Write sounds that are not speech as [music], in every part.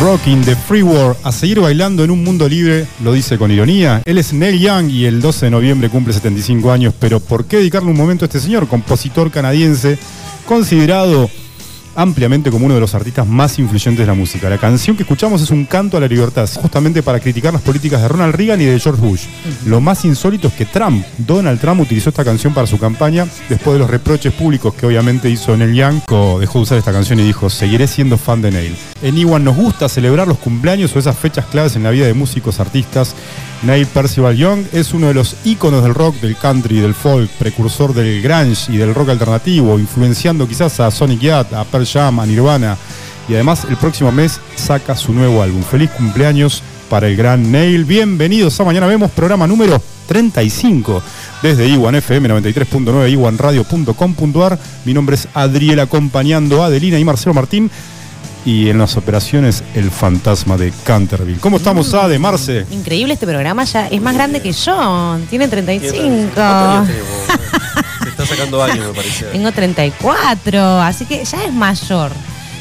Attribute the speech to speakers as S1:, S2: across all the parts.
S1: Rocking the Free World, a seguir bailando en un mundo libre, lo dice con ironía. Él es Neil Young y el 12 de noviembre cumple 75 años, pero ¿por qué dedicarle un momento a este señor, compositor canadiense, considerado ampliamente como uno de los artistas más influyentes de la música? La canción que escuchamos es un canto a la libertad, justamente para criticar las políticas de Ronald Reagan y de George Bush. Lo más insólito es que Trump, Donald Trump, utilizó esta canción para su campaña después de los reproches públicos que obviamente hizo Neil Young. co- Dejó de usar esta canción y dijo, seguiré siendo fan de Neil. En Iwan nos gusta celebrar los cumpleaños o esas fechas claves en la vida de músicos, artistas. Neil Percival Young es uno de los íconos del rock, del country, del folk, precursor del grunge y del rock alternativo, influenciando quizás a Sonic Youth, a Pearl Jam, a Nirvana. Y además el próximo mes saca su nuevo álbum. Feliz cumpleaños para el gran Neil. Bienvenidos a Mañana Vemos, programa número 35 desde Iwan FM 93.9, iwanradio.com.ar. Mi nombre es Adriel, acompañando a Adelina y Marcelo Martín. Y en las operaciones, el fantasma de Canterville. ¿Cómo estamos, Ade, Marce?
S2: Increíble este programa ya. Es más grande que yo. Tiene 35.
S3: ¿Cuántos años tenés vos?
S2: [laughs]
S3: Se está sacando años, me parece.
S2: Tengo 34. Así que ya es mayor.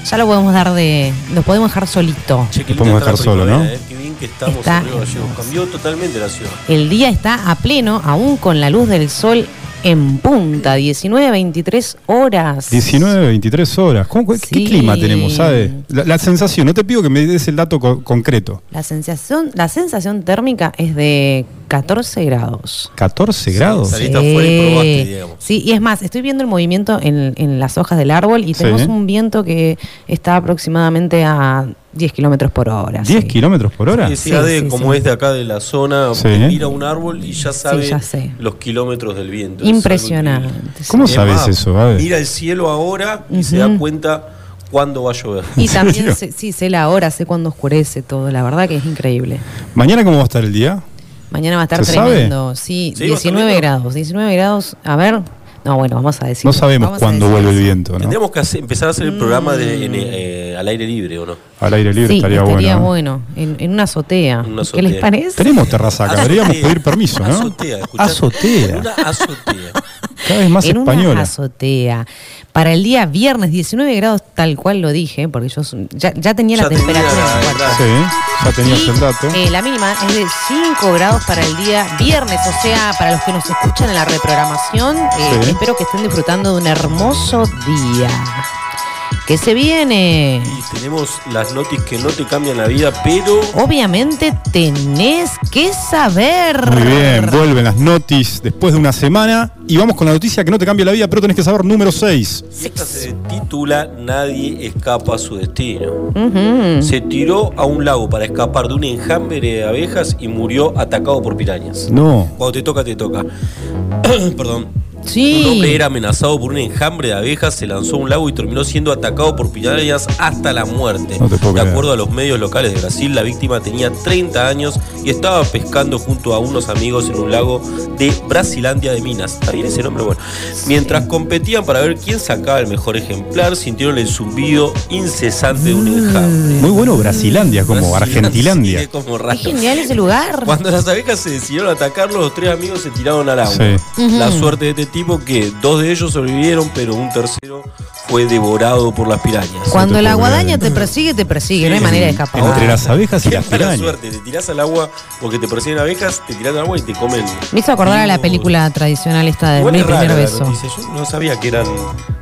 S2: Ya lo podemos dar de. Lo podemos dejar solito.
S3: Che, qué
S1: Lo podemos
S3: linda
S1: dejar
S3: está la
S1: solo, ¿no?
S3: primavera, eh. Qué bien que estamos
S2: Está
S3: en Río Gallegos.
S2: hermoso.
S3: Cambió totalmente la ciudad.
S2: El día está a pleno, aún con la luz del sol en punta. 19, 23 horas.
S1: 19, 23 horas. ¿Cómo- ¿Qué
S2: Sí.
S1: clima tenemos, Ade? La, la sensación, no te pido que me des el dato co- concreto.
S2: La sensación, la sensación térmica es de 14 grados.
S1: 14 grados.
S3: salí- Saliste afuera y probaste, digamos.
S2: Sí, y es más, estoy viendo el movimiento en, en las hojas del árbol y
S1: Sí.
S2: tenemos un viento que está aproximadamente a 10 kilómetros por hora.
S1: 10
S2: sí.
S1: kilómetros por hora.
S3: Y
S2: Sí,
S3: si Ade,
S2: sí,
S3: como
S2: sí.
S3: es de acá de la zona,
S1: Sí.
S3: mira un árbol y ya sabe
S2: ya sé.
S3: los kilómetros del viento. Es algo
S2: Impresionante.
S3: increíble.
S2: sí.
S1: ¿Cómo
S3: Es
S1: sabes
S3: más,
S1: eso, Ade?
S3: Mira el cielo ahora y se da cuenta cuándo va a llover.
S2: Y
S1: [laughs]
S2: también, sé- sí, sé la hora, sé cuándo oscurece todo, la verdad que es increíble.
S1: ¿Mañana cómo va a estar el día?
S2: Mañana va a estar
S1: ¿Se sabe?
S2: tremendo, sí,
S3: Sí, va a estar
S2: 19
S3: lindo.
S2: grados, 19 grados, a ver, no, bueno, vamos a decir.
S1: No sabemos cuándo vuelve el viento, ¿no?
S3: Tendríamos que hacer- empezar a hacer el programa
S2: Mm.
S3: de, en, eh, al aire libre, ¿o no?
S1: Al aire libre
S2: Sí,
S1: estaría, bueno. ¿eh?
S2: en, en una azotea.
S3: En una
S2: ¿Qué les
S3: azotea.
S2: parece?
S1: Tenemos terraza acá, deberíamos pedir permiso, ¿no?
S3: Azotea, escuchá.
S1: Azotea.
S3: Una azotea.
S1: [laughs] Cada vez más
S2: en una
S1: española.
S2: azotea. Para el día viernes, 19 grados, tal cual lo dije, porque yo su- ya, ya tenía
S3: Ya
S2: la
S3: tenía
S2: temperatura.
S3: la-
S2: en cuarto.
S1: Sí, ya tenías
S2: Y,
S1: el dato.
S2: eh, la mínima es de 5 grados para el día viernes, o sea, para los que nos escuchan en la reprogramación, eh,
S1: Sí.
S2: espero que estén disfrutando de un hermoso día. Que se viene.
S3: Y tenemos las notis que no te cambian la vida, pero
S2: Obviamente tenés que saber.
S1: Muy bien, vuelven las notis después de una semana y vamos con la noticia que no te cambia la vida, pero tenés que saber número 6.
S3: y esta se titula Nadie escapa a su destino.
S2: Ujú.
S3: Se tiró a un lago para escapar de un enjambre de abejas y murió atacado por pirañas.
S1: No.
S3: Cuando te toca, te toca. [coughs] Perdón.
S2: Sí.
S3: Un hombre era amenazado por un enjambre de abejas, se lanzó a un lago y terminó siendo atacado por pirañas hasta la muerte.
S1: No te puedo
S3: de
S1: creer.
S3: acuerdo a los medios locales de Brasil, la víctima tenía 30 años y estaba pescando junto a unos amigos en un lago de Brasilandia de Minas. ¿Está bien ese nombre? Bueno. Mientras competían para ver quién sacaba el mejor ejemplar, sintieron el zumbido incesante de un enjambre.
S1: Muy bueno Brasilandia, Mm. como
S3: Brasilandia,
S1: Argentilandia.
S3: sí, como raro.
S2: Qué genial ese lugar.
S3: Cuando las abejas se decidieron a atacarlo, los tres amigos se tiraron al agua.
S1: Sí.
S2: Ujú.
S3: La suerte de este tipo que dos de ellos sobrevivieron, pero un tercero fue devorado por las pirañas.
S2: Cuando
S1: te
S2: la
S1: puedo creer.
S2: guadaña te persigue, te persigue, no hay
S3: Sí.
S2: manera de escapar.
S1: Entre las abejas y
S3: Ah. Qué
S1: las
S3: mala
S1: pirañas.
S3: suerte, te tirás al agua porque te persiguen abejas, te tirás al agua y te comen.
S2: Me hizo acordar a la
S3: Dios.
S2: película tradicional esta de
S3: Igual
S2: Mi
S3: es rara
S2: primer
S3: la
S2: beso.
S3: noticia, Yo no sabía que eran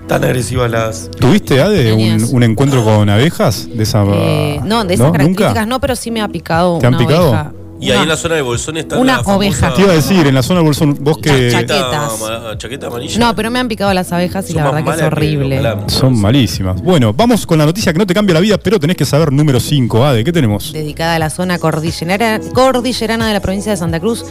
S3: tan agresivas las.
S1: ¿Tuviste, Ade, un,
S2: Tenías.
S1: un encuentro con abejas? De esa,
S2: Eh, no, de esas características
S1: ¿Nunca?
S2: no, pero sí me ha picado
S1: ¿Te han
S2: una
S1: picado?
S2: oveja.
S3: Y
S2: Una-
S3: ahí en la zona del Bolsón está
S2: una
S3: la famosa
S2: oveja.
S1: Te iba a decir, en la zona del bolsón, vos que
S2: Chaqueta.
S3: Chaqueta,
S2: Chaquetas.
S3: ama- chaqueta amarilla.
S2: No, pero me han picado las abejas y
S3: Son
S2: la
S3: más
S2: verdad que es
S3: malas que los
S2: horrible.
S3: calambres.
S1: son malísimas. Bueno, vamos con la noticia que no te cambia la vida, pero tenés que saber número 5, Ade. ¿Qué tenemos?
S2: Dedicada a la zona cordillerana, cordillerana de la provincia de Santa Cruz,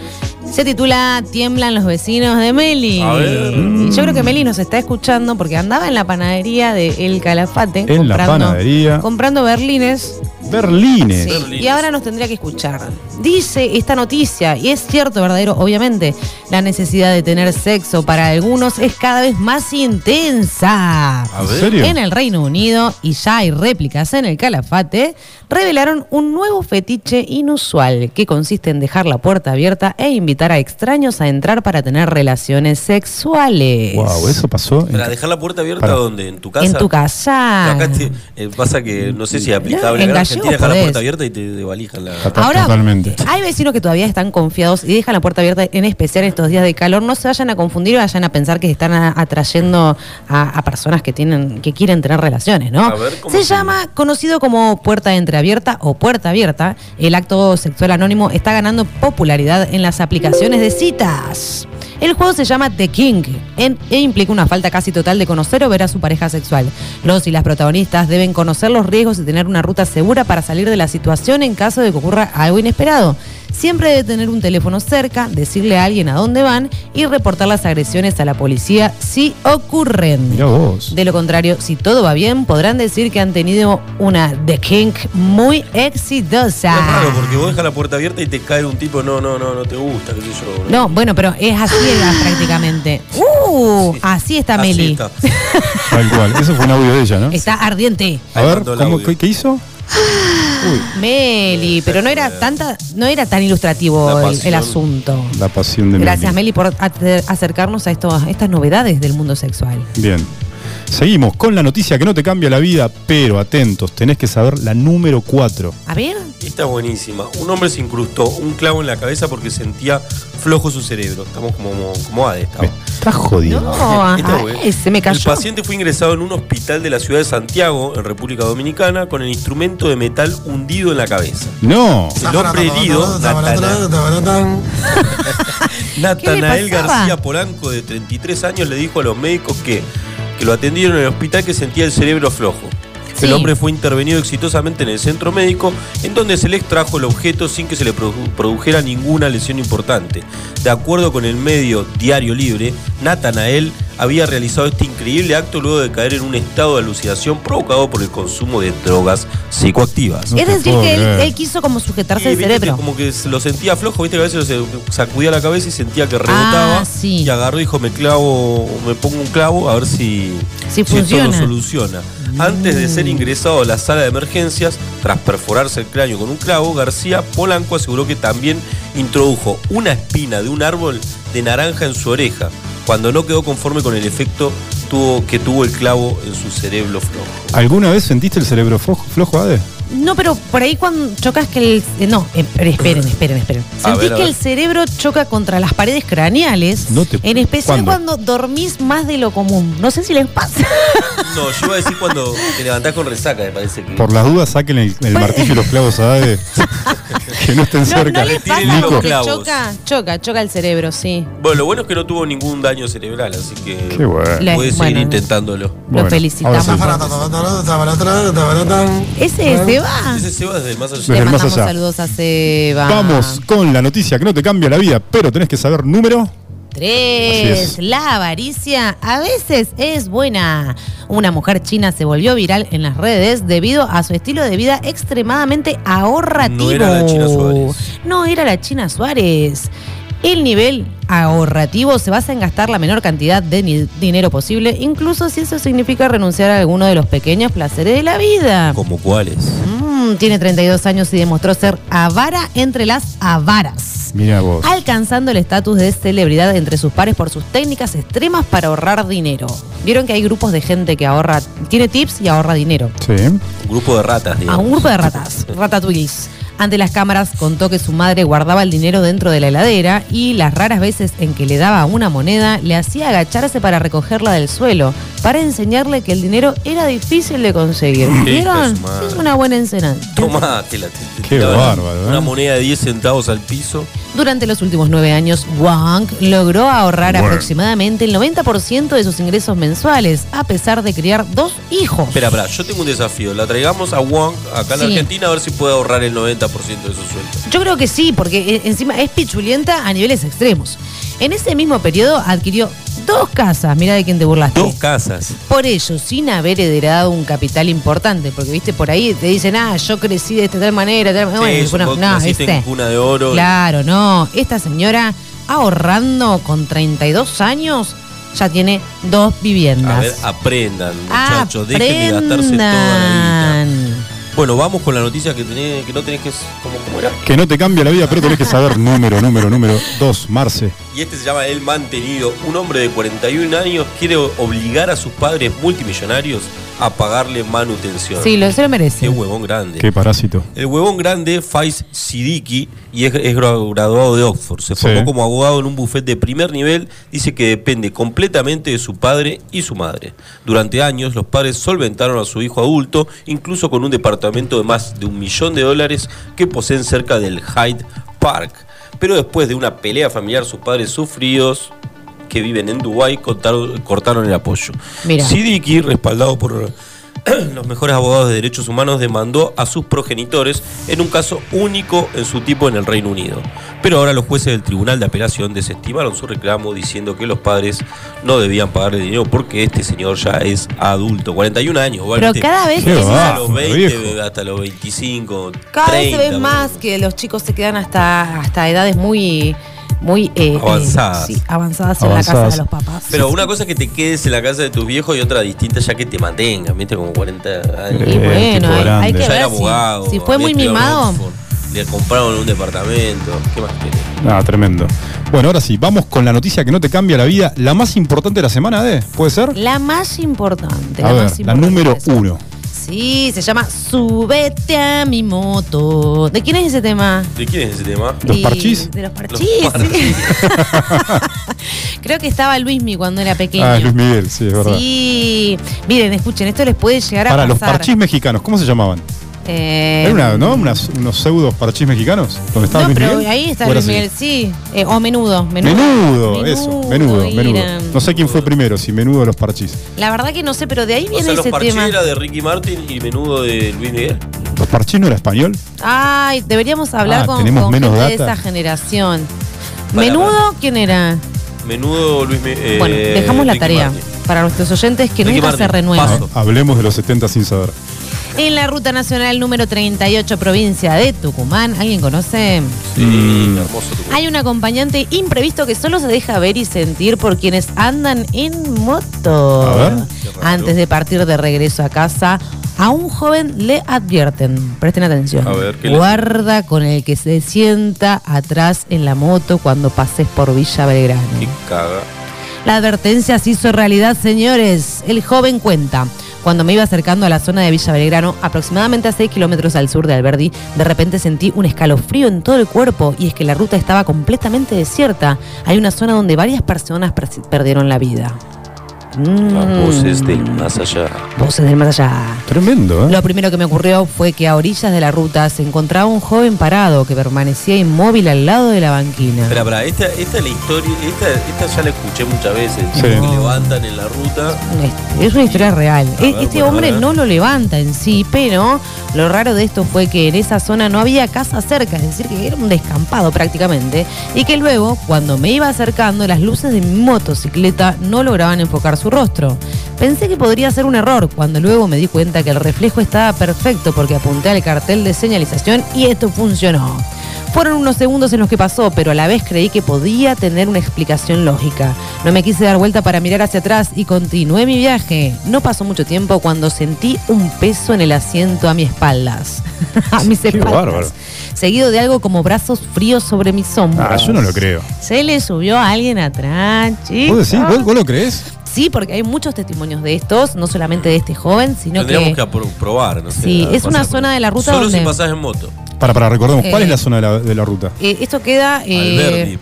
S2: se titula Tiemblan los vecinos de Meli.
S3: A ver.
S2: Y yo creo
S1: Mm.
S2: que Meli nos está escuchando porque andaba en la panadería de El Calafate
S1: En la panadería.
S2: comprando berlines
S1: Berlines.
S2: Sí,
S3: Berlines.
S2: y ahora nos tendría que escuchar. Di dice esta noticia, y es cierto, verdadero, obviamente, la necesidad de tener sexo para algunos es cada vez más intensa.
S3: A
S1: ¿En
S3: ver.
S1: serio?
S2: En el Reino Unido, y ya hay réplicas en el Calafate, revelaron un nuevo fetiche inusual que consiste en dejar la puerta abierta e invitar a extraños a entrar para tener relaciones sexuales.
S1: Wow, eso pasó. en-
S3: ¿Para dejar la puerta abierta
S1: Para.
S3: dónde? ¿En tu casa?
S2: En tu casa.
S3: Acá te- eh, pasa que no sé si es aplicable.
S2: en
S3: acá en
S2: gallego
S3: Argentina dejar la
S2: podés. Ah.
S3: puerta abierta y te devalijan la.
S1: Total- totalmente.
S2: hay vecinos que todavía están confiados y dejan la puerta abierta, en especial en estos días de calor. No se vayan a confundir y vayan a pensar que están a- atrayendo a, a personas que tienen, que quieren tener relaciones, ¿no?
S3: A ver, ¿cómo
S2: se
S3: se llama?
S2: llama, conocido como puerta entreabierta o puerta abierta, el acto sexual anónimo está ganando popularidad en las aplicaciones de citas. El juego se llama The King en- e implica una falta casi total de conocer o ver a su pareja sexual. Los y las protagonistas deben conocer los riesgos y tener una ruta segura para salir de la situación en caso de que ocurra algo inesperado. Siempre debe tener un teléfono cerca, decirle a alguien a dónde van y reportar las agresiones a la policía si ocurren.
S1: Mirá vos.
S2: De lo contrario, si todo va bien, podrán decir que han tenido una The King muy
S3: Es raro,
S2: exitosa.
S3: porque vos dejas la puerta abierta y te cae un tipo, no, no, no, no te gusta, qué sé yo. boludo.
S2: No, bueno, pero es así
S3: [gasps]
S2: prácticamente. ¡Uh! Así está
S3: Así
S2: Meli. [laughs]
S3: está.
S1: Tal cual. Eso fue un audio de ella, ¿no?
S2: Está ardiente.
S1: A
S3: Ahí
S1: ver,
S3: mandó el
S1: ¿cómo-
S3: audio.
S1: qué, qué hizo?
S2: Meli, pero no era tanta, no era tan ilustrativo
S3: La
S2: el, el
S3: pasión.
S2: asunto.
S1: La pasión de
S2: Gracias, Meli, por acer- acercarnos a estos- estas novedades del mundo sexual.
S1: Bien. Seguimos con la noticia que no te cambia la vida, pero atentos, tenés que saber la número 4.
S2: A ver,
S3: Esta es buenísima. Un hombre se incrustó un clavo en la cabeza porque sentía flojo su cerebro. Estamos como, como ADE.
S1: Me
S3: Estamos.
S1: está jodido.
S2: no,
S3: Esta es
S2: ay,
S3: buena.
S2: se me
S3: El
S2: cayó.
S3: paciente fue ingresado en un hospital de la ciudad de Santiago, en República Dominicana, con el instrumento de metal hundido en la cabeza.
S1: No.
S3: El hombre herido, Natana- Natanael
S2: pasaba?
S3: García Polanco, de 33 años, le dijo a los médicos que, que lo atendieron en el hospital que sentía el cerebro flojo.
S2: Sí.
S3: El hombre fue intervenido exitosamente en el centro médico, en donde se le extrajo el objeto sin que se le produ- produjera ninguna lesión importante. De acuerdo con el medio Diario Libre, Natanael había realizado este increíble acto luego de caer en un estado de alucinación provocado por el consumo de drogas psicoactivas.
S1: No
S2: es
S1: te
S2: decir,
S1: puedo
S2: que él,
S1: creer.
S2: él quiso como sujetarse
S3: Sí,
S2: el
S3: viste,
S2: cerebro.
S3: que Como que se lo sentía flojo, viste que a veces se sacudía la cabeza y sentía que rebotaba.
S2: Ah, sí.
S3: Y agarró y dijo, me clavo, me pongo un clavo a ver si,
S2: Si
S3: esto lo
S2: funciona. Mm.
S3: soluciona. Antes de ser ingresado a la sala de emergencias, tras perforarse el cráneo con un clavo, García Polanco aseguró que también introdujo una espina de un árbol de naranja en su oreja. Cuando no quedó conforme con el efecto tuvo, que tuvo el clavo en su cerebro
S2: [laughs]
S3: flojo.
S1: ¿Alguna vez sentiste el cerebro flojo, flojo Ade?
S2: No, pero por ahí cuando chocas que el... eh, No, eh, pero esperen, esperen, esperen.
S3: A
S2: Sentís
S3: ver, a
S2: que
S3: ver.
S2: el cerebro choca contra las paredes craneales,
S1: No te-
S2: en especial
S1: ¿cuándo?
S2: cuando dormís más de lo común. No sé si les
S1: [laughs]
S2: pasa.
S3: No, yo iba a decir cuando te levantás con resaca, me parece que.
S1: Por las dudas, saquen el, el martillo y los clavos a Ade. que no estén
S2: No, no
S1: cerca.
S2: les pasa
S3: Tienen los
S2: porque
S3: clavos.
S2: choca, choca, choca el cerebro, sí.
S3: Bueno, lo bueno es que no tuvo ningún daño cerebral, así que
S1: Qué bueno.
S2: Le-
S3: puede seguir
S2: bueno.
S3: intentándolo.
S1: Bueno,
S2: Lo felicitamos.
S1: ahora
S2: Ese se va.
S3: Ese se va desde el más allá.
S1: Desde
S2: Le
S1: el más
S2: mandamos
S1: allá.
S2: saludos a Seba.
S1: Vamos con la noticia que no te cambia la vida, pero tenés que saber número.
S2: Tres.
S1: Así es.
S2: La avaricia a veces es buena. Una mujer china se volvió viral en las redes debido a su estilo de vida extremadamente ahorrativo.
S3: No era la China Suárez.
S2: No era la China Suárez. El nivel ahorrativo se basa en gastar la menor cantidad de ni- dinero posible, incluso si eso significa renunciar a alguno de los pequeños placeres de la vida.
S3: ¿Como cuáles?
S2: Mm, tiene 32 años y demostró ser avara entre las avaras
S1: Mira vos.
S2: alcanzando el estatus de celebridad entre sus pares por sus técnicas extremas para ahorrar dinero. Vieron que hay grupos de gente que ahorra, tiene tips y ahorra dinero.
S1: Sí.
S3: Un grupo de ratas,
S2: A
S3: digamos.
S2: un grupo de ratas, ratatouilles. Ante las cámaras contó que su madre guardaba el dinero dentro de la heladera y las raras veces en que le daba una moneda le hacía agacharse para recogerla del suelo, para enseñarle que el dinero era difícil de conseguir.
S3: Hija de
S2: ¿Vieron?
S3: su madre.
S2: Es una buena enseñanza.
S3: Tomátela. te- te
S1: Qué
S3: tiraban
S1: bárbaro, ¿eh?
S3: Una moneda de 10 centavos al piso.
S2: Durante los últimos nueve años, Wang logró ahorrar aproximadamente el 90% de sus ingresos mensuales, a pesar de criar dos hijos.
S3: Espera, espera, yo tengo un desafío. La traigamos a Wong acá en
S2: Sí.
S3: Argentina a ver si puede ahorrar el 90% de su sueldo.
S2: Yo creo que sí, porque eh, encima es pichulienta a niveles extremos. En ese mismo periodo adquirió dos casas, mira de quién te burlaste.
S3: Dos casas.
S2: Por ello, sin haber heredado un capital importante, porque viste, por ahí te dicen, ah, yo crecí de esta tal manera, de tal manera.
S3: Sí,
S2: bueno,
S3: vos
S2: no,
S3: naciste en
S2: ¿viste?
S3: cuna de oro.
S2: Claro, no. Esta señora ahorrando con 32 años ya tiene dos
S3: A ver,
S2: viviendas.
S3: aprendan, muchachos. Dejen de gastarse toda la guita.
S2: Aprendan.
S3: Bueno, vamos con la noticia que, tenés- que no tenés que. Como, ¿Cómo era?
S1: Que no te cambia la vida, pero tenés que saber número, número, número. Dos, Marce.
S3: Y este se llama El Mantenido. Un hombre de 41 años quiere obligar a sus padres multimillonarios a pagarle manutención.
S2: Sí, lo, se
S3: Qué
S2: lo merece.
S3: huevón grande.
S1: Qué parásito.
S3: El huevón grande, Faiz Siddiqui, y es, es gra- graduado de Oxford. Se
S1: Sí.
S3: formó como abogado en un bufete de primer nivel. Dice que depende completamente de su padre y su madre. Durante años, los padres solventaron a su hijo adulto, incluso con un departamento de más de un millón de dólares que poseen cerca del Hyde Park. Pero después de una pelea familiar, sus padres sufridos que viven en Dubái cortaron, cortaron el apoyo.
S2: Mirá.
S3: Siddiqui, respaldado por [clears throat] los mejores abogados de derechos humanos, demandó a sus progenitores en un caso único en su tipo en el Reino Unido. Pero ahora los jueces del Tribunal de Apelación desestimaron su reclamo diciendo que los padres no debían pagarle dinero porque este señor ya es adulto, 41 años.
S2: Pero
S3: obviamente.
S2: cada vez
S1: Qué
S2: que
S1: va.
S2: más-
S3: hasta los 20,
S1: viejo.
S3: hasta los 25,
S2: Cada vez se
S3: 30,
S2: ve más que los chicos se quedan hasta, hasta edades muy, muy eh, eh,
S3: Avanzadas.
S2: sí, avanzadas, en la casa
S1: Avanzadas.
S2: de los papás.
S3: Pero una cosa es que te quedes en la casa de tus viejos y otra distinta ya que te mantengan, viste, como 40 años.
S2: y
S1: Eh,
S2: bueno,
S1: tipo
S2: hay, hay
S1: grande.
S2: que
S3: ya
S2: ver
S3: era
S2: si-
S3: abogado.
S2: si, fue
S3: había
S2: muy
S3: estudiado en
S2: mimado.
S3: Oxford, Le compraron un departamento. ¿Qué más querés?
S1: Ah, tremendo. Bueno, ahora sí, vamos con la noticia que no te cambia la vida. La más importante de la semana, ¿de? ¿Puede ser?
S2: La más importante.
S1: A ver,
S2: más
S1: la
S2: importante
S1: número
S2: de eso.
S1: uno.
S2: Sí, se llama Súbete a mi moto. ¿De quién es ese tema?
S3: ¿De quién es ese tema?
S1: ¿Los
S2: Y-
S1: parchís?
S2: De los
S3: Los
S2: parchís. sí. [laughs] Creo que estaba Luismi cuando era pequeño.
S1: Ah, es Luis Miguel, sí, es verdad.
S2: Sí. Miren, escuchen, esto les puede llegar a
S1: Para los
S2: pasar.
S1: parchís mexicanos, ¿cómo se llamaban?
S2: Eh,
S1: ¿Era una, ¿no? Unas- unos pseudos parchís mexicanos? ¿Dónde estaba
S2: no,
S1: Luis
S2: pero
S1: Miguel?
S2: ahí está
S1: ¿O era
S2: Luis
S1: así?
S2: Miguel, sí. Eh, o menudo, menudo.
S1: Menudo, eso, menudo, menudo.
S2: era.
S1: No sé quién fue primero, si menudo o los parchís.
S2: La verdad que no sé, pero de ahí
S3: O
S2: viene
S3: sea, los
S2: ese
S3: parchís
S2: tema.
S3: era de Ricky Martin y menudo de Luis Miguel.
S1: ¿Los parchís no era español?
S2: Ay, deberíamos hablar
S1: Ah,
S2: con,
S1: tenemos
S2: con
S1: menos
S2: gente de
S1: data.
S2: esa generación.
S3: Para,
S2: Menudo,
S3: para.
S2: ¿quién era?
S3: Menudo Luis Miguel.
S2: bueno, dejamos la tarea para nuestros oyentes que
S3: Eh, Ricky
S2: nunca
S3: Martin,
S2: se renuevan.
S3: paso.
S1: Ah, Hablemos de los 70 sin saber.
S2: En la ruta nacional número 38, provincia de Tucumán, ¿alguien conoce?
S3: Sí,
S1: Mm.
S3: hermoso tu
S2: Hay un acompañante imprevisto que solo se deja ver y sentir por quienes andan en moto.
S1: A ver.
S3: Qué raro.
S2: Antes de partir de regreso a casa, a un joven le advierten, presten atención,
S3: A ver, ¿qué le-
S2: guarda con el que se sienta atrás en la moto cuando pases por Villa Belgrano.
S3: eh, Qué caga.
S2: La advertencia se hizo realidad, señores. El joven cuenta. Cuando me iba acercando a la zona de Villa Belgrano, aproximadamente a 6 kilómetros al sur de Alberdi, de repente sentí un escalofrío en todo el cuerpo y es que la ruta estaba completamente desierta. Hay una zona donde varias personas persi- perdieron la vida. Mm.
S3: Las voces del más allá.
S2: Voces del más allá.
S1: Tremendo, ¿eh?
S2: Lo primero que me ocurrió fue que a orillas de la ruta se encontraba un joven parado que permanecía inmóvil al lado de la banquina.
S3: Espera, espera, esta, esta es la historia, esta, esta ya la escuché muchas veces.
S1: Sí.
S3: Que levantan en la ruta.
S2: Es una historia real.
S3: A ver,
S2: E- este
S3: bueno,
S2: hombre
S3: ahora-
S2: no lo levanta en sí, pero lo raro de esto fue que en esa zona no había casa cerca, es decir, que era un descampado prácticamente, y que luego, cuando me iba acercando, las luces de mi motocicleta no lograban enfocar su rostro. Pensé que podría ser un error, cuando luego me di cuenta que el reflejo estaba perfecto porque apunté al cartel de señalización y esto funcionó. Fueron unos segundos en los que pasó, pero a la vez creí que podía tener una explicación lógica. No me quise dar vuelta para mirar hacia atrás y continué mi viaje. No pasó mucho tiempo cuando sentí un peso en el asiento a mis espaldas. [laughs] a mis
S1: Qué
S2: espaldas.
S1: bárbaro.
S2: Seguido de algo como brazos fríos sobre mis hombros.
S1: Ah, yo no lo creo.
S2: Se le subió a alguien atrás,
S1: ¿Vos
S2: chicos.
S1: decís? ¿Vos, vos lo crees?
S2: Sí, porque hay muchos testimonios de estos, no solamente de este joven, sino
S3: Tendríamos
S2: que...
S3: que apro- probar, no sé,
S2: Sí,
S3: a ver,
S2: es una
S3: pasar por-
S2: zona de la ruta
S3: Solo
S2: donde-
S3: si pasás en moto.
S1: Para, para, recordemos, ¿cuál
S2: Eh.
S1: es la zona de la, de la ruta?
S2: eh, esto queda... Eh,
S3: Alberdi.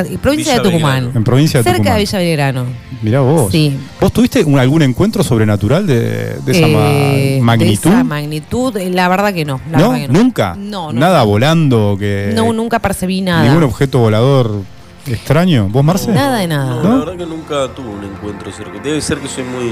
S2: Alberdi, provincia
S3: Villa
S2: de Tucumán.
S3: Belgrano.
S1: En provincia de
S2: Cerca
S1: Tucumán.
S2: de Villa Belgrano.
S1: Mirá vos.
S2: Sí.
S1: ¿Vos tuviste un- algún encuentro sobrenatural de, de esa ma-
S2: Eh,
S1: magnitud?
S2: De esa magnitud, eh, la verdad que no. la
S1: ¿No? Eh,
S2: verdad que
S1: ¿Nunca?
S2: No, no.
S1: ¿Nada volando? que
S2: No, nunca percibí nada.
S1: ¿Ningún objeto volador extraño? ¿Vos, Marce?
S2: Nada de
S3: No,
S2: nada.
S1: ¿No?
S3: la verdad que nunca tuve un encuentro cerca. Debe ser que soy muy.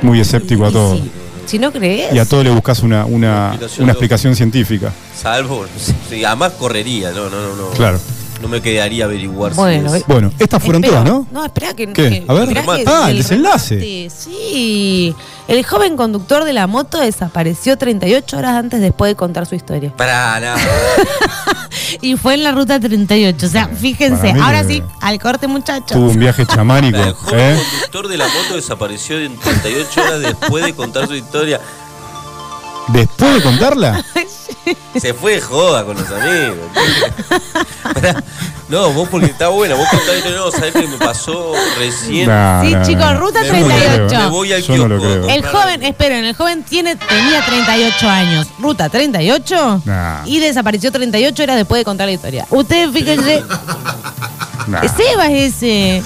S1: Muy escéptico a
S2: Y
S1: todo.
S2: sí, Si no crees.
S1: Y a todo le buscas una,
S3: Explicación
S1: una, una
S3: lógica. [laughs]
S1: explicación científica.
S3: Salvo, sí, además correría, no, no, no, no.
S1: Claro.
S3: No me quedaría averiguar
S2: Bueno, eh,
S3: si es.
S1: Bueno, estas fueron
S2: Espera,
S1: todas, ¿no?
S2: No, espera que.
S1: ¿Qué?
S2: que-
S1: A ver.
S2: esperá que
S1: Ah, el desenlace.
S2: remate, Sí. El joven conductor de la moto desapareció 38 horas antes después de contar su
S1: [laughs]
S2: historia.
S3: Para nada.
S2: Y fue en la ruta 38. O sea, fíjense.
S1: Para mí
S2: Ahora
S1: que-
S2: sí, al corte, muchachos.
S1: Tuvo un
S3: [laughs]
S1: viaje chamánico.
S3: El joven
S1: ¿eh?
S3: conductor de la moto desapareció en 38 horas después de contar su historia.
S1: Después
S2: [laughs]
S1: de contarla,
S3: Se fue de joda con los amigos. [laughs] Pará. No, vos porque está buena. Vos contaste, no, sabés que me pasó recién.
S1: Nah,
S2: Sí,
S1: nah,
S2: chicos,
S1: nah.
S2: ruta
S3: Me voy,
S2: 38.
S3: Me voy al
S1: Yo no lo
S3: kiosco.
S1: creo.
S2: El joven, esperen, el joven tiene, tenía 38 años. Ruta 38.
S1: Nah.
S2: Y desapareció 38 horas después de contar la historia. Ustedes fíjense.
S1: [laughs] Nah,
S2: Seba es ese.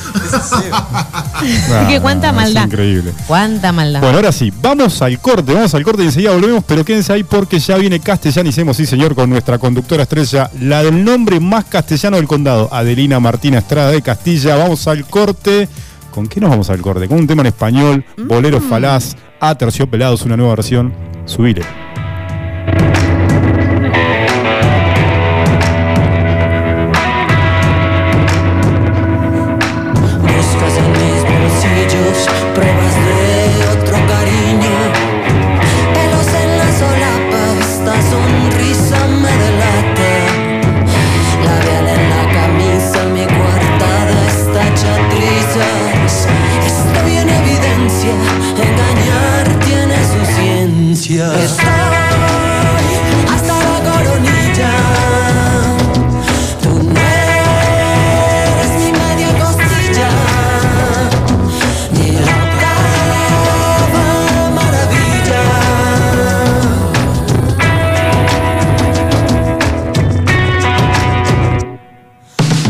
S2: [laughs]
S1: nah,
S2: que cuánta
S1: nah, es
S2: maldad.
S1: increíble.
S2: Cuánta maldad.
S1: Bueno, ahora sí, vamos al corte, vamos al corte y enseguida volvemos, pero quédense ahí porque ya viene Castellanicemos, sí señor, con nuestra conductora estrella, la del nombre más castellano del condado, Adelina Martina Estrada de Castilla. Vamos al corte. ¿Con qué nos vamos al corte? Con un tema en español, Bolero Falaz, A Terciopelados, una nueva versión. Subile.
S4: Buscas en mis bolsillos pruebas de otro cariño. Pelos en la solapa, esta sonrisa me delata. Labial en la camisa, mi coartada está hecha trizas. Estoy en evidencia, engañar tiene su ciencia. Estoy hasta la coronilla. Tú no eres ni media costilla, ni la octava maravilla.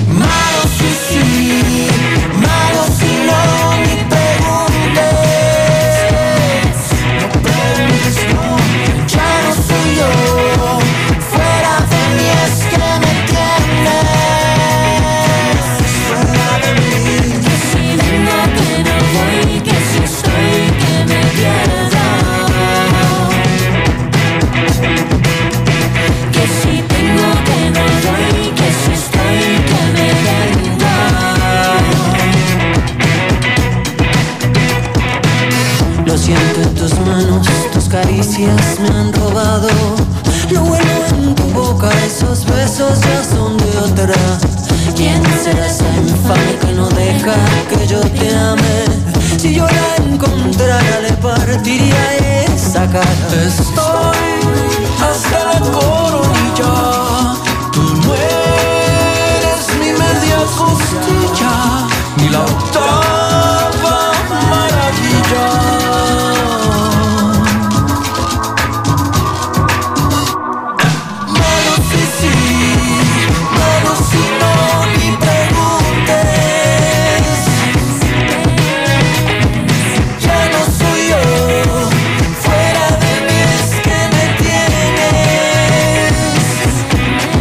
S4: Malo sí, sí, malo si no, ni preguntes, no preguntes no, ya no soy yo, fuera de mí es que me entiendes. Lo siento en tus manos, tus caricias me han robado. Lo bueno en tu boca, esos besos ya son de otra. ¿Quién será esa infame que no deja que yo te ame? Si yo la encontrara, le partiría esa cara. Estoy hasta la coronilla. Tú no eres mi media costilla, ni la octava maravilla. Malo si sí, malo si no, ni preguntes. Ya no soy yo, fuera de mí es que me tienes.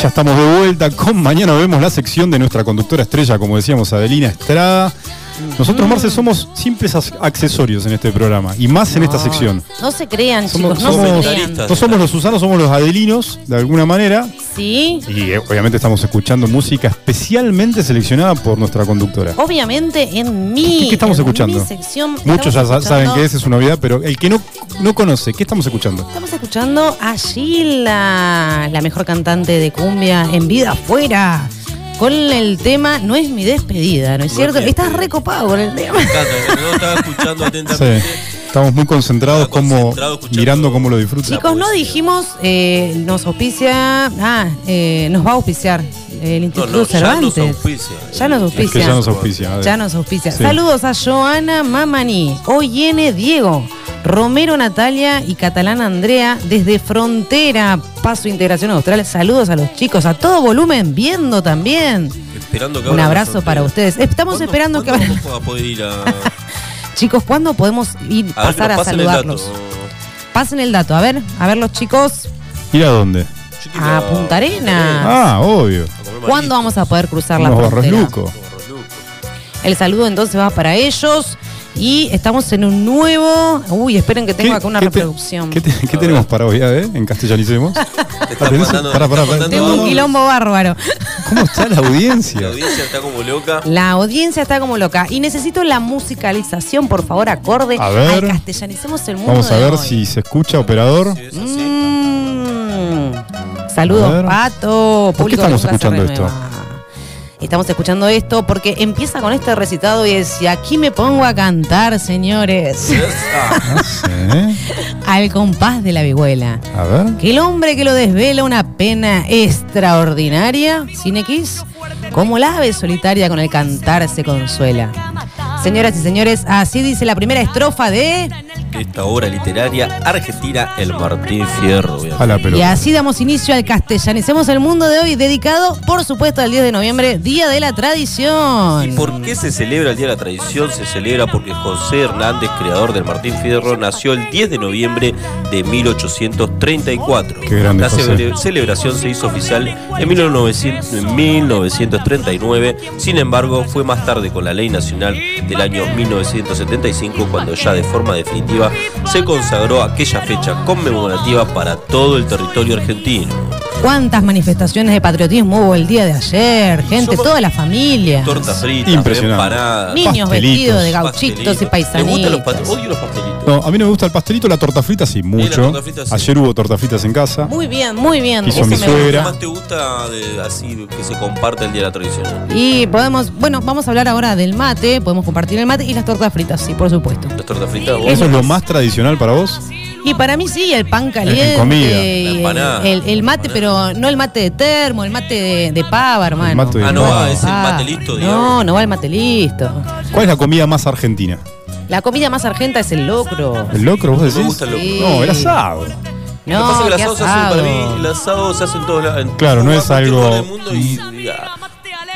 S1: ya estamos de vuelta con Mañana vemos la sección de nuestra conductora estrella, como decíamos, Adelina Estrada. Nosotros, Marce, somos simples as- accesorios en este programa y más en esta sección.
S2: No se crean,
S1: Somos,
S2: chicos, no
S1: somos-
S2: se crean.
S1: no somos los Susanos, somos los Adelinos, de alguna manera.
S2: Sí,
S1: Y eh, obviamente estamos escuchando música especialmente seleccionada por nuestra conductora.
S2: obviamente en mi,
S1: ¿Qué- qué estamos
S2: Oh, en
S1: escuchando?
S2: mi sección.
S1: Muchos ya
S2: estamos
S1: sa- saben
S2: escuchando-
S1: que esa es una novedad, pero el que no, no conoce, ¿qué estamos escuchando?
S2: Estamos escuchando a Sheila, la mejor cantante de cumbia en vida afuera. Con el tema No es mi despedida, ¿no es
S3: No
S2: cierto?
S3: es mi
S2: Estás
S3: despedida.
S2: recopado con el tema.
S3: No estaba escuchando
S2: [laughs]
S3: atentamente.
S1: Sí, estamos muy concentrados,
S3: Estaba
S1: como
S3: concentrado escuchando-
S1: mirando cómo lo disfrutan.
S2: Chicos, no
S3: poesía.
S2: dijimos, eh, nos auspicia, ah, eh, nos va a auspiciar el
S3: No,
S2: Instituto
S3: no, ya
S2: Cervantes.
S3: nos auspicia.
S2: Ya nos
S1: Es que
S2: auspicia.
S1: ya nos auspicia. a ver.
S2: Ya nos auspicia.
S1: Sí.
S2: Saludos a Joana Mamani, Oyene Diego, Romero Natalia y Catalán Andrea desde Frontera, Paso Integración Austral. Saludos a los chicos, a todo volumen, viendo también.
S3: Esperando que
S2: Un
S3: abran la
S2: abrazo para
S3: frontera.
S2: ustedes. Estamos
S3: ¿Cuándo-
S2: esperando que
S3: cuándo
S2: abran-
S3: vamos a poder ir a,
S2: [laughs] Chicos, ¿cuándo podemos ir
S3: a ver que
S2: pasar
S3: nos
S2: a
S3: pasen el dato?
S2: saludarlos? Pasen el dato, a ver, a ver los chicos.
S1: ¿Ir a dónde?
S3: Yo quiero
S2: A Punta Arenas.
S1: Ah, obvio.
S3: a comer
S2: ¿Cuándo
S3: marisco,
S2: vamos a poder cruzar la
S1: Unos barros
S2: frontera?
S1: lucos.
S3: barros lucos.
S2: El saludo entonces va para ellos. Y estamos en un nuevo. Uy, esperen que tengo
S1: ¿Qué-
S2: acá una
S1: qué te-
S2: reproducción.
S1: ¿Qué, te- qué
S3: A
S1: tenemos para hoy, eh?
S2: [laughs]
S1: En castellanicemos.
S3: Te están
S1: Atención,
S3: mandando- te
S1: pará, pará,
S3: están
S1: pará.
S3: mandando-
S2: Tengo un quilombo bárbaro.
S1: ¿Cómo
S2: [laughs]
S1: está la
S3: La
S1: audiencia?
S3: audiencia está como loca.
S2: La audiencia está como loca. Y necesito la musicalización, por favor, acorde
S1: A ver.
S2: al castellanicemos el mundo.
S1: Vamos a
S2: de
S1: ver
S2: hoy.
S1: si se escucha, operador.
S3: Sí, es así.
S2: Mm.
S1: A ver.
S2: Saludos, Pato.
S1: ¿Por qué
S2: Público que
S1: estamos
S2: nunca se
S1: escuchando esto?
S2: renueva. Estamos escuchando esto porque empieza con este recitado y es, y aquí me pongo a cantar, señores,
S3: Ah,
S1: No sé.
S2: [laughs] al compás de la vihuela.
S1: A ver.
S2: Que el hombre que lo desvela una pena extraordinaria, sin X, como la ave solitaria con el cantar se consuela. Señoras y señores, así dice la primera estrofa de...
S3: Esta obra literaria argentina, El Martín Fierro. bien.
S1: A la
S2: Y
S1: pelota.
S2: así damos inicio al Castellanicemos el Mundo de hoy, dedicado, por supuesto, al 10 de noviembre, Día de la
S3: ¿Y
S2: Tradición.
S3: por qué se celebra el Día de la Tradición? Se celebra porque José Hernández, creador del Martín Fierro, nació el 10 de noviembre de 1834.
S1: Qué grande,
S3: la
S1: José.
S3: cele- celebración se hizo oficial en 1900 en 1939, sin embargo fue más tarde con la Ley Nacional del año 1975 cuando ya de forma definitiva se consagró aquella fecha conmemorativa para todo el territorio argentino.
S2: ¿Cuántas manifestaciones de patriotismo hubo el día de ayer? Gente,
S3: Somos-
S2: toda la familia.
S3: Torta frita,
S1: Impresionante.
S3: empanada.
S2: Niños
S1: Pastelitos.
S2: vestidos de
S3: pastelitos.
S2: gauchitos y
S3: Me gustan los
S2: paisanitos.
S3: past- Odio los pastelitos.
S1: No, a mí no me gusta el pastelito, la torta frita sí,
S3: la
S1: mucho.
S3: torta frita sí.
S1: Ayer hubo torta fritas en casa.
S2: Muy bien, muy bien.
S1: Quiso
S2: Ese
S1: mi
S2: me
S1: suegra.
S3: ¿Qué
S1: Era.
S3: más te gusta de, así que se comparte el día de la tradición?
S2: Y podemos, bueno, vamos a hablar ahora del mate, podemos compartir el mate y las tortas fritas, sí, por supuesto.
S3: Las tortas fritas, vos.
S1: ¿Eso es lo más tradicional para vos?
S2: Y para mí sí, el pan caliente,
S1: En comida.
S2: y
S3: La empanada.
S2: el, el mate, pero no el mate de termo, el mate de, de pava, hermano.
S1: mate de
S3: Ah, no
S1: Bueno,
S3: va, es el
S2: Ah,
S3: mate listo,
S2: No,
S3: digamos.
S2: no va el mate listo.
S1: ¿Cuál es la comida más argentina?
S2: La comida más argenta es el locro.
S1: ¿El locro, vos
S3: me
S1: decís?
S3: gusta el locro.
S2: Sí.
S1: No, el asado.
S3: Lo que pasa
S2: No,
S3: es que el
S2: qué
S3: asado se hace, para
S2: asado.
S3: mí, el asado se hace en todos lados. en
S1: Claro, no
S3: todo
S1: es
S3: lugar, en
S1: algo-
S3: todo el mundo y, y, ah,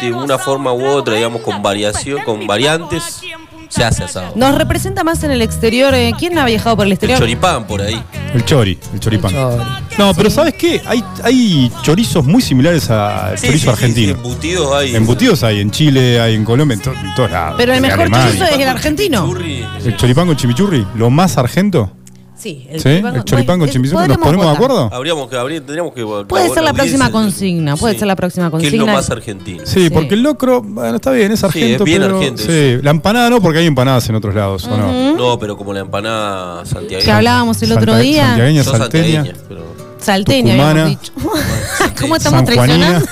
S3: de una forma u otra, digamos, con variación, con variantes, se hace asado.
S2: Nos representa más en el exterior. eh, ¿Quién ha viajado por el
S3: El
S2: exterior?
S3: choripán por ahí.
S1: El chori, el choripán.
S2: Chori.
S1: No, pero ¿sabes qué? Hay, hay chorizos muy similares al
S3: Sí,
S1: chorizo
S3: sí, sí, sí,
S1: argentino.
S3: embutidos hay.
S1: Embutidos hay en Chile, hay en Colombia, en, to- en todos lados.
S2: Pero el
S1: En
S2: mejor
S1: Alemania.
S2: chorizo es- el argentino.
S3: Churri.
S1: El choripán con chimichurri, lo más argento.
S2: Sí,
S1: ¿Sí? El choripán con
S2: eh,
S1: chimichurri, ¿nos
S2: podremos
S1: ponemos de
S2: votar.
S1: acuerdo?
S3: Habríamos que, habría- tendríamos que.
S2: Puede ser la
S3: audiencia
S2: próxima
S3: de-
S2: consigna, puede ser la próxima
S3: Que es lo
S2: consigna.
S3: más argentino.
S1: Sí,
S2: Sí.
S1: porque el locro, bueno, está bien, es
S3: es
S1: argento.
S3: bien
S1: pero-
S3: argento,
S1: Sí, la empanada no, porque hay empanadas en otros lados, ¿o no?
S3: No, pero como la empanada santiagueña.
S2: Que hablábamos el otro
S1: Santa-
S2: día.
S1: Santiagueña,
S3: Yo santiagueña,
S1: salteña,
S3: pero-
S2: Salteña,
S1: tucumana,
S2: habíamos dicho. [laughs] ¿Cómo estamos
S1: sanjuanina.
S2: traicionando?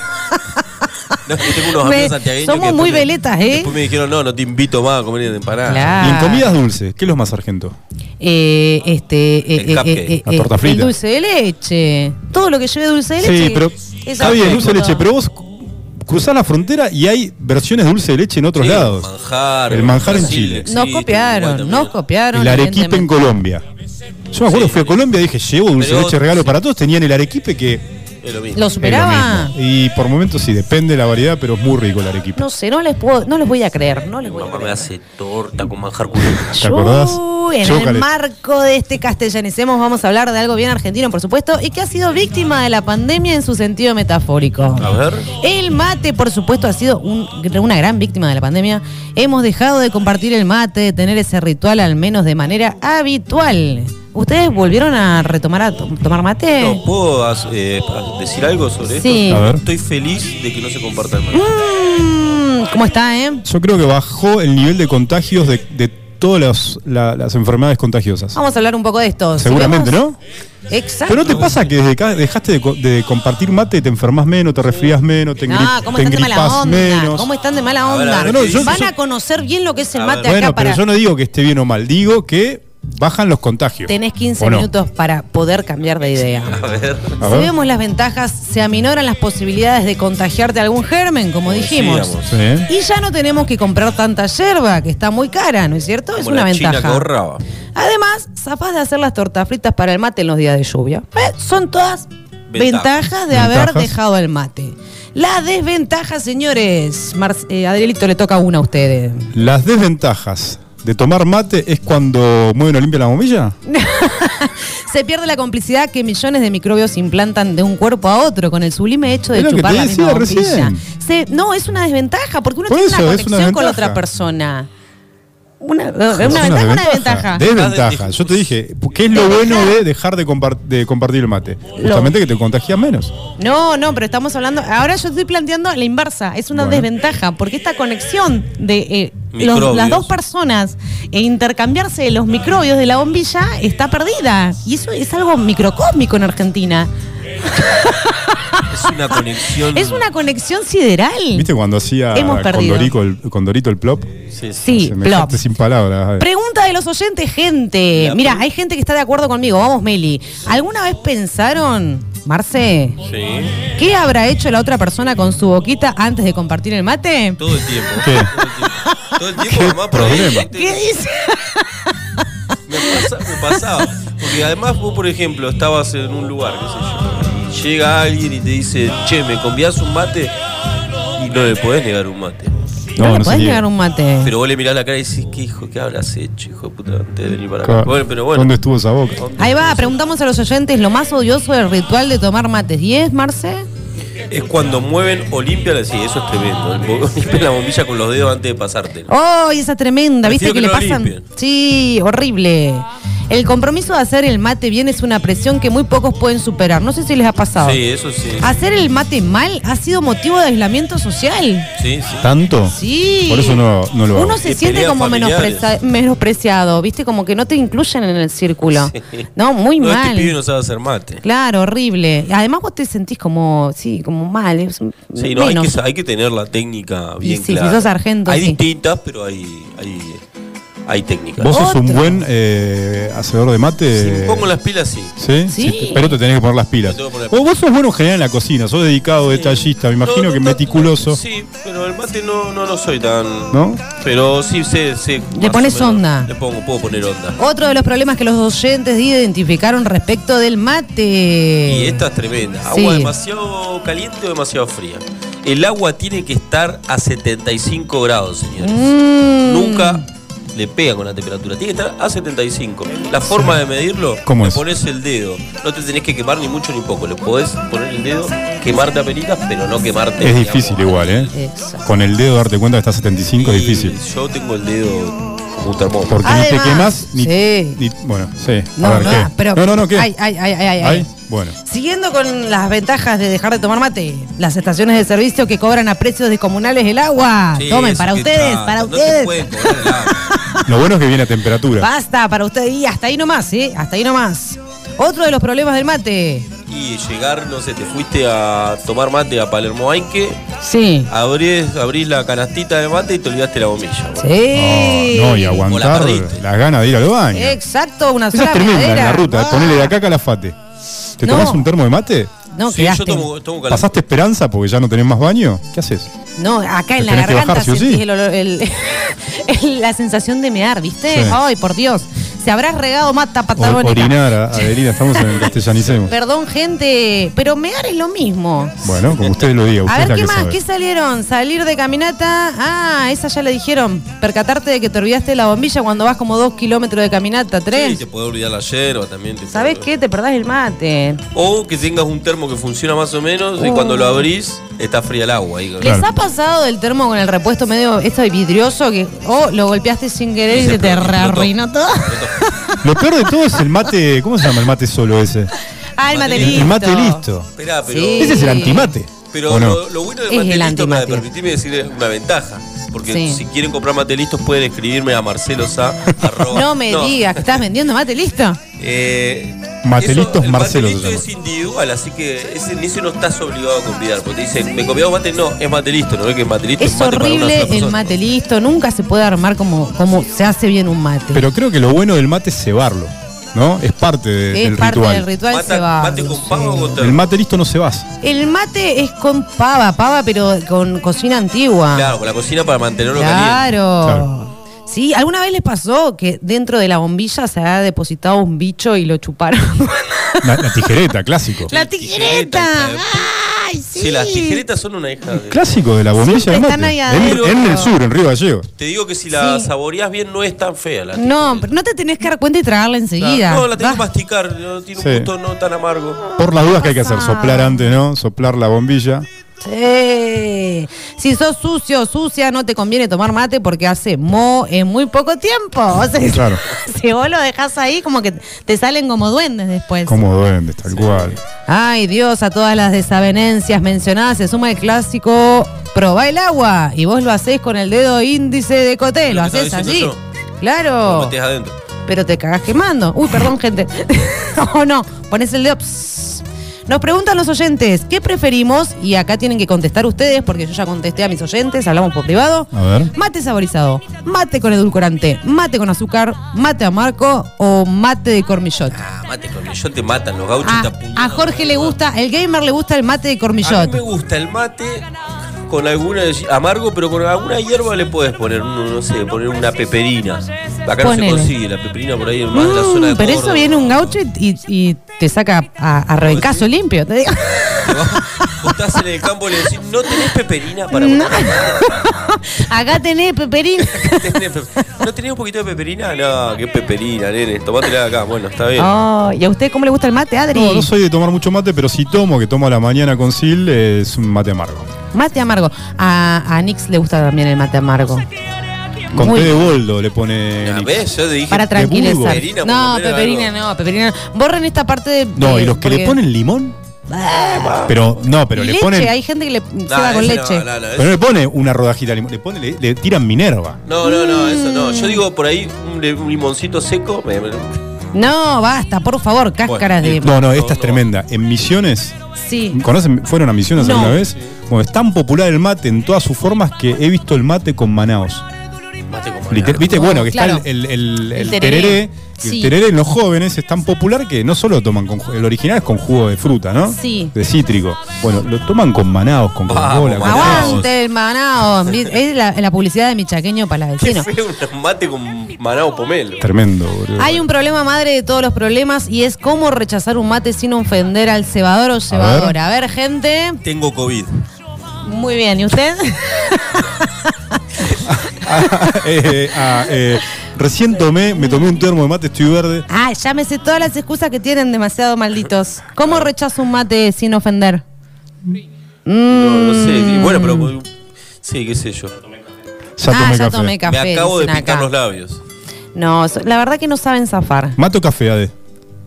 S3: No, yo tengo unos
S2: Me-
S3: amigos santiagueños.
S2: somos
S3: que después
S2: muy
S3: me-
S2: veletas, ¿eh?
S3: Después me dijeron, no, no te invito más a comer empanada.
S2: Claro.
S1: Y en comidas dulces, ¿qué es lo más argento?
S2: Eh, este, eh,
S3: El
S2: eh,
S3: cupcake,
S2: eh, eh,
S1: la torta
S2: el
S1: frita.
S2: dulce de leche. Todo lo que lleve dulce de leche.
S1: Sí, pero
S2: es
S1: está bien,
S2: argento.
S1: dulce de leche, pero vos cu- cruzás la frontera y hay versiones de dulce de leche en otros
S3: Sí,
S1: lados.
S3: Manjar,
S1: El manjar en
S3: Brasil
S1: Chile.
S3: existe,
S2: Nos
S3: Uruguay
S2: copiaron,
S3: también.
S2: nos copiaron.
S1: el arequipe en
S2: evidentemente.
S1: Colombia. Yo me acuerdo,
S3: Sí.
S1: fui a Colombia y dije, llevo dulce de
S3: Pero-
S1: leche regalo para todos. Tenían el arequipe que
S3: Es lo mismo.
S2: ¿Lo
S1: Es lo
S2: superaba?
S1: mismo. Y por momentos sí, depende de la variedad, pero es muy rico el arequipa.
S2: No sé, no les puedo, no les voy a creer, no les
S3: Mi
S2: voy a
S3: mamá me
S2: creer.
S3: hace torta con manjar cubierto.
S1: ¿Te acordás?
S2: Yo, En
S1: Chócale.
S2: el marco de este castellanicemos vamos a hablar de algo bien argentino, por supuesto, y que ha sido víctima de la pandemia en su sentido metafórico.
S3: A ver.
S2: El mate, por supuesto, ha sido un- una gran víctima de la pandemia. Hemos dejado de compartir el mate, de tener ese ritual al menos de manera habitual. ¿Ustedes volvieron a retomar a to- tomar mate?
S3: No, ¿Puedo as- eh, as- decir algo sobre
S2: Sí.
S3: esto?
S1: A ver.
S3: Estoy feliz de que no se comparta el mate.
S2: Mm, ¿Cómo está, eh?
S1: Yo creo que bajó el nivel de contagios de, de todas las, la- las enfermedades contagiosas.
S2: Vamos a hablar un poco de esto.
S1: Seguramente,
S2: ¿Sigamos?
S1: ¿no?
S2: Exacto.
S1: Pero no te pasa que desde ca- dejaste de, co- de compartir mate, te enfermas menos, te resfrías menos, te, engri-
S2: No, ¿cómo
S1: te
S2: están de mala
S1: engripas
S2: onda?
S1: menos.
S2: ¿Cómo están de mala
S3: A ver,
S2: onda?
S3: a ver,
S1: No, no, yo-
S2: Van
S1: yo-
S2: a conocer bien lo que es el
S3: A
S2: mate
S3: ver.
S2: acá
S1: Bueno,
S2: para.
S1: pero yo no digo que esté bien o mal, digo que bajan los contagios.
S2: Tenés 15
S1: ¿O no?
S2: minutos para poder cambiar de idea.
S3: A ver.
S1: A
S2: Si
S1: ver.
S2: vemos las ventajas, se aminoran las posibilidades de contagiarte algún germen, como dijimos.
S3: decíamos.
S1: Sí.
S2: Y ya no tenemos que comprar tanta yerba, que está muy cara, ¿no es cierto? es
S3: Como
S2: una
S3: la China
S2: ventaja.
S3: que ahorraba.
S2: Además, zafás de hacer las tortas fritas para el mate en los días de lluvia. Eh, Son todas
S3: Ventajas.
S2: ventajas de
S1: Ventajas.
S2: haber dejado el mate. La desventaja, señores. Mar- eh, Adrielito le toca una a ustedes.
S1: Las desventajas de tomar mate es cuando mueven o limpian la bombilla.
S2: Se pierde la complicidad que millones de microbios implantan de un cuerpo a otro con el sublime hecho de
S1: Es lo que
S2: chupar
S1: te
S2: la misma
S1: decía
S2: bombilla.
S1: recién.
S2: Se- no, es una desventaja porque uno
S1: Por
S2: tiene
S1: eso,
S2: una
S1: es una
S2: conexión con la otra
S1: ventaja.
S2: persona. Una, una ventaja,
S1: Es
S2: una desventaja.
S1: Desventaja. Yo te dije, ¿qué es lo bueno de dejar de, compar- de compartir el mate? Justamente que te contagias menos.
S2: No, no, pero estamos hablando. Ahora yo estoy planteando la inversa. Es una
S1: Bueno.
S2: desventaja porque esta conexión de eh, los-
S3: Microbios.
S2: las dos personas e intercambiarse los microbios de la bombilla está perdida. Y eso es algo microcósmico en Argentina.
S3: Es una conexión.
S2: [laughs] Es una conexión sideral.
S1: ¿Viste cuando hacía
S2: Hemos perdido.
S1: Condorico el, Condorito el plop?
S3: Sí, sí.
S2: Sí,
S1: Se me dejaste
S2: plop.
S1: sin palabras.
S2: Pregunta de los oyentes, gente.
S3: La
S2: Mira,
S3: pre-
S2: hay gente que está de acuerdo conmigo. Vamos, Meli. ¿Alguna vez pensaron, Marce,
S3: Sí.
S2: qué habrá hecho la otra persona con su boquita antes de compartir el mate?
S3: Todo el tiempo.
S1: ¿Qué?
S3: Todo el tiempo. Todo el
S1: [laughs]
S3: tiempo, mamá, por ahí,
S1: problema?
S3: ¿viste?
S2: ¿Qué
S4: [laughs]
S2: dice?
S3: Me, pasa- me pasaba. Porque además vos, por ejemplo, estabas en un lugar, qué sé yo, y llega alguien y te dice, che, ¿me convidás un mate? Y no le podés negar un mate.
S2: No, le
S1: se
S2: podés
S1: niega.
S2: negar un mate.
S3: Pero vos le mirás la cara y decís, ¿qué hijo, qué hablas hecho, hijo de puta, antes de venir para acá?
S1: Claro.
S3: Bueno, pero bueno.
S1: ¿Dónde estuvo esa boca?
S2: Ahí va, preguntamos a los oyentes lo más odioso del ritual de tomar mates. ¿10, Marce?
S3: Es cuando mueven o limpian así, eso es tremendo. El bo- [laughs] Limpian la bombilla con los dedos antes de pasarte.
S2: ¡Oh, esa tremenda! ¿Viste que,
S3: Prefiero
S2: le
S3: que no
S2: pasan?
S3: limpien.
S2: Sí, horrible. El compromiso de hacer el mate bien es una presión que muy pocos pueden superar. No sé si les ha pasado.
S3: Sí, eso sí.
S2: Hacer el mate mal ha sido motivo de aislamiento social.
S3: Sí, sí.
S1: ¿Tanto?
S2: Sí.
S1: Por eso no, no lo hago.
S2: Uno se
S3: Y
S2: siente
S3: peleas
S2: como
S3: familiares.
S2: menospreza- menospreciado, ¿viste? Como que no te incluyen en el círculo.
S3: Sí.
S2: No, muy
S3: No,
S2: mal.
S3: este pibe no sabe hacer mate.
S2: Claro, horrible. Además vos te sentís como, sí, como mal. es un-
S3: Sí, no, hay
S2: menos.
S3: que, sa- hay que tener la técnica bien
S2: sí, si
S3: clara.
S2: sos sargento,
S3: Hay
S2: sí.
S3: distintas, pero hay, hay, hay técnicas.
S1: ¿Vos sos un
S2: Otro.
S1: buen eh, hacedor de mate?
S3: Si me pongo las pilas, sí.
S1: ¿Sí?
S2: Sí.
S1: Sí, Pero te tenés que poner las pilas.
S3: Me tengo que poner-
S1: O vos sos bueno en general en la cocina, sos dedicado, detallista, me imagino
S3: No, no
S1: que
S3: tan-
S1: meticuloso.
S3: Sí, pero el mate no, no lo soy tan.
S1: ¿No?
S3: Pero sí, sé. sé más o
S2: pones
S3: menos.
S2: onda.
S3: Le pongo, puedo poner onda.
S2: Otro de los problemas que los docentes identificaron respecto del mate.
S3: Y esta es tremenda.
S2: Sí.
S3: Agua demasiado caliente o demasiado fría. El agua tiene que estar a 75 grados, señores.
S2: Mm.
S3: Nunca le pega con la temperatura. Tiene que estar a 75. La forma de medirlo,
S1: ¿Cómo
S3: le
S1: es?
S3: pones el dedo. No te tenés que quemar ni mucho ni poco. Le podés poner el dedo, quemarte a penitas, pero no quemarte.
S1: Es
S3: digamos.
S1: difícil igual, ¿eh?
S2: Exacto.
S1: Con el dedo darte cuenta que estás 75 es
S3: Y
S1: difícil.
S3: Yo tengo el dedo como un termómetro.
S1: Porque ni
S2: Además,
S1: te quemas ni,
S2: sí.
S1: ni- Bueno, sí.
S2: No,
S1: a ver,
S2: no,
S1: ¿qué?
S2: pero.
S1: no, no, no, ¿qué?
S2: Ay, ay, ay, ay, ay, ay.
S1: ¿Ahí? Bueno.
S2: Siguiendo con las ventajas de dejar de tomar mate, las estaciones de servicio que cobran a precios descomunales el agua.
S3: Sí,
S2: Tomen,
S3: eso
S2: para
S3: que
S2: ustedes,
S3: trata.
S2: para
S3: No te
S2: ustedes.
S3: pueden cobrar el agua.
S1: Lo bueno es que viene a temperatura.
S2: Basta, para ustedes. Y hasta ahí nomás, ¿eh? Hasta ahí nomás. Otro de los problemas del mate.
S3: Y llegar, no sé, te fuiste a tomar mate a Palermo Aique,
S2: Sí.
S3: abrís, abrís la canastita de mate y te olvidaste la bombilla. boludo.
S2: Sí.
S1: No, no, y
S3: O la
S1: aguantar
S3: perdiste.
S1: las ganas de ir al baño.
S2: Exacto, una
S1: Esa
S2: sola
S1: es tremenda en
S2: verdadera.
S1: la ruta. eh.
S2: Ah.
S1: Ponele de acá a Calafate. ¿Te
S2: No.
S1: tomás un termo de mate?
S2: No,
S3: Sí,
S2: quedaste.
S3: yo tomo, tomo calor.
S1: ¿Pasaste esperanza porque ya no tenés más baño? ¿Qué haces?
S2: No, acá en
S1: Te
S2: la
S1: tenés que
S2: garganta [laughs]
S1: bajar, sí o
S2: sentís
S1: sí.
S2: el olor- el- el- la sensación de mear, ¿viste?
S1: Sí.
S2: Ay, por Dios. Se habrás regado mata
S1: O-
S2: patagónica.
S1: orinar, a- Adelina, estamos
S2: [laughs]
S1: en el castellanicemos.
S2: Perdón, gente, pero mear es lo mismo.
S1: Bueno, como ustedes lo digan,
S2: A
S1: usted es
S2: ver,
S1: la
S2: ¿qué
S1: que
S2: más?
S1: [laughs] sabe.
S2: ¿Qué salieron? Salir de caminata. Ah, esa ya la dijeron. Percatarte de que te olvidaste la bombilla cuando vas como dos kilómetros de caminata,
S3: Sí,
S2: tres.
S3: te puede olvidar la yerba también. te
S2: ¿Sabes
S3: puede-
S2: qué? Te perdás el mate.
S3: O que tengas un termo que funciona más o menos y
S2: Oh.
S3: cuando lo abrís está fría el agua. ahí.
S1: Claro.
S2: ¿Les ha pasado del termo con el repuesto medio esto de vidrioso que oh, lo golpeaste sin querer y
S3: Y se
S2: se te
S3: explotó.
S2: arruinó todo?
S1: Lo peor de todo es el mate, ¿cómo se llama el mate solo ese?
S2: Ah, el mate
S3: El
S2: listo.
S1: El mate listo.
S3: Esperá, pero,
S2: Sí.
S1: Ese es el antimate.
S3: pero
S1: ¿o no?
S3: lo, lo bueno del
S2: Es
S3: mate listo,
S2: el
S3: para
S2: antimate.
S3: permitirme decir es una ventaja. Porque
S2: Sí.
S3: si quieren comprar mate listos pueden escribirme a Marcelo
S2: [laughs]
S3: Sa. arroba-
S2: No me digas que estás vendiendo
S3: [laughs]
S2: mate listo.
S3: Eh,
S1: Matelitos
S3: eso, el
S1: Marcelo se
S3: Matelito
S1: llama.
S3: es individual, así que ese, en ese no estás obligado a convidar. Porque te dicen, ¿me copiamos mate? No, es matelisto, ¿no? Es que matelito
S2: Es
S3: mate para una sola
S2: horrible el
S3: persona.
S2: mate listo. Nunca se puede armar como, como se hace bien un mate.
S1: Pero creo que lo bueno del mate es cebarlo, ¿no? Es parte de-
S2: es
S1: del
S2: parte
S1: ritual.
S2: del ritual
S3: Mata-
S2: se va.
S3: mate con pava o con termo.
S1: El mate listo no se vas.
S2: El mate es con pava, pava, pero con cocina antigua.
S3: Claro, con la cocina para mantenerlo caliente.
S2: Claro.
S1: Claro.
S2: Sí, ¿alguna vez les pasó que dentro de la bombilla se ha depositado un bicho y lo chuparon?
S1: La, la tijereta, clásico.
S2: [laughs] ¡La
S3: tijereta,
S2: tijereta!
S3: hija de pu-
S2: ¡Ay, sí!
S3: Sí, las tijeretas son una hija de...
S1: Clásico de la bombilla
S2: Siempre
S1: del mate.
S2: están ahí
S1: En,
S2: adentro.
S1: en el sur, en Río Gallegos.
S3: Te digo que si la
S2: Sí.
S3: saboreás bien no es tan fea la
S2: No, pero no te tenés que dar cuenta y tragarla enseguida.
S3: No, la tenés que
S2: Vas-
S3: masticar, no tiene
S1: Sí.
S3: un gusto no tan amargo.
S1: Por las dudas que hay que hacer, soplar antes, ¿no? Soplar la bombilla.
S2: Sí. Si sos sucio o sucia, no te conviene tomar mate porque hace mo en muy poco tiempo. O sea, [laughs]
S1: Claro.
S2: si vos lo dejás ahí, como que te salen como duendes después.
S1: Como duendes, tal cual.
S2: Ay Dios, a todas las desavenencias mencionadas se suma el clásico probá el agua y vos lo hacés con el dedo índice de coté, lo
S3: Lo que
S2: hacés
S3: estaba
S2: allí.
S3: diciendo Lo
S2: Claro,
S3: metés adentro.
S2: pero te cagás quemando. Uy, perdón gente. [laughs] oh no, pones el dedo... pss. Nos preguntan los oyentes, ¿qué preferimos? Y acá tienen que contestar ustedes porque yo ya contesté a mis oyentes, hablamos por privado.
S1: A ver.
S2: Mate saborizado, mate con edulcorante, mate con azúcar, mate amargo o mate de cormillot.
S3: Ah, mate con millón te matan los gauchos
S2: A,
S3: te apuntan.
S2: a Jorge le gusta, el gamer le gusta el mate de
S3: A mí me
S2: cormillot.
S3: gusta el mate con alguna amargo, pero con alguna hierba le puedes poner, no, no sé, poner una peperina. Acá no se
S2: Ponele.
S3: consigue la peperina por ahí más de la
S2: Mm,
S3: zona de
S2: pero eso
S3: Córdoba.
S2: viene un gaucho y, y- y te saca a, a rebecazo limpio, te digo. [laughs]
S3: Te vas- Vos estás en el campo y le decís, no tenés peperina para
S2: No.
S3: poner?
S2: Acá tenés peperín.
S3: [laughs] ¿Tenés pe- ¿No tenés un poquito de peperina? No, qué peperina, nene. Tomátela acá. Bueno, está bien.
S2: Oh, ¿Y a usted cómo le gusta el mate, Adri?
S1: No, no soy de tomar mucho mate, pero si tomo, que tomo a la mañana con Sil, eh, es un mate amargo.
S2: Mate amargo. A, a Nix le gusta también el mate amargo.
S1: Con
S2: Muy
S1: té de
S2: bien.
S1: boldo le pone.
S3: Ah,
S1: Nick.
S3: ¿Ves? Yo te dije.
S2: Para tranquilizar.
S3: Peperina, por lo
S2: no,
S3: menos,
S2: peperina
S3: algo.
S2: no, peperina no. Borren esta parte de.
S1: No,
S2: de-
S1: y los que le
S2: porque-
S1: ponen limón.
S2: Ah,
S1: Pero no, pero
S2: y
S1: le
S2: leche,
S1: ponen.
S2: hay gente que le
S3: No,
S2: ceba con
S3: ese no,
S2: leche.
S3: no, no, ese-
S1: Pero no le pone una rodajita de limón, le, pone, le, le tiran Minerva.
S3: No, no,
S2: Mm.
S3: no, eso no. Yo digo por ahí un, le- un limoncito seco. me- me-
S2: No, basta, por favor, cáscaras
S3: Bueno,
S2: de.
S1: eh, No, no, esta
S3: no,
S1: es
S3: no.
S1: tremenda. En Misiones,
S2: Sí.
S1: ¿conocen? ¿Fueron a Misiones
S2: No.
S1: alguna vez? Bueno, es tan popular el mate en todas sus formas que he visto el mate con Manaos.
S3: mate con
S1: Liter-
S3: banana.
S1: ¿Viste?
S2: No,
S1: bueno, que
S2: claro.
S1: está el, el, el-
S2: El
S1: el
S2: tereré.
S1: tereré.
S2: Sí.
S1: El tereré en los jóvenes es tan popular que no solo toman con ju- el original es con jugo de fruta, ¿no?
S2: Sí.
S1: De cítrico. Bueno, lo toman con manaos, con
S3: Vamos,
S1: Coca-Cola. con
S3: Manaos.
S2: Aguante el manao. Vi- Es la, la publicidad de mi chaqueño
S3: Qué
S2: palavecino.
S3: feo [laughs] un mate con manao pomelo.
S1: Tremendo, boludo.
S2: Hay un problema madre de todos los problemas y es cómo rechazar un mate sin ofender al cebador o cebadora. A ver, gente.
S3: Tengo COVID.
S2: Muy bien, ¿y usted? [laughs]
S1: Eh, eh, ah, eh, recién tomé, me tomé un termo de mate, estoy verde.
S2: Ah, llámese todas las excusas que tienen demasiado malditos. ¿Cómo rechazo un mate sin ofender?
S3: No, no sé. y
S2: Mm.
S3: Bueno, pero. pues, Sí, qué sé yo.
S1: Ya tomé
S2: ah, ya
S1: café.
S2: tomé café.
S3: Me acabo de
S2: dicen
S3: pintar
S2: acá.
S3: los labios.
S2: No, so- la verdad que no saben zafar.
S1: Mato café, Ade.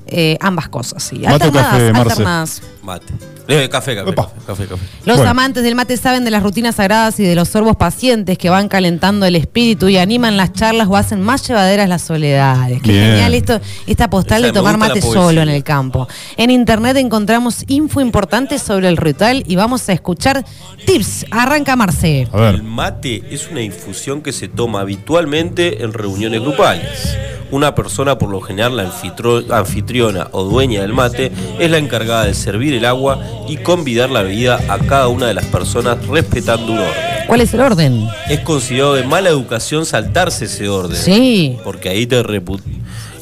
S2: Eh, ambas cosas, sí.
S1: Mate o
S2: Alternadas,
S1: café, Marce.
S2: alternadas.
S3: Mate. Eh, café, café,
S1: Epa.
S3: café, café, café.
S2: Los
S1: Bueno.
S2: amantes del mate saben de las rutinas sagradas y de los sorbos pacientes que van calentando el espíritu y animan las charlas o hacen más llevaderas las soledades. Qué
S1: Bien.
S2: genial esto, esta postal
S3: Esa,
S2: de
S3: me
S2: tomar
S3: gusta la
S2: mate
S3: poesía.
S2: solo en el campo. En internet encontramos info importante sobre el ritual y vamos a escuchar tips. Arranca Marce.
S1: A ver.
S3: El mate es una infusión que se toma habitualmente en reuniones grupales. Una persona, por lo general la anfitro- anfitriona o dueña del mate, es la encargada de servir el agua y convidar la bebida a cada una de las personas respetando un orden.
S2: ¿Cuál es el orden?
S3: Es considerado de mala educación saltarse ese orden.
S2: Sí.
S3: Porque ahí te repu-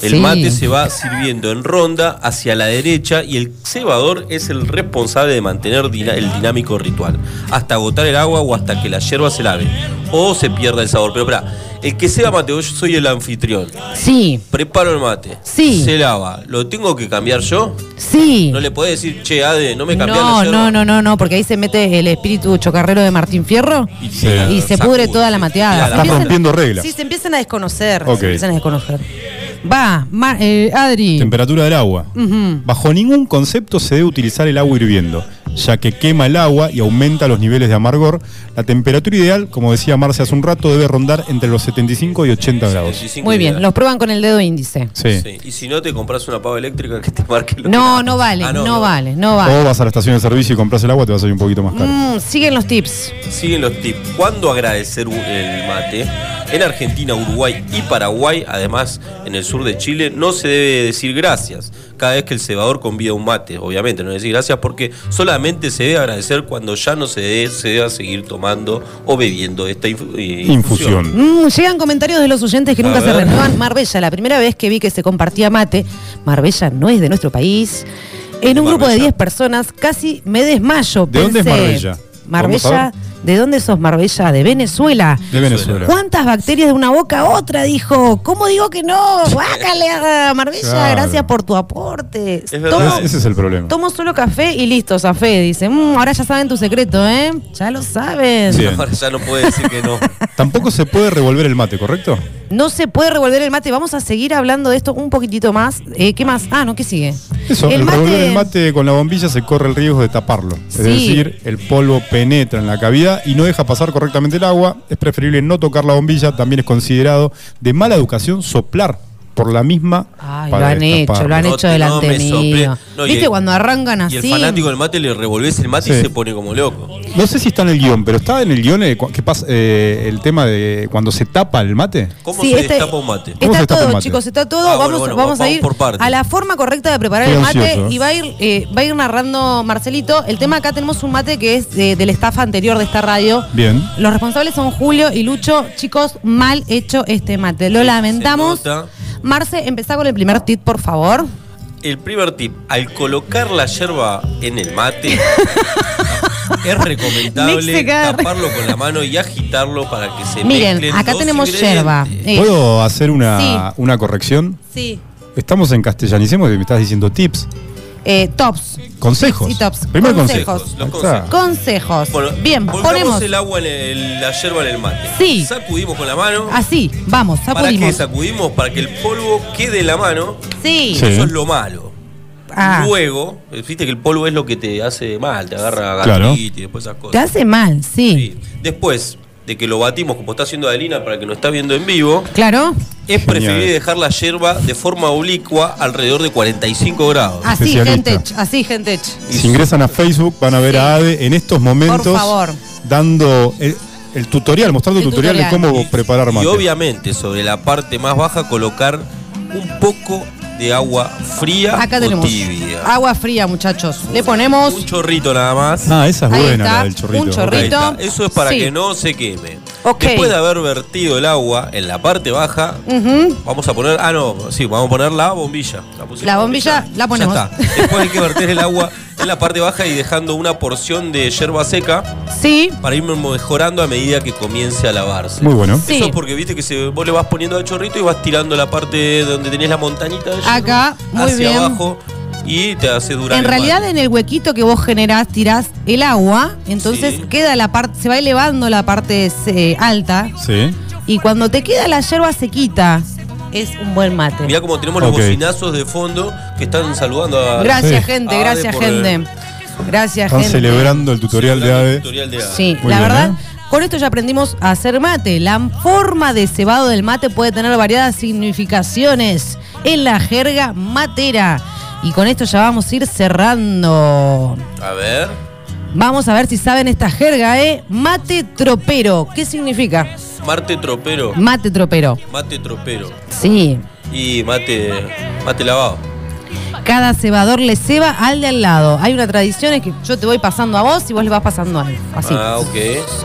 S3: El
S2: Sí.
S3: mate se va sirviendo en ronda hacia la derecha y el cebador es el responsable de mantener dina- el dinámico ritual, hasta agotar el agua o hasta que la hierba se lave o se pierda el sabor. Pero espera, el que ceba mate, yo soy el anfitrión.
S2: Sí,
S3: Preparo el mate,
S2: Sí.
S3: se lava, ¿lo tengo que cambiar yo?
S2: sí.
S3: No le podés decir, che, Ade, no me cambiás la
S2: No,
S3: yerba.
S2: no, no, no, no, porque ahí se mete el espíritu chocarrero de Martín Fierro y,
S3: Sí.
S2: se pudre toda la mateada.
S3: Claro.
S2: Se
S1: Estás
S2: empiezan-
S1: rompiendo reglas.
S2: Sí, se empiezan a desconocer.
S1: Ok.
S2: Se empiezan a desconocer. Va, Ma- eh, Adri.
S1: Temperatura del agua. Bajo ningún concepto se debe utilizar el agua hirviendo, ya que quema el agua y aumenta los niveles de amargor. La temperatura ideal, como decía Marce hace un rato, debe rondar entre los 75 y 80 grados.
S3: 25
S2: Muy bien,
S3: ideas.
S2: los prueban con el dedo índice.
S1: Sí.
S3: Sí. Y si no te compras una pava eléctrica que te marque lo
S2: No,
S3: que-
S2: no vale,
S3: Ah,
S2: no, vale, no vale.
S1: O vas a la estación de servicio y compras el agua, te va a salir un poquito más caro.
S2: Mm, siguen los tips.
S3: Siguen los tips. ¿Cuándo agradecer u- el mate? En Argentina, Uruguay y Paraguay, además en el sur de Chile, no se debe decir gracias cada vez que el cebador convida un mate. Obviamente, no decir gracias porque solamente se debe agradecer cuando ya no se, debe, se deba seguir tomando o bebiendo esta infu- eh,
S1: Infusión.
S2: Mm, llegan comentarios de los oyentes que
S3: A
S2: nunca se
S3: ver.
S2: renuevan. Marbella, la primera vez que vi que se compartía mate, Marbella no es de nuestro país. En un grupo de
S3: Marbella.
S2: 10 personas casi me desmayo.
S1: ¿De dónde es
S2: Pensé,
S1: Marbella? ¿Podemos
S2: Marbella,
S1: saber?
S2: ¿de dónde sos Marbella? De Venezuela.
S1: De Venezuela.
S2: ¿Cuántas bacterias de una boca a otra? Dijo. ¿Cómo digo que
S1: [laughs]
S2: no? Guácale, Marbella,
S1: Claro.
S2: gracias por tu aporte.
S3: verdad.
S2: Tomo,
S1: Ese- Ese es el problema.
S2: tomo solo café y listo, Zafé. Dice, "Mm, ahora ya saben tu secreto, ¿eh? Ya lo saben.
S1: Sí.
S3: Infusión. Ahora ya no puede decir que no.
S1: Tampoco se puede revolver el mate, ¿correcto?
S2: No se puede revolver el mate. Vamos a seguir hablando de esto un poquitito más. Eh, ¿Qué más? Ah, no, ¿qué sigue?
S1: Eso, el, revolver el mate con la bombilla se corre el riesgo de taparlo.
S2: Sí.
S1: Es decir, el polvo penetra en la cavidad y no deja pasar correctamente el agua. Es preferible no tocar la bombilla. También es considerado de mala educación soplar por la misma.
S2: Ay, lo
S1: para
S2: han hecho, lo
S1: destaparlo.
S2: han
S3: No,
S2: hecho delante
S3: no me sople-
S2: mío.
S3: no, y
S2: ¿Viste
S3: el-
S2: cuando arrancan así?
S3: Y el fanático del mate le revolvés el mate y
S1: Sí.
S3: se pone como loco.
S1: No sé si está en el guión, pero está en el guión eh, cu- que pasa, eh, el tema de cuando se tapa el mate.
S3: ¿Cómo
S2: Sí,
S3: se
S2: este-
S3: destapa un mate?
S1: ¿Cómo
S2: Está
S1: se tapa el
S2: todo,
S1: mate?
S2: chicos, está todo.
S3: Ah,
S2: vamos
S3: bueno, bueno,
S2: vamos a
S3: vamos
S2: ir
S3: por partes.
S2: a la forma correcta de preparar el
S1: Estoy
S2: mate
S1: ansioso.
S2: y va a ir eh, va a ir narrando Marcelito. El tema acá tenemos un mate que es de, de la estafa anterior de esta radio.
S1: Bien.
S2: Los responsables son Julio y Lucho. Chicos, mal hecho este mate. Lo
S3: Sí,
S2: lamentamos.
S3: se nota.
S2: Marce, empezá con el primer tip, por favor.
S3: El primer tip, al colocar la yerba en el
S1: [laughs]
S3: mate, es
S2: Nick se
S3: recomendable
S2: caga.
S3: taparlo con la mano y agitarlo para que se
S2: Miren,
S3: mezclen
S2: acá
S3: los
S2: tenemos
S3: ingredientes.
S2: yerba. Eh,
S1: ¿Puedo hacer una, una corrección?
S2: Sí.
S1: Estamos en castellanicemos y me estás diciendo tips.
S2: Eh, tops.
S1: Consejos.
S2: Tips y tops.
S1: Primer
S2: Consejos.
S1: consejo.
S3: Los
S1: Ahí está.
S3: consejos.
S2: Consejos.
S3: Bueno,
S2: Bien,
S3: volcamos
S2: ponemos
S3: el agua en el- la yerba en el mate.
S2: Sí.
S3: Sacudimos con la mano.
S2: así. Vamos,
S3: ¿Para qué
S2: sacudimos.
S3: sacudimos? Para que el polvo quede en la mano.
S2: Sí.
S1: Sí.
S3: Eso es lo malo.
S2: Ah.
S3: Luego, viste que el polvo es lo que te hace mal, te agarra
S1: Claro.
S3: gastritis y después esas cosas.
S2: Te hace mal, sí.
S3: Sí. Después de que lo batimos como está haciendo Adelina para el que nos está viendo en vivo,
S2: Claro.
S3: Es
S1: Genial.
S3: preferible dejar la yerba de forma oblicua alrededor de 45 grados.
S2: Así,
S1: Especialista.
S2: gente. ch- Así, gente. ch-
S1: Si ingresan a Facebook van a ver a Ade en estos momentos
S2: Por favor.
S1: dando el, el tutorial, mostrando
S2: El
S1: el tutorial, de
S2: tutorial.
S1: cómo preparar mate.
S3: Y obviamente sobre la parte más baja colocar un poco de agua fría
S2: Acá
S3: o
S2: tenemos
S3: tibia.
S2: agua fría, muchachos. Le ponemos.
S3: Un chorrito nada más.
S1: Ah, esa es
S2: Ahí
S1: buena
S2: está,
S1: la del chorrito.
S2: un
S1: ok.
S2: chorrito.
S3: Ahí está. Eso es para
S2: Sí.
S3: que no se queme.
S2: Ok.
S3: Después de haber vertido el agua en la parte baja,
S2: Ujú.
S3: vamos a poner, ah no, sí, vamos a poner la bombilla. pusimos,
S2: La bombilla
S3: ya,
S2: la ponemos.
S3: Ya está. Después hay que verter el agua en la parte baja y dejando una porción de yerba seca.
S2: Sí.
S3: para ir mejorando a medida que comience a lavarse.
S1: Muy bueno.
S2: Sí.
S3: Eso porque viste que se, vos le vas poniendo al chorrito y vas tirando la parte donde tenés la montañita de yerba
S2: Acá, muy
S3: hacia
S2: bien.
S3: abajo y te hace durar.
S2: En
S3: el
S2: realidad
S3: mate.
S2: en el huequito que vos generás tirás el agua, entonces
S3: Sí.
S2: queda la parte, se va elevando la parte eh, alta
S1: Sí.
S2: y cuando te queda la yerba sequita es un buen mate.
S3: Mirá como tenemos
S1: Ok.
S3: los bocinazos de fondo que están saludando a.
S2: Gracias
S1: Sí.
S2: gente,
S3: Ah,
S2: gracias
S3: de por
S2: gente. Gracias
S1: Están
S2: gente.
S1: celebrando el tutorial de
S3: saludando el
S1: Ade.
S3: tutorial de Ade.
S2: Sí,
S1: Muy
S2: la
S1: bien,
S2: verdad,
S1: ¿eh?
S2: con esto ya aprendimos a hacer mate. La forma de cebado del mate puede tener variadas significaciones en la jerga matera. Y con esto ya vamos a ir cerrando.
S3: A ver.
S2: Vamos a ver si saben esta jerga, ¿eh? Mate tropero. ¿Qué significa?
S3: Marte tropero.
S2: Mate tropero.
S3: Mate tropero.
S2: Sí.
S3: Y mate. Mate lavado.
S2: Cada cebador le ceba al de al lado. Hay una tradición es que yo te voy pasando a vos y vos le vas pasando a él. Así.
S3: Ah, ok.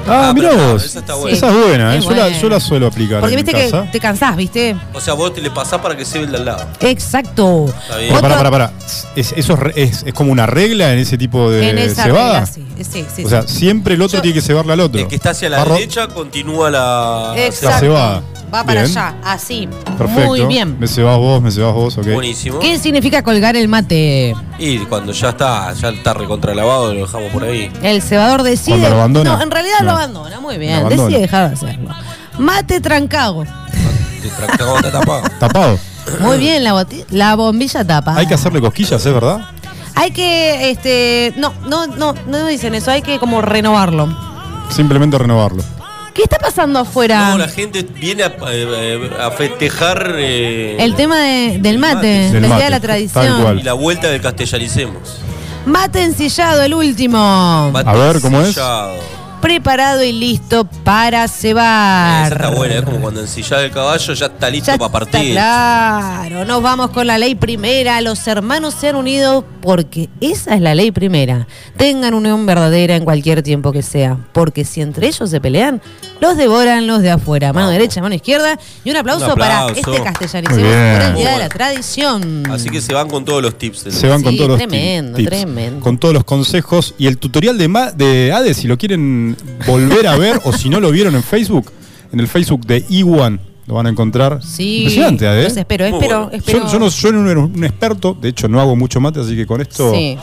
S1: Ah, mirá
S3: pero no,
S1: vos.
S3: Esa está buena.
S1: Esa es buena, ¿eh?
S2: Es
S1: yo, la,
S2: buena.
S1: yo la suelo aplicar.
S2: Porque
S1: en
S2: viste
S1: mi
S2: que
S1: casa.
S2: te cansás, ¿viste?
S3: O sea, vos te le pasás para que se ve el de al lado.
S2: Exacto.
S3: Está bien.
S1: Pero
S2: Otro-
S1: pará, pará, pará. Es, eso es, re- es- es como una regla en ese tipo de
S2: En esa
S1: cebada.
S2: regla, sí. Sí, sí,
S1: O sea, siempre el otro
S2: Yo-
S1: tiene que cebarle al otro.
S3: El que está hacia la
S1: Barro-
S3: derecha continúa la.
S1: La
S2: Exacto.
S1: cebada.
S2: Va para
S1: Bien.
S2: allá, así.
S1: Perfecto.
S2: Muy bien.
S1: Me cebás vos, me cebás vos, ok.
S3: Buenísimo.
S2: ¿Qué significa colgar el mate?
S3: Y cuando ya está, ya está recontralavado, lo dejamos por ahí.
S2: El cebador decide.
S1: Cuando lo abandona.
S2: No, en realidad lo
S1: No.
S2: abandona, muy bien.
S1: Lo abandona.
S2: Decide dejar de hacerlo. Mate trancado.
S3: Te tractamos, te tapado.
S1: Tapado.
S2: Muy bien, la, boti- la bombilla tapa.
S1: Hay que hacerle cosquillas, ¿es verdad?
S2: Hay que, este, no, no, no, no dicen eso, hay que como renovarlo.
S1: Simplemente renovarlo.
S2: ¿Qué está pasando afuera?
S3: No, la gente viene a, eh, a festejar eh,
S2: El tema de- del mate,
S1: Del
S2: el día
S1: mate,
S2: de la
S1: tal
S2: tradición.
S1: cual.
S3: y la vuelta del castellanicemos.
S2: Mate ensillado, el último.
S1: A ver, ¿cómo es?
S3: Ensillado.
S2: Preparado y listo para cebar.
S3: Esa está buena, es como cuando ensillás el caballo, ya está listo
S2: Ya
S3: para
S2: está
S3: partir.
S2: claro, nos vamos con la ley primera. Los hermanos se han unido porque esa es la ley primera. Tengan unión verdadera en cualquier tiempo que sea, porque si entre ellos se pelean, los devoran los de afuera. Mano derecha, mano izquierda. Y un aplauso,
S3: Un aplauso.
S2: para este castellanísimo
S1: Muy bien.
S2: por el Día de la
S3: Bueno.
S2: Tradición.
S3: Así que se van con todos los tips. del-
S1: Se van con
S2: Sí,
S1: todos los
S2: tremendo,
S1: ti- tips,
S2: tremendo.
S1: Con todos los consejos y el tutorial de, Ma- de Ade, si lo quieren volver a ver o si no lo vieron en Facebook, en el Facebook de Iwan lo van a encontrar.
S2: Sí,
S1: Impresionante, Ade.
S2: los espero,
S3: Muy
S2: espero,
S3: bueno.
S2: espero.
S1: Yo, yo no soy un, un experto, de hecho no hago mucho mate, así que con esto
S2: Sí.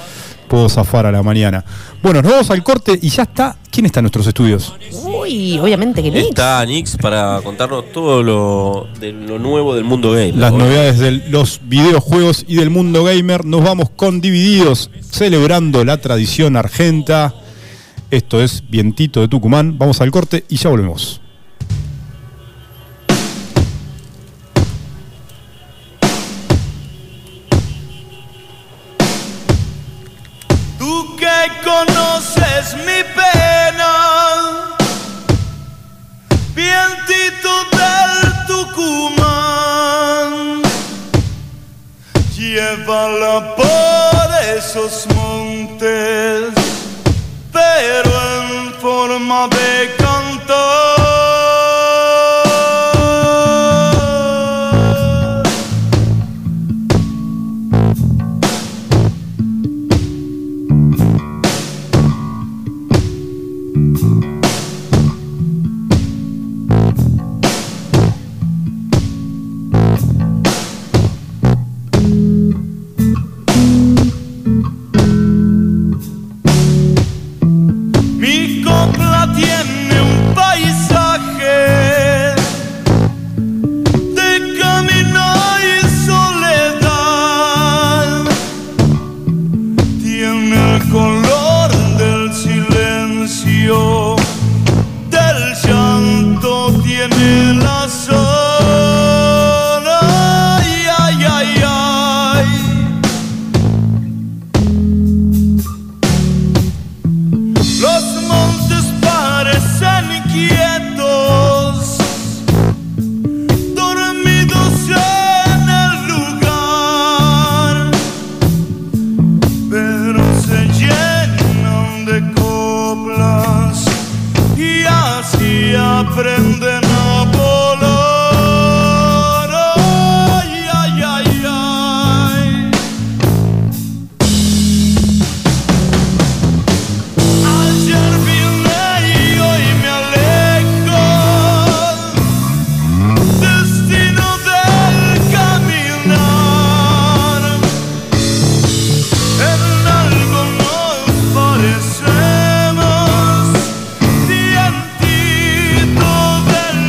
S1: puedo zafar a la mañana. Bueno, nos vamos al corte y ya está. ¿Quién está en nuestros estudios?
S2: Uy, obviamente que Nick.
S3: Está Nix para contarnos todo lo, de lo nuevo del mundo gay.
S1: Las novedades de los videojuegos y del mundo gamer. Nos vamos con Divididos, celebrando la tradición argenta. Esto es Vientito de Tucumán. Vamos al corte y ya volvemos.
S5: Tú que conoces mi pena, vientito del Tucumán, llévala por esos montes, pero en forma de cantar. Mi copla tiene un paisaje de camino y soledad. Tiene el color del silencio, del llanto, tiene la sal. Ay, ay, ay, ay. Los montes parecen quietos, dormidos en el lugar, pero se llenan de coplas y así aprenden a volar. Ay, ay, ay, ay. Ayer vine y hoy me alejo, destino del caminar. En algo nos parecemos, dientito del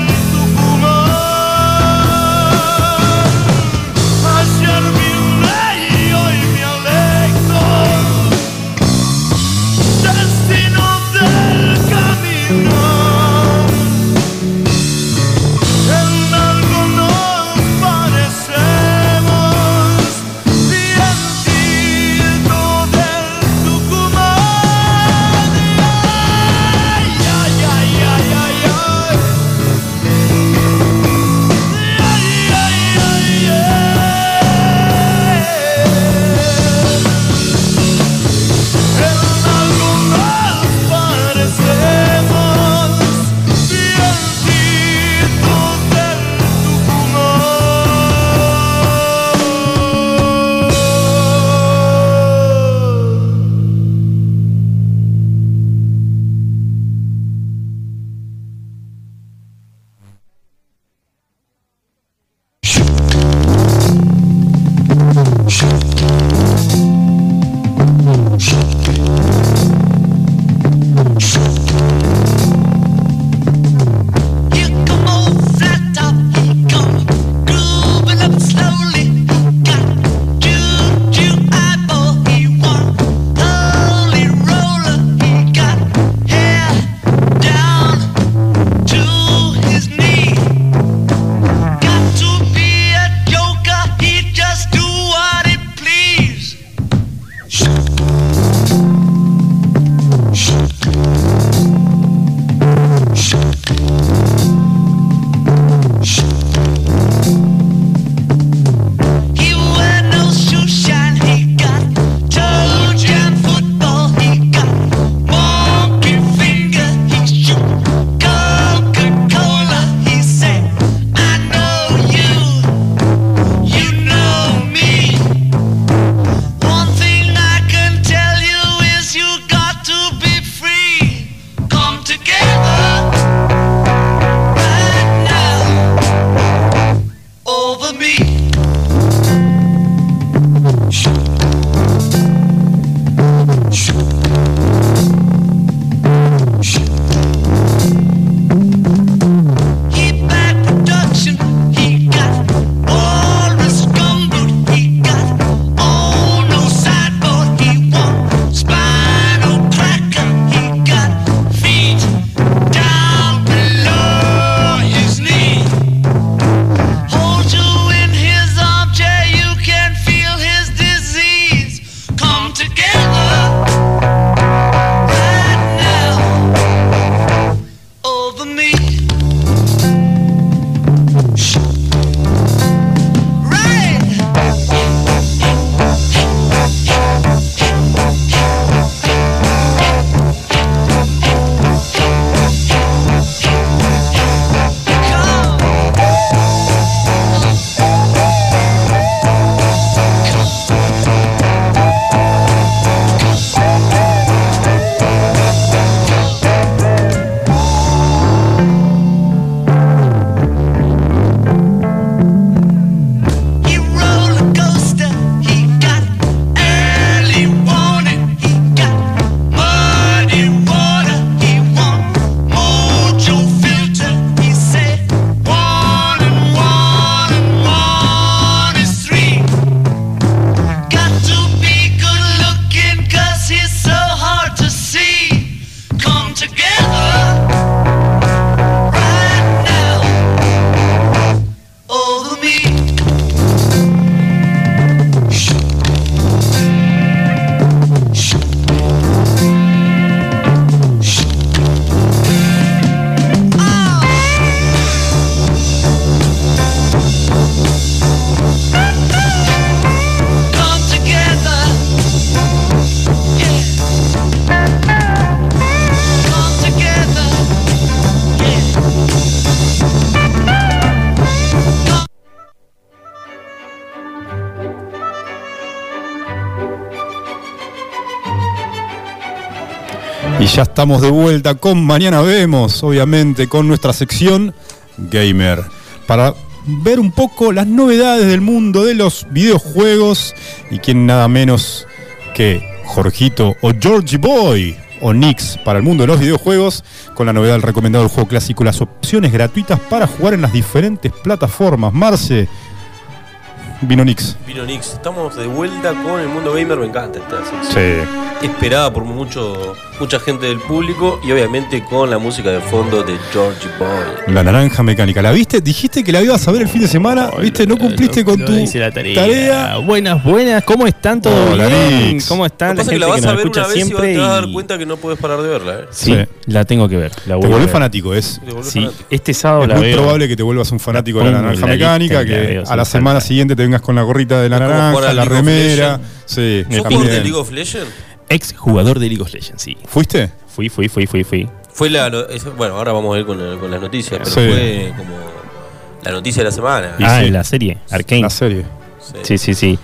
S1: Y ya estamos de vuelta con Mañana Vemos, obviamente, con nuestra sección Gamer. Para ver un poco las novedades del mundo de los videojuegos. Y quien nada menos que Jorgito o Georgie Boy o Nix para el mundo de los videojuegos. Con la novedad del recomendado del juego clásico, las opciones gratuitas para jugar en las diferentes plataformas. Marce, vino Nix.
S3: Vino Nix, estamos de vuelta con el mundo gamer, me encanta esta sección.
S1: Sí.
S3: Esperada por mucho, mucha gente del público y obviamente con la música de fondo de George Boy.
S1: La naranja mecánica, ¿la viste? Dijiste que la ibas a ver el fin de semana, ¿viste? No cumpliste con
S6: No
S1: tu
S6: hice la tarea.
S1: tarea.
S6: Buenas, buenas. ¿Cómo están todos?
S1: Hola,
S6: bien?
S1: Nix.
S6: ¿Cómo
S3: Lo
S6: están?
S3: que pasa es que la
S6: gente
S3: vas
S6: nos
S3: a ver
S6: escucha
S3: una vez y vas- te vas a dar
S6: y-
S3: cuenta que no puedes parar de verla. ¿eh?
S6: Sí,
S1: Sí.
S6: la tengo que ver. La
S1: Te
S6: voy a
S1: volvés
S6: ver.
S1: fanático, es.
S3: Te volvés
S6: Sí,
S3: fanático.
S6: este sábado
S1: Es
S6: la
S1: muy
S6: veo.
S1: probable que te vuelvas un fanático de la
S6: Pongo en
S1: naranja
S6: la
S1: mecánica,
S6: lista y la
S1: que
S6: veo
S1: a
S6: sin
S1: la
S6: falta.
S1: semana siguiente te vengas con la gorrita de la
S3: como jugar
S1: naranja,
S3: al
S1: la
S3: League of
S1: remera.
S3: Legends.
S1: Sí,
S6: Yo
S3: ¿Sos
S1: también.
S3: jugador de League of Legends?
S6: Ex jugador de League of Legends, sí.
S1: ¿Fuiste?
S6: Fui, fui, fui, fui, fui.
S3: Fue la. no- es- Bueno, ahora vamos a ir con, la- con las noticias, pero
S1: Sí.
S3: fue como la noticia de la semana.
S1: Y
S6: ah,
S1: sí.
S6: en la serie, Arcane.
S1: La serie.
S6: Sí,
S3: Sí.
S6: sí, sí.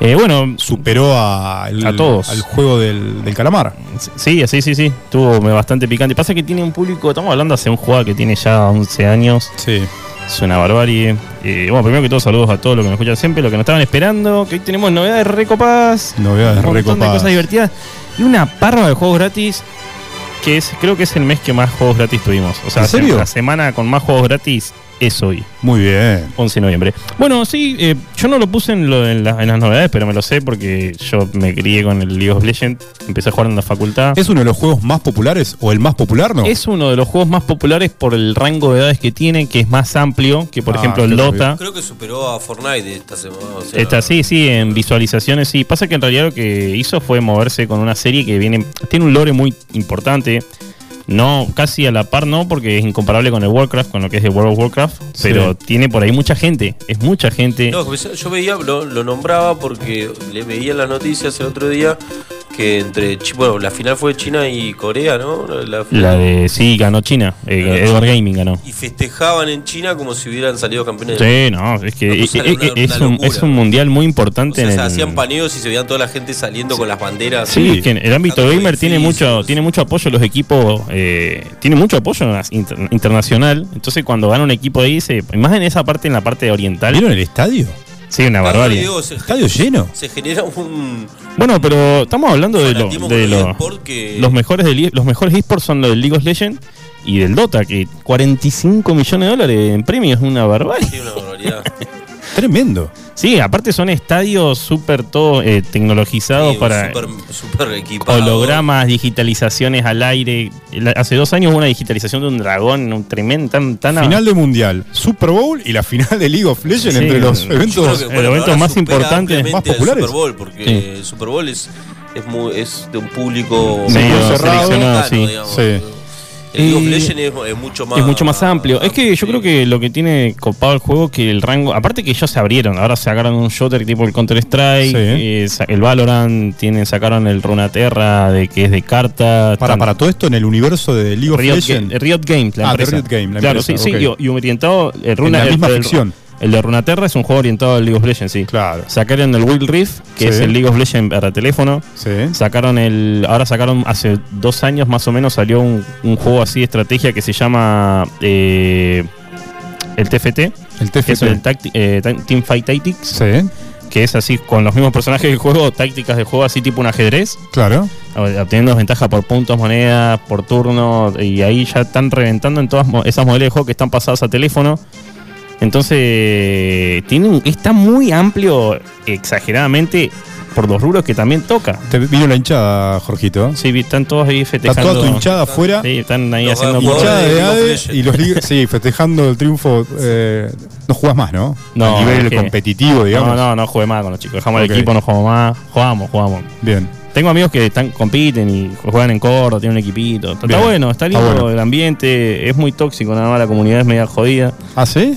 S6: Eh, bueno,
S1: Superó a, el-
S6: A todos.
S1: al juego del, del calamar.
S6: sí, sí, sí, sí. Estuvo me- bastante picante. Pasa que tiene un público, estamos hablando hace un juego que tiene ya 11 años.
S1: Sí.
S6: Es una barbarie. Eh, bueno, primero que todo, saludos a todos los que nos escuchan siempre, los que nos estaban esperando. Que hoy tenemos novedades recopadas.
S1: Novedades
S6: un montón de
S1: recopadas.
S6: cosas divertidas. Y una parva de juegos gratis. Que es, creo que es el mes que más juegos gratis tuvimos. O sea,
S1: ¿En serio?
S6: la semana con más juegos gratis es hoy.
S1: Muy bien.
S6: 11 de noviembre. Bueno, sí, eh, yo no lo puse en, lo- en la- en las novedades, pero me lo sé porque yo me crié con el League of Legends, empecé a jugar en la facultad. Es,
S1: ¿Es uno de los juegos más populares o el más popular, no?
S6: uno de los juegos más populares por el rango de edades que tiene, que es más amplio que, por
S1: Ah,
S6: ejemplo, el
S1: qué
S6: Dota.
S3: Creo que superó a Fortnite esta semana. o sea,
S6: Está sí, sí, en visualizaciones sí. Pasa que en realidad lo que hizo fue moverse con una serie que viene, tiene un lore muy importante. No, casi a la par no, porque es incomparable con el Warcraft, con lo que es el World of Warcraft,
S1: Sí.
S6: pero tiene por ahí mucha gente, es mucha gente.
S3: No, pues yo veía, lo, lo nombraba porque le veía en las noticias el otro día que entre. Chi- Bueno, la final fue China y Corea, ¿no? La,
S6: La de sí, ganó China. Eh,
S3: Ganó
S6: Edward Gaming ganó.
S3: Y festejaban en China como si hubieran salido campeones. del
S6: Sí, no, es que
S3: No,
S6: eh,
S3: pues, era
S6: eh,
S3: una-
S6: eh, es,
S3: una
S6: un,
S3: locura.
S6: es un mundial muy
S3: O
S6: importante.
S3: sea,
S6: en
S3: se
S6: el-
S3: hacían paneos y se veían toda la gente saliendo con las banderas.
S6: Sí, es que el ámbito
S3: Tanto
S6: gamer tiene
S3: edificios.
S6: mucho, tiene mucho apoyo los equipos, eh, tiene mucho apoyo en las inter- internacional. Entonces cuando gana un equipo ahí, se, más en esa parte, en la parte oriental,
S1: ¿Vieron el estadio?
S6: sí, una
S3: Claro,
S6: barbarie.
S3: digo, se,
S1: Estadio lleno.
S3: se genera un
S6: Bueno, pero estamos hablando de, lo-
S3: fanatismo
S6: de
S3: con el
S6: lo-
S3: eSport que-
S6: los mejores del- e, los mejores esports son los del League of Legends y del Dota, que 45 millones de dólares en premios, una barbarie.
S3: Sí, una barbaridad.
S1: Tremendo.
S6: Sí, aparte son estadios súper todo eh, tecnologizados
S3: Sí,
S6: para
S3: super, super equipado.
S6: hologramas, digitalizaciones al aire. La- hace dos años hubo una digitalización de un dragón, un tremendo, tan, tan
S1: Final de Mundial, Super Bowl y la final de League of Legends
S6: Sí,
S1: entre los
S6: yo creo
S3: Yo creo
S1: eventos.
S3: que,
S6: el evento
S3: ahora
S6: más
S3: supera
S6: importante,
S3: ampliamente
S1: más
S3: al
S1: populares.
S3: Super Bowl, porque
S6: Sí.
S3: el Super Bowl es, es, muy, es de un público
S6: Sí,
S3: muy
S1: cerrado.
S6: seleccionado, sí.
S3: digamos.
S1: Sí.
S3: El League of
S6: Y-
S3: Legends es, es mucho más
S6: es mucho más amplio. Es que yo
S3: sí.
S6: creo que lo que tiene copado el juego que el rango. Aparte que ellos se abrieron. Ahora sacaron un shooter tipo el Counter Strike, eh,
S1: Sí.
S6: el Valorant, tienen, sacaron el Runaterra de que es de cartas.
S1: Para,
S6: tan-
S1: para todo esto en el universo de League of
S6: Riot,
S1: Legends.
S6: Ga- Riot Games, la
S1: Ah, de
S6: empresa.
S1: Riot Games, la
S6: claro,
S1: empresa,
S6: sí,
S1: ok.
S6: sí. Y, y orientado. El
S1: En la
S6: el-
S1: misma
S6: el-
S1: ficción.
S6: El de Runaterra es un juego orientado al League of Legends, sí.
S1: Claro.
S6: Sacaron el Will Rift, que
S1: Sí.
S6: es el League of Legends para teléfono.
S1: Sí.
S6: Sacaron el. Ahora sacaron hace dos años más o menos salió un, un juego así de estrategia que se llama. eh, el TFT,
S1: El
S6: que es el
S1: TFT.
S6: Tacti- eh, Ta- Team Fight Tactics,
S1: Sí,
S6: que es así con los mismos personajes del juego, tácticas de juego así tipo un ajedrez,
S1: claro.
S6: obteniendo ventaja por puntos, monedas, por turno, y ahí ya están reventando en todas mo- esas modelos de juego que están pasadas a teléfono. Entonces, tiene un- está muy amplio, exageradamente, por los rubros que también toca.
S1: Te vino la hinchada, Jorgito.
S6: Sí, vi- están todos ahí
S1: Está
S6: festejando.
S1: toda tu hinchada afuera.
S6: Sí, están ahí
S3: Los
S6: haciendo
S3: jugadores.
S6: por-
S3: de
S1: Hinchada de
S3: League of Legends.
S1: ADE y los League- [laughs] Sí, festejando el triunfo. eh, no jugás más, ¿no?
S6: No,
S1: A nivel
S6: es que-
S1: competitivo, digamos.
S6: No, no, no jugué más con los chicos. Dejamos
S1: Ok.
S6: el equipo, no jugamos más. Jugamos, jugamos.
S1: Bien.
S6: Tengo amigos que están compiten y juegan en corto, tienen un equipito. Está, está
S1: Bien.
S6: bueno, está
S1: Está
S6: lindo
S1: bueno.
S6: el ambiente. Es muy tóxico, nada más la comunidad es media jodida. [laughs]
S1: ¿Ah, sí?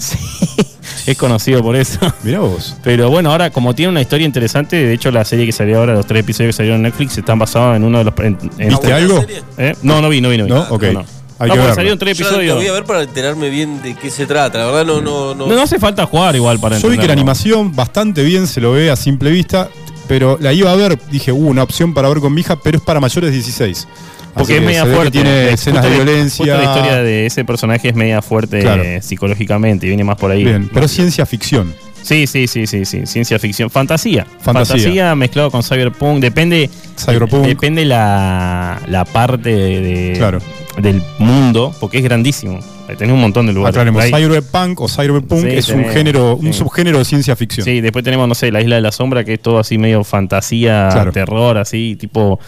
S6: Es conocido por eso.
S1: [laughs] Mirá vos.
S6: Pero bueno, ahora como tiene una historia interesante, de hecho la serie que salió ahora, los tres episodios que salieron en Netflix, están basados en uno de los... en- en-
S1: ¿Viste
S3: buena
S1: algo?
S3: serie.
S6: ¿Eh? No, no vi, no vi, no vi.
S1: ¿No? Ok.
S6: No, no.
S1: Hay
S6: No,
S1: que
S6: porque
S1: verlo.
S6: salieron tres
S3: Yo la- la voy a
S6: episodios.
S3: ver para enterarme bien de qué se trata. La verdad no, no, no.
S6: No, no hace falta jugar igual para
S1: Yo vi que la
S6: entenderlo.
S1: animación bastante bien se lo ve a simple vista. pero la iba a ver, dije, uh, una opción para ver con mi hija, pero es para mayores de 16. Así
S6: Porque
S1: que
S6: es media
S1: se ve que
S6: fuerte.
S1: Tiene
S6: Justo
S1: escenas de
S6: la-
S1: violencia.
S6: justo la historia de ese personaje es media fuerte
S1: Claro.
S6: eh, psicológicamente, viene más por ahí.
S1: Bien, pero es ciencia ficción.
S6: Sí, sí, sí, sí, sí, ciencia ficción, fantasía.
S1: Fantasía.
S6: Fantasía, mezclado con cyberpunk, depende
S1: Cyberpunk.
S6: depende la, la parte de, de-
S1: Claro.
S6: del mundo, porque es grandísimo. Tenés un montón de lugares.
S1: Aclaremos,
S6: Hay-
S1: cyberpunk o cyberpunk
S6: Sí,
S1: es un
S6: tenemos,
S1: género, un
S6: sí.
S1: subgénero de ciencia ficción.
S6: Sí, después tenemos, no sé, la Isla de la Sombra, que es todo así medio fantasía,
S1: Claro.
S6: terror, así, tipo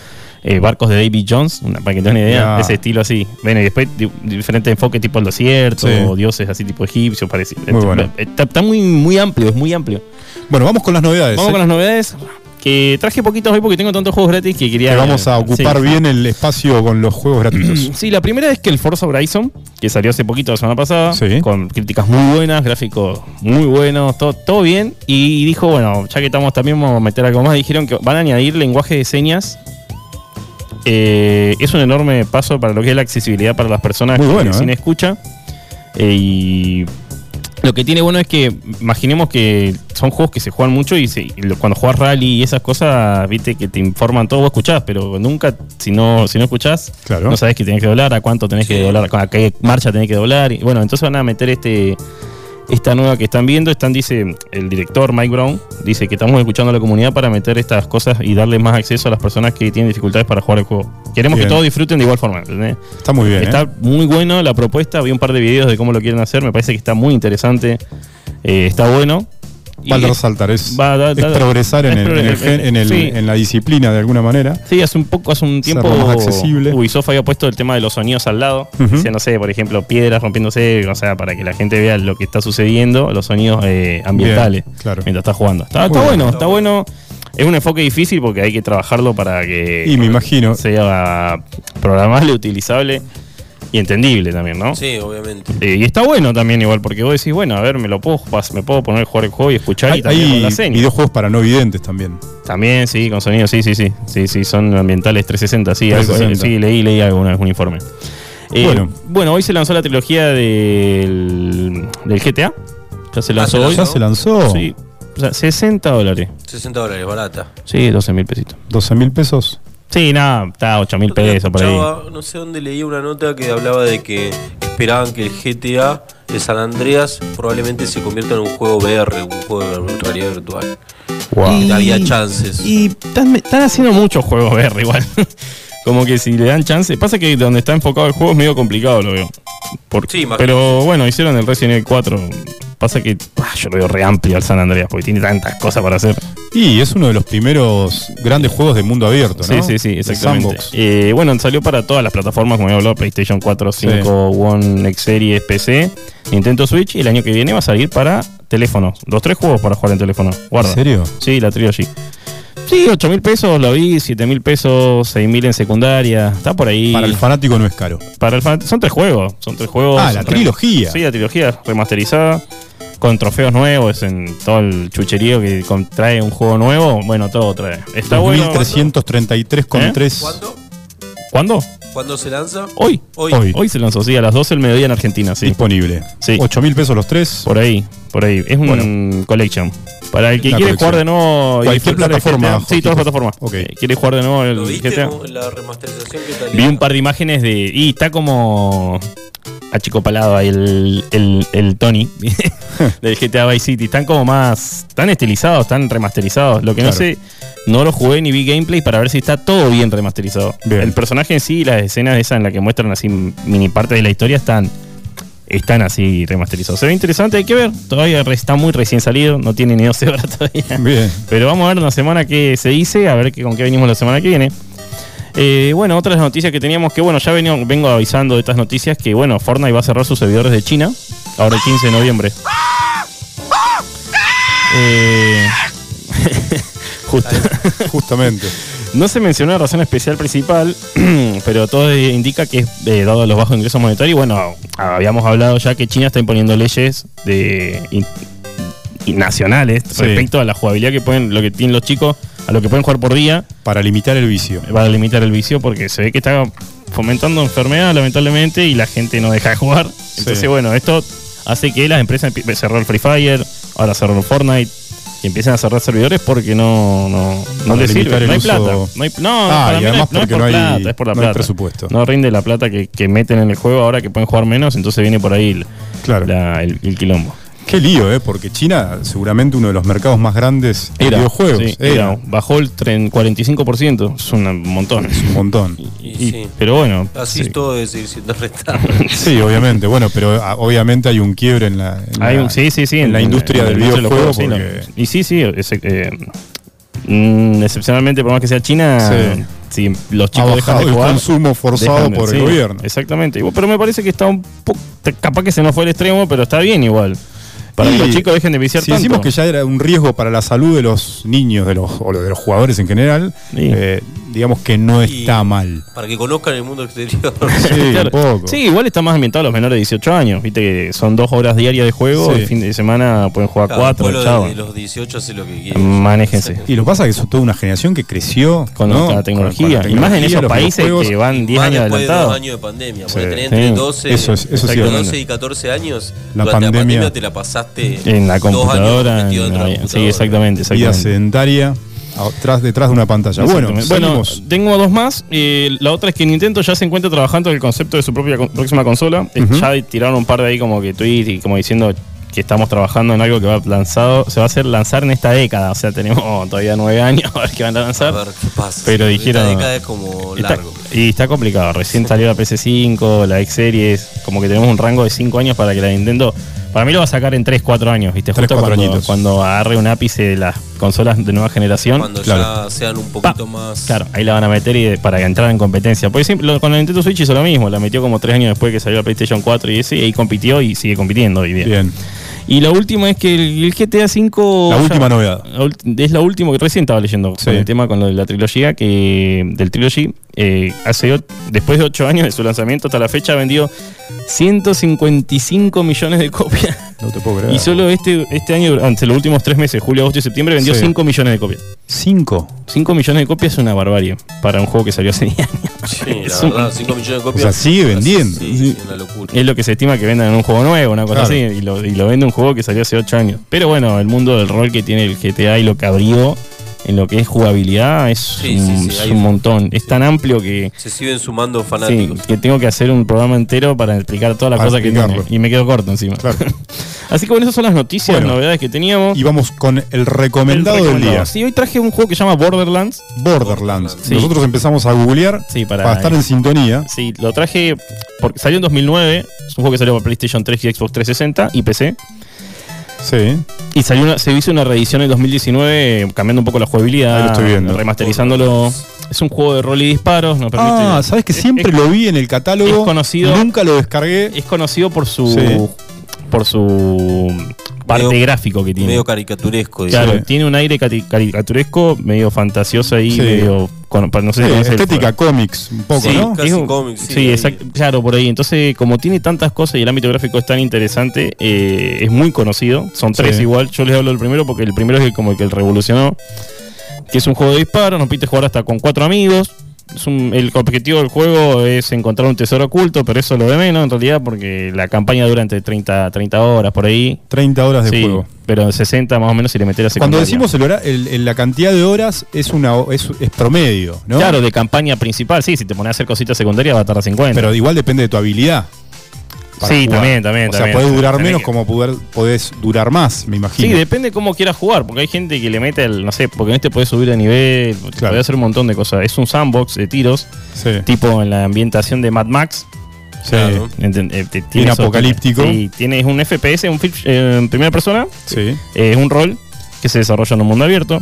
S6: eh, barcos de David Jones, una, para que tengas una idea,
S1: Ya.
S6: de ese estilo así. Bueno, y después di- diferentes enfoques tipo el desierto,
S1: Sí.
S6: o dioses así tipo egipcios, parecido.
S1: Muy bueno.
S6: eh, Está, está muy, muy amplio, es muy amplio.
S1: Bueno, vamos con las novedades.
S6: Vamos
S1: ¿eh?
S6: con las novedades. Que traje poquitos hoy porque tengo tantos juegos gratis que quería.
S1: Que vamos a
S6: Sí.
S1: ocupar bien el espacio con los juegos gratuitos.
S6: [clears throat] Sí, la primera es que el Forza Horizon, que salió hace poquito la semana pasada,
S1: Sí.
S6: con críticas muy buenas, gráficos muy buenos, todo, todo bien. Y dijo, bueno, ya que estamos también, vamos a meter algo más. Dijeron que van a añadir lenguaje de señas. Eh, es un enorme paso para lo que es la accesibilidad para las personas
S1: Muy bueno,
S6: que-
S1: ¿eh?
S6: sin escucha. Eh, y lo que tiene bueno es que imaginemos que son juegos que se juegan mucho y, se- y lo- cuando juegas rally y esas cosas, viste que te informan todo, vos escuchás, pero nunca, si no, si no escuchás,
S1: Claro.
S6: no sabés que tenés que doblar, a cuánto tenés que doblar, a qué marcha tenés que doblar. Y bueno, entonces van a meter este esta nueva que están viendo, están, dice el director Mike Brown, dice que estamos escuchando a la comunidad para meter estas cosas y darle más acceso a las personas que tienen dificultades para jugar el juego. Queremos
S1: Bien.
S6: que todos disfruten de igual forma, ¿entendés?
S1: Está muy bien. ¿eh?
S6: Está muy bueno la propuesta. Vi un par de videos de cómo lo quieren hacer. Me parece que está muy interesante. Eh, está bueno. Y-
S1: Vale resaltar, es,
S6: Va, da-
S1: es
S6: da-
S1: progresar
S6: es
S1: en, el, en, el
S6: progre- eh,
S1: gen- en el-
S6: sí.
S1: en la disciplina de alguna manera.
S6: Sí, hace un poco, hace un tiempo
S1: Hacerlo más accesible.
S6: Ubisoft había puesto el tema de los sonidos al lado.
S1: Ujú.
S6: Decía, no sé, por ejemplo, piedras rompiéndose, o sea, para que la gente vea lo que está sucediendo, los sonidos eh, ambientales
S1: Bien, claro.
S6: mientras está jugando. Está,
S1: Muy
S6: está
S1: bueno.
S6: bueno, está bueno. Es un enfoque difícil porque hay que trabajarlo para que
S1: Y me imagino.
S6: sea programable, utilizable y entendible también, ¿no?
S3: Sí, obviamente.
S6: Eh, y está bueno también igual, porque vos decís, bueno, a ver, me lo puedo pas- me puedo poner a jugar el juego y escuchar
S1: Hay,
S6: y también con
S1: hay
S6: la seña.
S1: videojuegos para no videntes también.
S6: También, sí, con sonido, sí, sí, sí. Sí, sí, son ambientales 360, sí, algo- eh,
S1: 360.
S6: sí, leí, leí alguna vez un informe. Eh,
S1: Bueno.
S6: bueno. hoy se lanzó la trilogía del, del GTA. Ya se lanzó
S3: Ah,
S6: hoy.
S1: Ya
S3: ¿no?
S1: se lanzó
S6: Sí, o sea, 60 dólares.
S3: 60 dólares, barata.
S6: Sí, 12 mil pesitos.
S1: 12 mil pesos.
S6: Sí, nada, está 8 mil pesos por ahí.
S3: Escuchaba, No sé dónde leí una nota que hablaba de que esperaban que el GTA de San Andreas probablemente se convierta en un juego VR, un juego de realidad virtual.
S2: Y-
S3: Había chances.
S6: Y están, están haciendo muchos juegos VR igual. [laughs] Como que si le dan chance. Pasa que donde está enfocado el juego es medio complicado, lo veo. Por-
S3: Sí, imagino.
S6: pero bueno, hicieron el Resident Evil 4. Pasa que ah, yo lo veo re amplio al San Andreas porque tiene tantas cosas para hacer.
S1: Y es uno de los primeros grandes juegos de mundo abierto, ¿no?
S6: Sí, sí, sí,
S1: De
S6: exactamente.
S1: sandbox.
S6: Eh, bueno, salió para todas las plataformas, como he hablado, PlayStation 4, 5, One, X Series, PC, Nintendo Switch. Y el año que viene va a salir para teléfonos. Los tres juegos para jugar en teléfono. Guarda.
S1: ¿En serio?
S6: Sí, la trilogía. Sí, 8 mil pesos, lo vi, 7 mil pesos, 6 mil en secundaria, está por ahí.
S1: Para el fanático no es caro.
S6: Para el fan- Son tres juegos, son tres juegos.
S1: Ah, la
S6: Re-
S1: trilogía.
S6: Sí, la trilogía remasterizada, con trofeos nuevos, en todo el chucherío que contrae un juego nuevo, bueno, todo trae. Está bueno.
S1: 1333,3
S6: ¿Eh?
S3: ¿Cuándo?
S6: ¿Cuándo?
S3: ¿Cuándo se lanza?
S6: Hoy.
S3: Hoy.
S1: Hoy.
S6: Hoy se lanzó, sí, a las 12 del mediodía en Argentina, sí.
S1: disponible.
S6: Sí.
S1: 8 mil pesos los tres.
S6: Por ahí, por ahí. Es un collection. Para el que
S1: Una
S6: quiere
S1: colección.
S6: jugar de nuevo. y
S1: Cualquier
S6: disfrutar del
S1: plataforma,
S6: GTA. Sí,
S1: Jorgito.
S6: todas las plataformas.
S1: Ok.
S6: Eh, Quiere jugar de nuevo
S3: ¿Lo
S6: el
S3: viste
S6: GTA.
S3: con la remasterización que tal?
S6: Vi un par de imágenes de. Y está como. Achicopalado ahí el, el, el Tony [laughs] del GTA Vice City. Están como más. Están estilizados, están remasterizados. Lo que no
S1: Claro.
S6: sé. No lo jugué ni vi gameplay para ver si está todo bien remasterizado.
S1: Bien.
S6: El personaje en sí, las escenas esas en las que muestran así mini parte de la historia están. Están así remasterizados. Se ve interesante, hay que ver. Todavía re- está muy recién salido, no tiene ni 12 horas [laughs] todavía.
S1: Bien.
S6: Pero vamos a ver la semana que se dice, a ver qué- con qué venimos la semana que viene. Eh, bueno, otras noticias que teníamos, que bueno, ya venía- vengo avisando de estas noticias, que bueno, Fortnite va a cerrar sus servidores de China, ahora el 15 de noviembre. Eh, [laughs] justo.
S1: Justamente.
S6: No se mencionó la razón especial principal, [clears throat] pero todo indica que es eh, dado los bajos ingresos monetarios. Bueno, habíamos hablado ya que China está imponiendo leyes de in- y nacionales
S1: Sí.
S6: respecto a la jugabilidad que pueden, lo que tienen los chicos, a lo que pueden jugar por día
S1: Para limitar el vicio.
S6: para limitar el vicio, porque se ve que está fomentando enfermedad, lamentablemente, y la gente no deja de jugar. Entonces, bueno, esto hace que las empresas empie- cerró el Free Fire, ahora cerró el Fortnite. y empiecen a cerrar servidores porque no, no, no
S1: Para
S6: les sirve.
S1: limitar el
S6: No hay
S1: uso-
S6: plata. No, hay- no,
S1: Ah,
S6: para
S1: y
S6: mí no
S1: además
S6: es- no es
S1: porque
S6: por
S1: no hay-
S6: plata, es por la
S1: no hay
S6: plata.
S1: presupuesto.
S6: No rinde la plata que, que meten en el juego ahora que pueden jugar menos, entonces viene por ahí el,
S1: Claro.
S6: la- el- el quilombo.
S1: Qué lío, ¿eh? Porque China, seguramente uno de los mercados más grandes de videojuegos.
S6: sí,
S1: era.
S6: era. Bajó el tren 45%, es un montón.
S1: Un montón.
S3: Y
S6: Y-
S3: sí.
S6: Pero bueno,
S3: Así
S6: sí.
S3: todo debe seguir siendo
S6: [laughs]
S3: rentable.
S1: Sí, obviamente. Bueno, pero ah, obviamente hay un quiebre en la, en
S6: Hay
S1: la-
S6: un- sí, sí, sí,
S1: en la industria
S6: en la
S1: del
S6: industria de los
S1: videojuego.
S6: juegos, sí,
S1: porque-
S6: no. Y sí, sí, es, eh, mm, excepcionalmente, por más que sea China, si los
S1: ha
S6: chicos dejan
S1: bajado
S6: de
S1: el
S6: jugar.
S1: consumo forzado
S6: dejan de-
S1: por el
S6: sí,
S1: gobierno.
S6: Exactamente. Y bueno, Pero me parece que está un poco. Capaz que se nos fue el extremo, pero está bien igual. Para
S1: Y
S6: que los chicos dejen de viciar
S1: Si
S6: tanto.
S1: decimos que ya era un riesgo para la salud de los niños de los, o de los jugadores en general,
S6: Sí.
S1: eh, digamos que no
S3: Y-
S1: está mal.
S3: Para que conozcan el mundo exterior. [laughs]
S1: Sí,
S6: Claro.
S1: un
S6: [laughs]
S1: poco.
S6: Sí, igual está más ambientado a los menores de 18 años. Viste que son dos horas diarias de juego.
S1: Sí.
S6: El fin de semana pueden jugar
S3: Cada pueblo
S6: cuatro, chavo.
S3: de los 18 hace lo que quiere.
S6: Manéjense.
S1: Y lo que pasa es que es toda una generación que creció
S6: Con,
S1: ¿no?
S6: la tecnología.
S1: Con- con la
S6: Y más en esos
S1: los
S6: países
S1: videojuegos.
S6: que van 10
S3: Más
S6: años
S3: después de
S6: adelantados.
S3: dos años de pandemia. Porque
S1: Sí.
S3: tenés entre
S6: Sí.
S3: 12,
S1: Eso es- eso sí
S3: entre
S1: es
S3: 12 y 14 años.
S1: La
S3: durante
S1: pandemia-
S3: la pandemia te la pasaste
S6: En la
S3: eh, dos años
S6: computadora.
S3: metido
S6: en
S3: dentro de la
S6: la- sí,
S3: computadora.
S6: exactamente.
S1: vida
S6: exactamente.
S1: sedentaria atrás, detrás de una pantalla. Bueno,
S6: Exactamente. bueno,
S1: seguimos.
S6: tengo dos más. Eh, la otra es que Nintendo ya se encuentra trabajando en el concepto de su propia con- próxima consola. Eh,
S1: Ujú.
S6: Ya tiraron un par de ahí como que tweets y como diciendo que estamos trabajando en algo que va lanzado, se va a hacer lanzar en esta década. O sea, tenemos [laughs] todavía nueve años [laughs] a ver qué van a
S3: A
S6: lanzar.
S3: ver qué pasa.
S6: Pero dijeron-
S3: Esta década es como
S6: Está-
S3: largo.
S6: y está complicado. Recién salió la PC5, la X Series. Como que tenemos un rango de 5 años para que la Nintendo. Para mí lo va a sacar en 3-4 años, ¿viste?
S1: Tres,
S6: Justo
S1: cuatro
S6: cuando,
S1: añitos.
S6: cuando agarre un ápice de las consolas de nueva generación.
S3: Cuando
S1: claro.
S3: ya sean un
S6: Pa-
S3: poquito más.
S6: Claro, ahí la van a meter y de- para entrar en competencia. Porque siempre- lo- con la Nintendo Switch hizo lo mismo, la metió como tres años después que salió la PlayStation 4 y ese, y ahí compitió y sigue compitiendo hoy día.
S1: Bien.
S6: Y la última es que el, el GTA 5
S1: La última novedad.
S6: Es la última que recién estaba leyendo
S1: Sí.
S6: con el tema con lo de la trilogía, que del trilogy, eh, hace o- después de 8 años de su lanzamiento hasta la fecha ha vendido 155 millones de copias.
S1: No te puedo creer.
S6: Y solo este, este año, durante los últimos 3 meses, julio, agosto y septiembre, vendió
S1: Sí.
S6: 5 millones de copias.
S1: cinco.
S6: 5 millones de copias es una barbarie para un juego que salió hace [laughs] 10 años.
S3: Sí,
S6: Es
S3: la
S6: un-
S3: verdad, 5 millones de copias.
S1: O sea, sigue vendiendo.
S3: Sí, sí, es una locura.
S6: Es lo que se estima que vendan en un juego nuevo, una cosa
S1: Claro.
S6: así, y lo, y lo vende un juego que salió hace 8 años. Pero bueno, el mundo del rol que tiene el GTA y lo que abrió en lo que es jugabilidad es,
S3: Sí,
S6: un,
S3: sí, sí,
S6: es
S3: hay-
S6: un montón. Es tan amplio que,
S3: Se siguen sumando
S6: sí,
S3: fanáticos.
S6: que tengo que hacer un programa entero para explicar todas las
S1: Para
S6: cosas que
S1: explicarlo.
S6: tiene. Y me quedo corto encima.
S1: Claro.
S6: [laughs] Así que bueno, esas son las noticias,
S1: Bueno.
S6: novedades que teníamos.
S1: Y vamos con el
S6: El
S1: recomendado, del
S6: recomendado.
S1: día.
S6: Sí, hoy traje un juego que se llama Borderlands.
S1: Borderlands.
S6: Sí.
S1: Nosotros empezamos a googlear
S6: Sí, para-
S1: para, estar en sintonía.
S6: Sí, lo traje porque salió en 2009. Es un juego que salió para PlayStation 3 y Xbox 360 y PC.
S1: Sí.
S6: Y salió una- se hizo una reedición en 2019 eh, cambiando un poco la jugabilidad,
S1: Ahí lo estoy viendo.
S6: remasterizándolo. Es un juego de rol y disparos, nos permite-
S1: Ah, sabes que
S6: es-
S1: siempre
S6: es-
S1: lo vi en el catálogo.
S6: es conocido.
S1: Nunca lo descargué.
S6: es conocido por su
S1: Sí.
S6: por su parte
S3: Medio-
S6: gráfico que tiene.
S3: Medio caricaturesco.
S6: Claro,
S1: Sí.
S6: tiene un aire cari- caricaturesco, medio fantasioso ahí,
S1: Sí.
S6: medio con- no sé si
S1: Sí,
S6: conoces el
S1: estética cómics, un poco,
S3: Sí,
S1: ¿no?
S3: casi
S6: Es un-
S3: cómic,
S6: sí,
S3: sí, ahí.
S6: exact- claro, por ahí. Entonces, como tiene tantas cosas y el ámbito gráfico es tan interesante, eh, es muy conocido. Son tres
S1: Sí.
S6: igual. Yo les hablo del primero porque el primero es el, como el que el revolucionó. Que es un juego de disparos, nos pide jugar hasta con cuatro amigos. Es un- el objetivo del juego es encontrar un tesoro oculto, pero eso es lo de menos en realidad, porque la campaña dura entre 30, 30 horas por ahí.
S1: 30 horas de
S6: Sí,
S1: juego.
S6: pero en 60 más o menos si le metes la
S1: Cuando
S6: secundaria.
S1: decimos el hora- el- el- la cantidad de horas es una o- es, es promedio, ¿no?
S6: Claro, de campaña principal, sí, si te pones a hacer cositas secundarias va a tardar 50.
S1: Pero igual depende de tu habilidad. para
S6: Sí,
S1: jugar.
S6: también, también,
S1: O sea,
S6: también.
S1: podés durar
S6: Tenés
S1: menos
S6: que-
S1: como poder, podés durar más, me
S6: Sí,
S1: imagino.
S6: depende cómo quieras jugar, porque hay gente que le mete el, no sé, porque en este puedes subir de nivel,
S1: Claro.
S6: puedes hacer un montón de cosas. Es un sandbox de tiros,
S1: Sí,
S6: tipo en la ambientación de Mad Max.
S1: sí.
S3: claro.
S6: Enten- eh, te-
S1: Bien
S6: esos-
S1: apocalíptico.
S6: Sí, tienes un FPS, un fil- eh, en primera persona,
S1: sí.
S6: eh, es un rol que se desarrolla en un mundo abierto.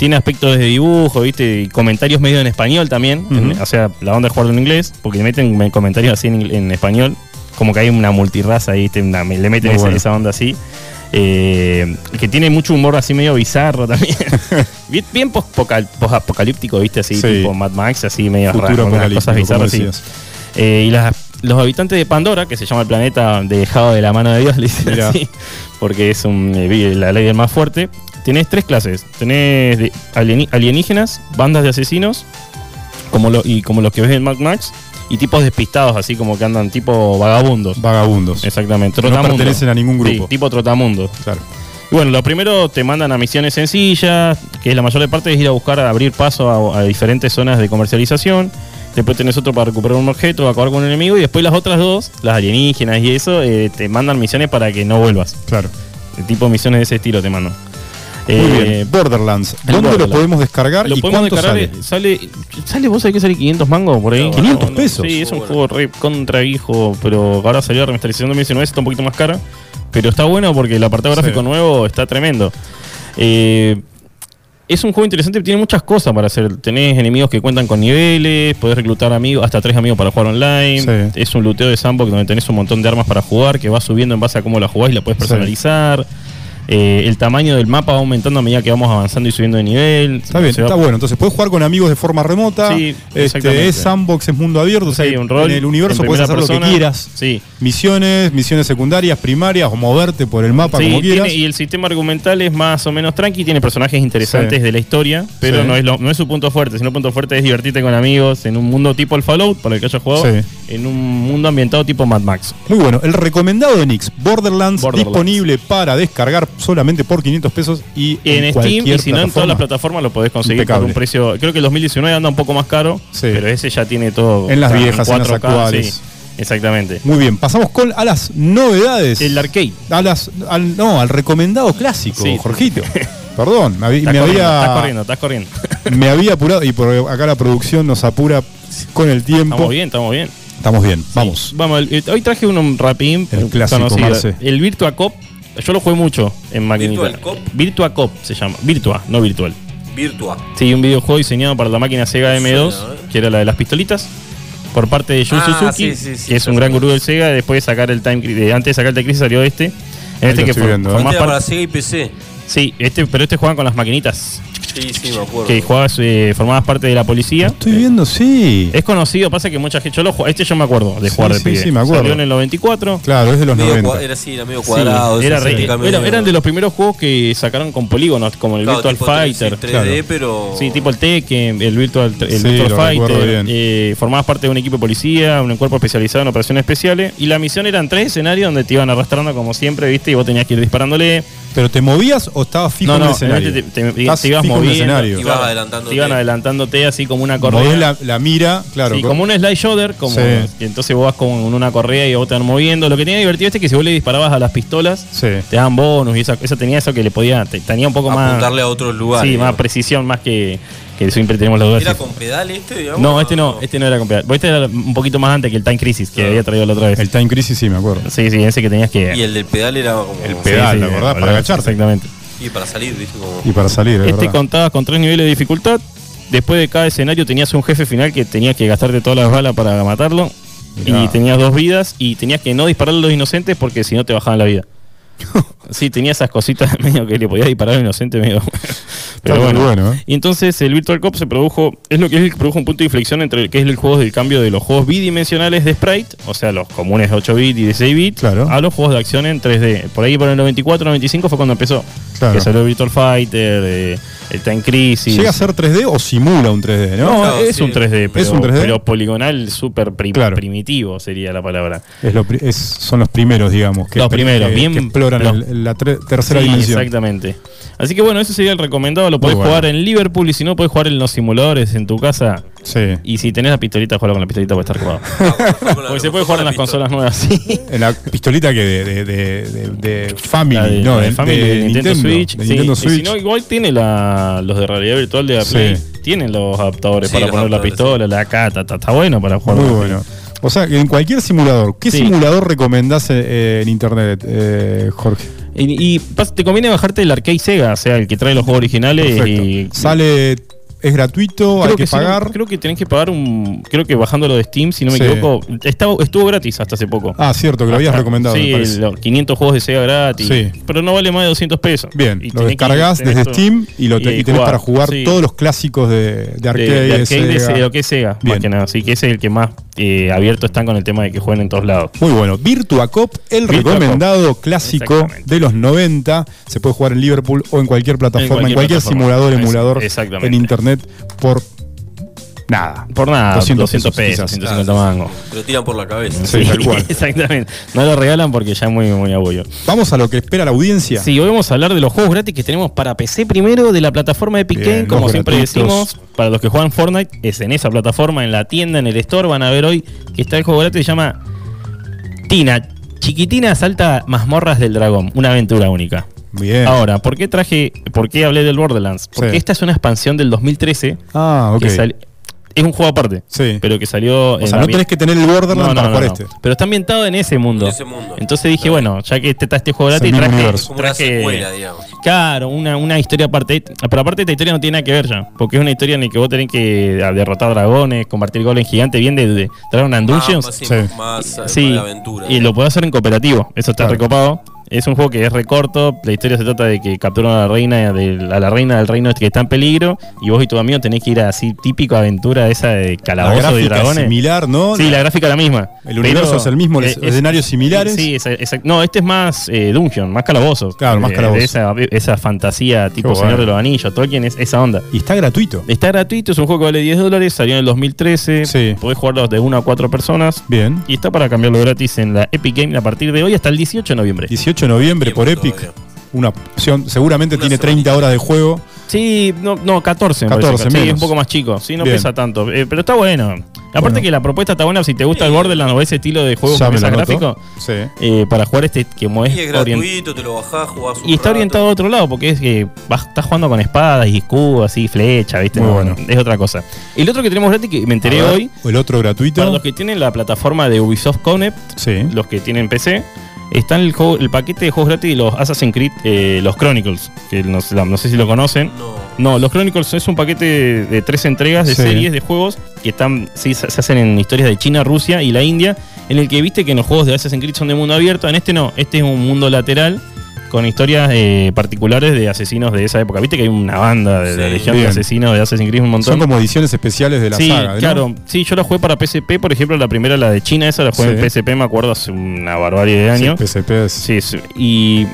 S6: Tiene aspectos de dibujo, ¿viste? Y comentarios medio en español también. en-
S1: Ujú.
S6: o sea, la onda de jugarlo en inglés, porque le meten me- comentarios así en, ingl- en español. Como que hay una multirraza ahí, ¿viste? Una- le meten
S1: Muy
S6: esa,
S1: bueno.
S6: esa onda así. Eh, que tiene mucho humor así medio bizarro también. bien bien post-pocal- post-apocalíptico, ¿viste? Así,
S1: Sí.
S6: tipo Mad Max, así medio
S1: Futuro
S6: raro, unas
S1: apocalíptico,
S6: cosas
S1: como
S6: bizarras. sí.
S1: decías.
S6: Eh, y las- los habitantes de Pandora, que se llama el planeta dejado de la mano de Dios, [laughs] le dicen
S1: Mirá.
S6: así, porque es un, eh, vi- la ley del más fuerte, tenés tres clases. Tenés de- alieni- alienígenas, bandas de asesinos, como lo, y como los que ves en Mad Max, y tipos despistados, así como que andan tipo vagabundos.
S1: Vagabundos.
S6: Exactamente.
S1: No
S6: trotamundos.
S1: pertenecen a ningún
S6: Sí,
S1: grupo.
S6: tipo trotamundo.
S1: Claro.
S6: Y bueno, lo primero te mandan a misiones sencillas, que es la mayor parte es ir a buscar a abrir paso a, a diferentes zonas de comercialización. Después tenés otro para recuperar un objeto, acabar con un enemigo. Y después las otras dos, las alienígenas y eso, eh, te mandan misiones para que no vuelvas.
S1: Claro.
S6: El tipo de misiones de ese estilo te mandan.
S1: Muy
S6: Eh,
S1: bien. Borderlands.
S6: el
S1: ¿Dónde lo
S6: Borderlands.
S1: podemos descargar
S6: Lo
S1: y
S6: podemos
S1: cuánto
S6: descargar.
S1: sale?
S6: Sale? sale, vos sabés que sale 500 mangos por ahí.
S3: No,
S1: 500 pesos.
S6: Sí, es un
S3: Bueno.
S6: juego re contra viejo, pero ahora salió la remasterización 2019, está un poquito más cara. Pero está bueno porque el apartado
S1: Sí.
S6: gráfico nuevo está tremendo. Eh, es un juego interesante, tiene muchas cosas para hacer. Tenés enemigos que cuentan con niveles, podés reclutar amigos, hasta tres amigos para jugar online.
S1: Sí.
S6: Es un luteo de sandbox donde tenés un montón de armas para jugar que va subiendo en base a cómo la jugás y la podés
S1: Sí.
S6: personalizar. Eh, el tamaño del mapa va aumentando a medida que vamos avanzando y subiendo de nivel.
S1: Está bien,
S6: Se va
S1: está bueno. Entonces puedes jugar con amigos de forma remota.
S6: Sí,
S1: este,
S6: exactamente.
S1: es sandbox, es mundo abierto. o sea,
S6: Sí, un rol
S1: en el universo
S6: en
S1: puedes
S6: primera
S1: hacer lo
S6: persona.
S1: que quieras.
S6: Sí.
S1: Misiones, misiones secundarias, primarias, o moverte por el mapa
S6: Sí,
S1: como
S6: tiene-
S1: quieras.
S6: y el sistema argumental es más o menos tranqui, tiene personajes interesantes
S1: Sí.
S6: de la historia, pero
S1: Sí.
S6: no, es lo- no es su punto fuerte, sino el punto fuerte es divertirte con amigos en un mundo tipo el Fallout, para el que haya jugado,
S1: Sí.
S6: en un mundo ambientado tipo Mad Max.
S1: Muy bueno, el recomendado de Nix, Borderlands,
S6: Borderlands.
S1: disponible para descargar solamente por 500 pesos y
S6: En, Steam,
S1: cualquier
S6: y si no en todas las plataformas lo podés conseguir
S1: Impecable.
S6: por un precio, creo que el 2019 anda un poco más caro,
S1: Sí.
S6: pero ese ya tiene todo.
S1: En las
S6: está
S1: viejas, en las
S6: 4K,
S1: actuales.
S6: sí, exactamente.
S1: Muy bien, pasamos con a las novedades.
S6: El arcade.
S1: a las, al, no, al recomendado clásico,
S6: Sí. [laughs]
S1: Jorgito. Perdón, me, habí-
S6: Estás
S1: me
S6: corriendo, estás
S1: había,
S6: corriendo, estás corriendo.
S1: [laughs] me había apurado y por acá la producción nos apura con el tiempo.
S6: estamos bien, estamos bien.
S1: Estamos bien, vamos.
S6: Vamos, el- el- hoy traje uno, un rapín
S1: El clásico, Marce.
S6: El Virtua Cop. Yo lo jugué mucho en maquinita.
S3: ¿Virtual Cop?
S6: Virtua Cop se llama. Virtua, no virtual.
S3: Virtua.
S6: Sí, un videojuego diseñado para la máquina Sega M2,
S3: Suena, ¿eh?
S6: que era la de las pistolitas, por parte de Jun
S3: Ah,
S6: Suzuki,
S3: sí, sí, sí,
S6: que es
S3: ya
S6: un
S3: sé
S6: gran
S3: cuál
S6: gurú del Sega. Después de sacar el Time Cri- de- antes de sacar el Time Crisis salió este. En
S1: Ahí
S6: este
S1: lo
S6: que
S1: estoy
S6: for-
S1: viendo, ¿eh?
S6: formás
S3: Antes
S6: parte-
S3: era para Sega y PC.
S6: Sí, este, pero este juegan con las maquinitas,
S3: Sí, sí, me acuerdo.
S6: que jugabas, eh, formabas parte de la policía.
S1: Estoy viendo, sí.
S6: Es conocido, pasa que mucha gente. Yo lo ju- este yo me acuerdo de
S1: Sí,
S6: jugar de
S1: sí,
S6: pibe.
S1: sí, me acuerdo.
S6: Salió en el 94.
S1: Claro, es de los
S3: Medio
S1: 90.
S3: cua- era así, era medio
S6: Sí,
S3: cuadrado.
S6: era
S3: esa
S6: re-
S3: estética
S6: era-
S3: medio-
S6: eran de los primeros juegos que sacaron con polígonos, como el
S3: Claro,
S6: Virtual
S3: tipo
S6: Fighter.
S3: 3D,
S1: claro.
S3: pero.
S6: Sí, tipo el Tekken, el Virtual, el
S1: Sí,
S6: Virtual
S1: lo recuerdo
S6: Fighter.
S1: bien.
S6: eh, formabas parte de un equipo de policía, un cuerpo especializado en operaciones especiales. Y la misión eran tres escenarios donde te iban arrastrando como siempre, ¿viste? Y vos tenías que ir disparándole.
S1: ¿Pero te movías o estabas fijo
S6: no,
S1: en
S6: no,
S1: el escenario?
S6: realmente te, te-
S1: Estás
S6: te ibas
S1: fijo en el
S6: moviendo.
S1: escenario.
S3: Ibas
S6: claro,
S3: adelantándote.
S6: Te iban adelantándote así como una correa.
S1: Movés la, la mira, claro.
S6: Sí,
S1: co-
S6: como un slide shoulder, como
S1: Sí.
S6: y entonces vos vas con una correa y vos te van moviendo. Lo que tenía divertido este es que si vos le disparabas a las pistolas,
S1: Sí.
S6: te daban bonus y esa, esa tenía eso que le podía, te- tenía un poco más.
S3: apuntarle a otros lugares.
S6: sí, más
S3: digamos.
S6: precisión, más que, que siempre tenemos la duda.
S3: ¿Era
S6: si-
S3: con pedal este, digamos?
S6: no, este no, este no era con pedal. Vos, Este era un poquito más antes que el Time Crisis que
S3: Claro.
S6: había traído la otra vez.
S1: El Time Crisis, sí, me acuerdo.
S6: sí, sí, ese que tenías que.
S3: Y el del pedal era como.
S1: El pedal, ¿te acordás? Para agacharte.
S6: Exactamente.
S3: Y para salir, ¿viste? Como...
S1: Y para salir, es
S6: Este
S1: verdad.
S6: contabas con tres niveles de dificultad. Después de cada escenario tenías un jefe final que tenías que gastarte todas las balas para matarlo.
S1: Mirá.
S6: Y tenías dos vidas y tenías que no disparar a los inocentes porque si no te bajaban la
S1: [laughs]
S6: vida. sí, tenía esas cositas [laughs] medio que le podías disparar a un inocente medio. Pero
S1: muy
S6: bueno.
S1: bueno, ¿eh?
S6: Y entonces el Virtual Cop se produjo, es lo que es el que produjo un punto de inflexión entre el que es el juego del cambio de los juegos bidimensionales de sprite, o sea, los comunes de 8 bit y de 6 bit,
S1: Claro.
S6: a los juegos de acción en 3D. Por ahí por el 94, 95 fue cuando empezó.
S1: Claro.
S6: Que salió el Virtual Fighter, eh, el Time Crisis.
S1: ¿Llega a ser 3D o simula un 3D, no?
S6: No,
S3: Claro,
S6: es
S3: sí.
S6: un 3D, pero,
S1: ¿Es un 3D?
S6: pero poligonal súper prim-
S1: Claro.
S6: primitivo sería la palabra.
S1: Es lo pri- es- son los primeros, digamos, que,
S6: Los primeros,
S1: que-
S6: bien-
S1: que exploran
S6: los-
S1: el- la tre- tercera
S6: Sí,
S1: dimensión.
S6: Exactamente. Así que bueno, eso sería el recomendado. Lo podés
S1: bueno.
S6: jugar en Liverpool y si no, podés jugar en los simuladores en tu casa.
S1: Sí.
S6: Y si tenés la pistolita, juega con la pistolita para estar jugado.
S3: Ah, bueno, con la-
S6: Porque se
S3: con
S6: puede jugar
S3: la
S6: en las
S3: pistola.
S6: consolas nuevas, sí.
S1: En la pistolita que de, de, de, de- de Family,
S6: La de-
S1: no,
S6: la de
S1: de,
S6: Family,
S1: de
S6: de Nintendo, Switch.
S1: de
S6: sí.
S1: Nintendo
S6: Y
S1: Switch.
S6: si no, igual tiene la, los de realidad virtual de la
S1: Sí.
S6: Play. Tienen los adaptadores
S3: Sí,
S6: para
S3: los
S6: poner la
S3: adaptadores,
S6: pistola, la cata. Está, está bueno para jugar.
S1: Muy bueno. O sea, que en cualquier simulador, ¿qué
S6: Sí.
S1: simulador recomendás eh, en internet, eh, Jorge?
S6: Y, y pas- te conviene bajarte el arcade Sega, o sea, el que trae los juegos originales.
S1: Perfecto.
S6: Y,
S1: Sale, es gratuito, hay que,
S6: si no-
S1: pagar.
S6: creo que tenés que pagar un. Creo que bajándolo de Steam, si no me
S1: Sí.
S6: equivoco. Estaba, estuvo gratis hasta hace poco.
S1: Ah, cierto, que lo habías
S6: Hasta-
S1: recomendado. me
S6: Sí,
S1: parece.
S6: los 500 juegos de Sega gratis.
S1: Sí.
S6: Pero no vale más de 200 pesos.
S1: Bien,
S6: Y
S1: lo
S6: tenés que-
S1: descargas
S6: tenés
S1: desde
S6: todo-
S1: Steam y, lo te- y tenés para jugar
S6: sí.
S1: todos los clásicos de, de
S6: de,
S1: arcade.
S6: de arcade de
S1: Sega.
S6: Sega, lo que es Sega,
S1: Bien.
S6: más que nada. Así que ese es el que más eh, abierto están con el tema de que jueguen en todos lados.
S1: Muy bueno, Virtua Cop, el
S6: Virtua
S1: recomendado clásico
S6: Exactamente.
S1: de los 90. Se puede jugar en Liverpool o en cualquier plataforma, en cualquier,
S6: cualquier plataforma.
S1: simulador,
S6: Es-
S1: emulador,
S6: exactamente.
S1: en internet por Nada.
S6: Por nada,
S1: 200
S6: 200,
S1: pesos,
S6: pesos,
S1: quizás.
S6: 150 mangos.
S3: Te lo tiran por la cabeza.
S1: Sí, tal cual.
S6: [laughs] Exactamente. No lo regalan porque ya es muy, muy abollo.
S1: Vamos a lo que espera la audiencia.
S6: Sí, hoy vamos a hablar de los juegos gratis que tenemos para PC primero, de la plataforma Epic
S1: Bien,
S6: Game, como
S1: los
S6: siempre
S1: gratuitos.
S6: decimos, para los que juegan Fortnite, es en esa plataforma, en la tienda, en el store, van a ver hoy que está el juego gratis, se llama Tina, Chiquitina Salta Mazmorras del Dragón, una aventura única.
S1: Bien.
S6: Ahora, ¿por qué traje, por qué hablé del Borderlands? Porque
S1: Sí.
S6: esta es una expansión del 2013,
S1: Ah, ok.
S6: que sal- es un juego aparte,
S1: Sí.
S6: pero que salió...
S1: o sea, no tenés que tener el Borderlands para jugar este.
S6: Pero está ambientado en ese mundo.
S3: En ese mundo.
S6: Entonces dije, bueno, ya que este está este juego
S1: Es
S6: gratis,
S1: el mismo
S6: traje,
S1: universo.
S3: Es como una
S6: traje-
S3: secuela, digamos.
S6: Claro, una, una historia aparte. Pero aparte esta historia no tiene nada que ver ya. Porque es una historia en la que vos tenés que a, derrotar dragones, convertir golems gigantes, bien de, de Dragon and Dungeons.
S3: Ah, Más,
S1: Sí.
S3: más, más, eh,
S6: sí,
S3: más aventura.
S6: y lo podés hacer en cooperativo. Eso está
S1: Claro.
S6: recopado. Es un juego que es recorto. La historia se trata de que capturan a la reina del, a la reina del reino este que está en peligro. Y vos y tu amigo tenés que ir a así, típico aventura esa de
S1: La
S6: calabozo de
S1: gráfica es
S6: dragones.
S1: similar, ¿no?
S6: Sí, la gráfica es la misma. eh,
S1: El universo es el mismo, los escenarios similares.
S6: Sí, esa- esa- no, este es más eh, dungeon, más calabozos.
S1: Claro, más
S6: Eh,
S1: calabozos.
S6: de esa, esa fantasía tipo
S1: bueno.
S6: Señor de los Anillos, Tolkien, es esa onda.
S1: Y está gratuito.
S6: Está gratuito, es un juego que vale 10 dólares, salió en el 2013.
S1: Sí.
S6: Podés jugarlo de 1 a 4 personas.
S1: Bien.
S6: Y está para cambiarlo gratis en la Epic Game a partir de hoy hasta el 18 de noviembre.
S1: 18 de noviembre por
S3: Tiempo
S1: Epic.
S3: todavía.
S1: Una opción, seguramente
S3: Una
S1: tiene 30
S3: semanita.
S1: horas de juego.
S6: Sí, no, no 14. me
S1: 14
S6: parece. Sí,
S1: menos.
S6: un poco más chico. Sí, no
S1: Bien.
S6: pesa tanto. Eh, pero está bueno. Aparte
S1: Bueno.
S6: que la propuesta está buena si te gusta el Borderlands o ese estilo de juego con mesa
S1: anoto.
S6: gráfico.
S1: Sí.
S6: eh, para jugar este que como es,
S3: Y es
S6: orien-
S3: gratuito, te lo bajás, jugás un
S6: Y está
S3: rato.
S6: orientado a otro lado, porque es que vas- estás jugando con espadas y escudos, así, flecha, ¿viste?
S1: Muy
S6: No,
S1: bueno.
S6: Es otra cosa. El otro que tenemos gratis, que me enteré
S1: A ver,
S6: hoy,
S1: El otro
S6: para
S1: gratuito.
S6: los que tienen la plataforma de Ubisoft Connect,
S1: Sí.
S6: los que tienen PC, está el, juego- el paquete de juegos gratis de los Assassin's Creed, eh, los Chronicles, que no, sé- no sé si lo conocen.
S3: No.
S6: No, los Chronicles es un paquete de, de tres entregas de
S1: Sí.
S6: series de juegos que están sí, se se hacen en historias de China, Rusia y la India, en el que viste que en los juegos de Assassin's Creed son de mundo abierto, en este no, este es un mundo lateral con historias eh, particulares de asesinos de esa época. Viste que hay una banda de, de
S3: Sí.
S6: legión
S1: Bien.
S6: de asesinos de Assassin's Creed un montón.
S1: Son como ediciones especiales de la
S6: sí,
S1: saga. ¿no?
S6: claro. Sí, yo la jugué para PSP, por ejemplo, la primera, la de China, esa la jugué
S1: Sí.
S6: en PSP, me acuerdo, hace una barbarie de años.
S1: Sí, PSP es-
S6: Sí, sí. Y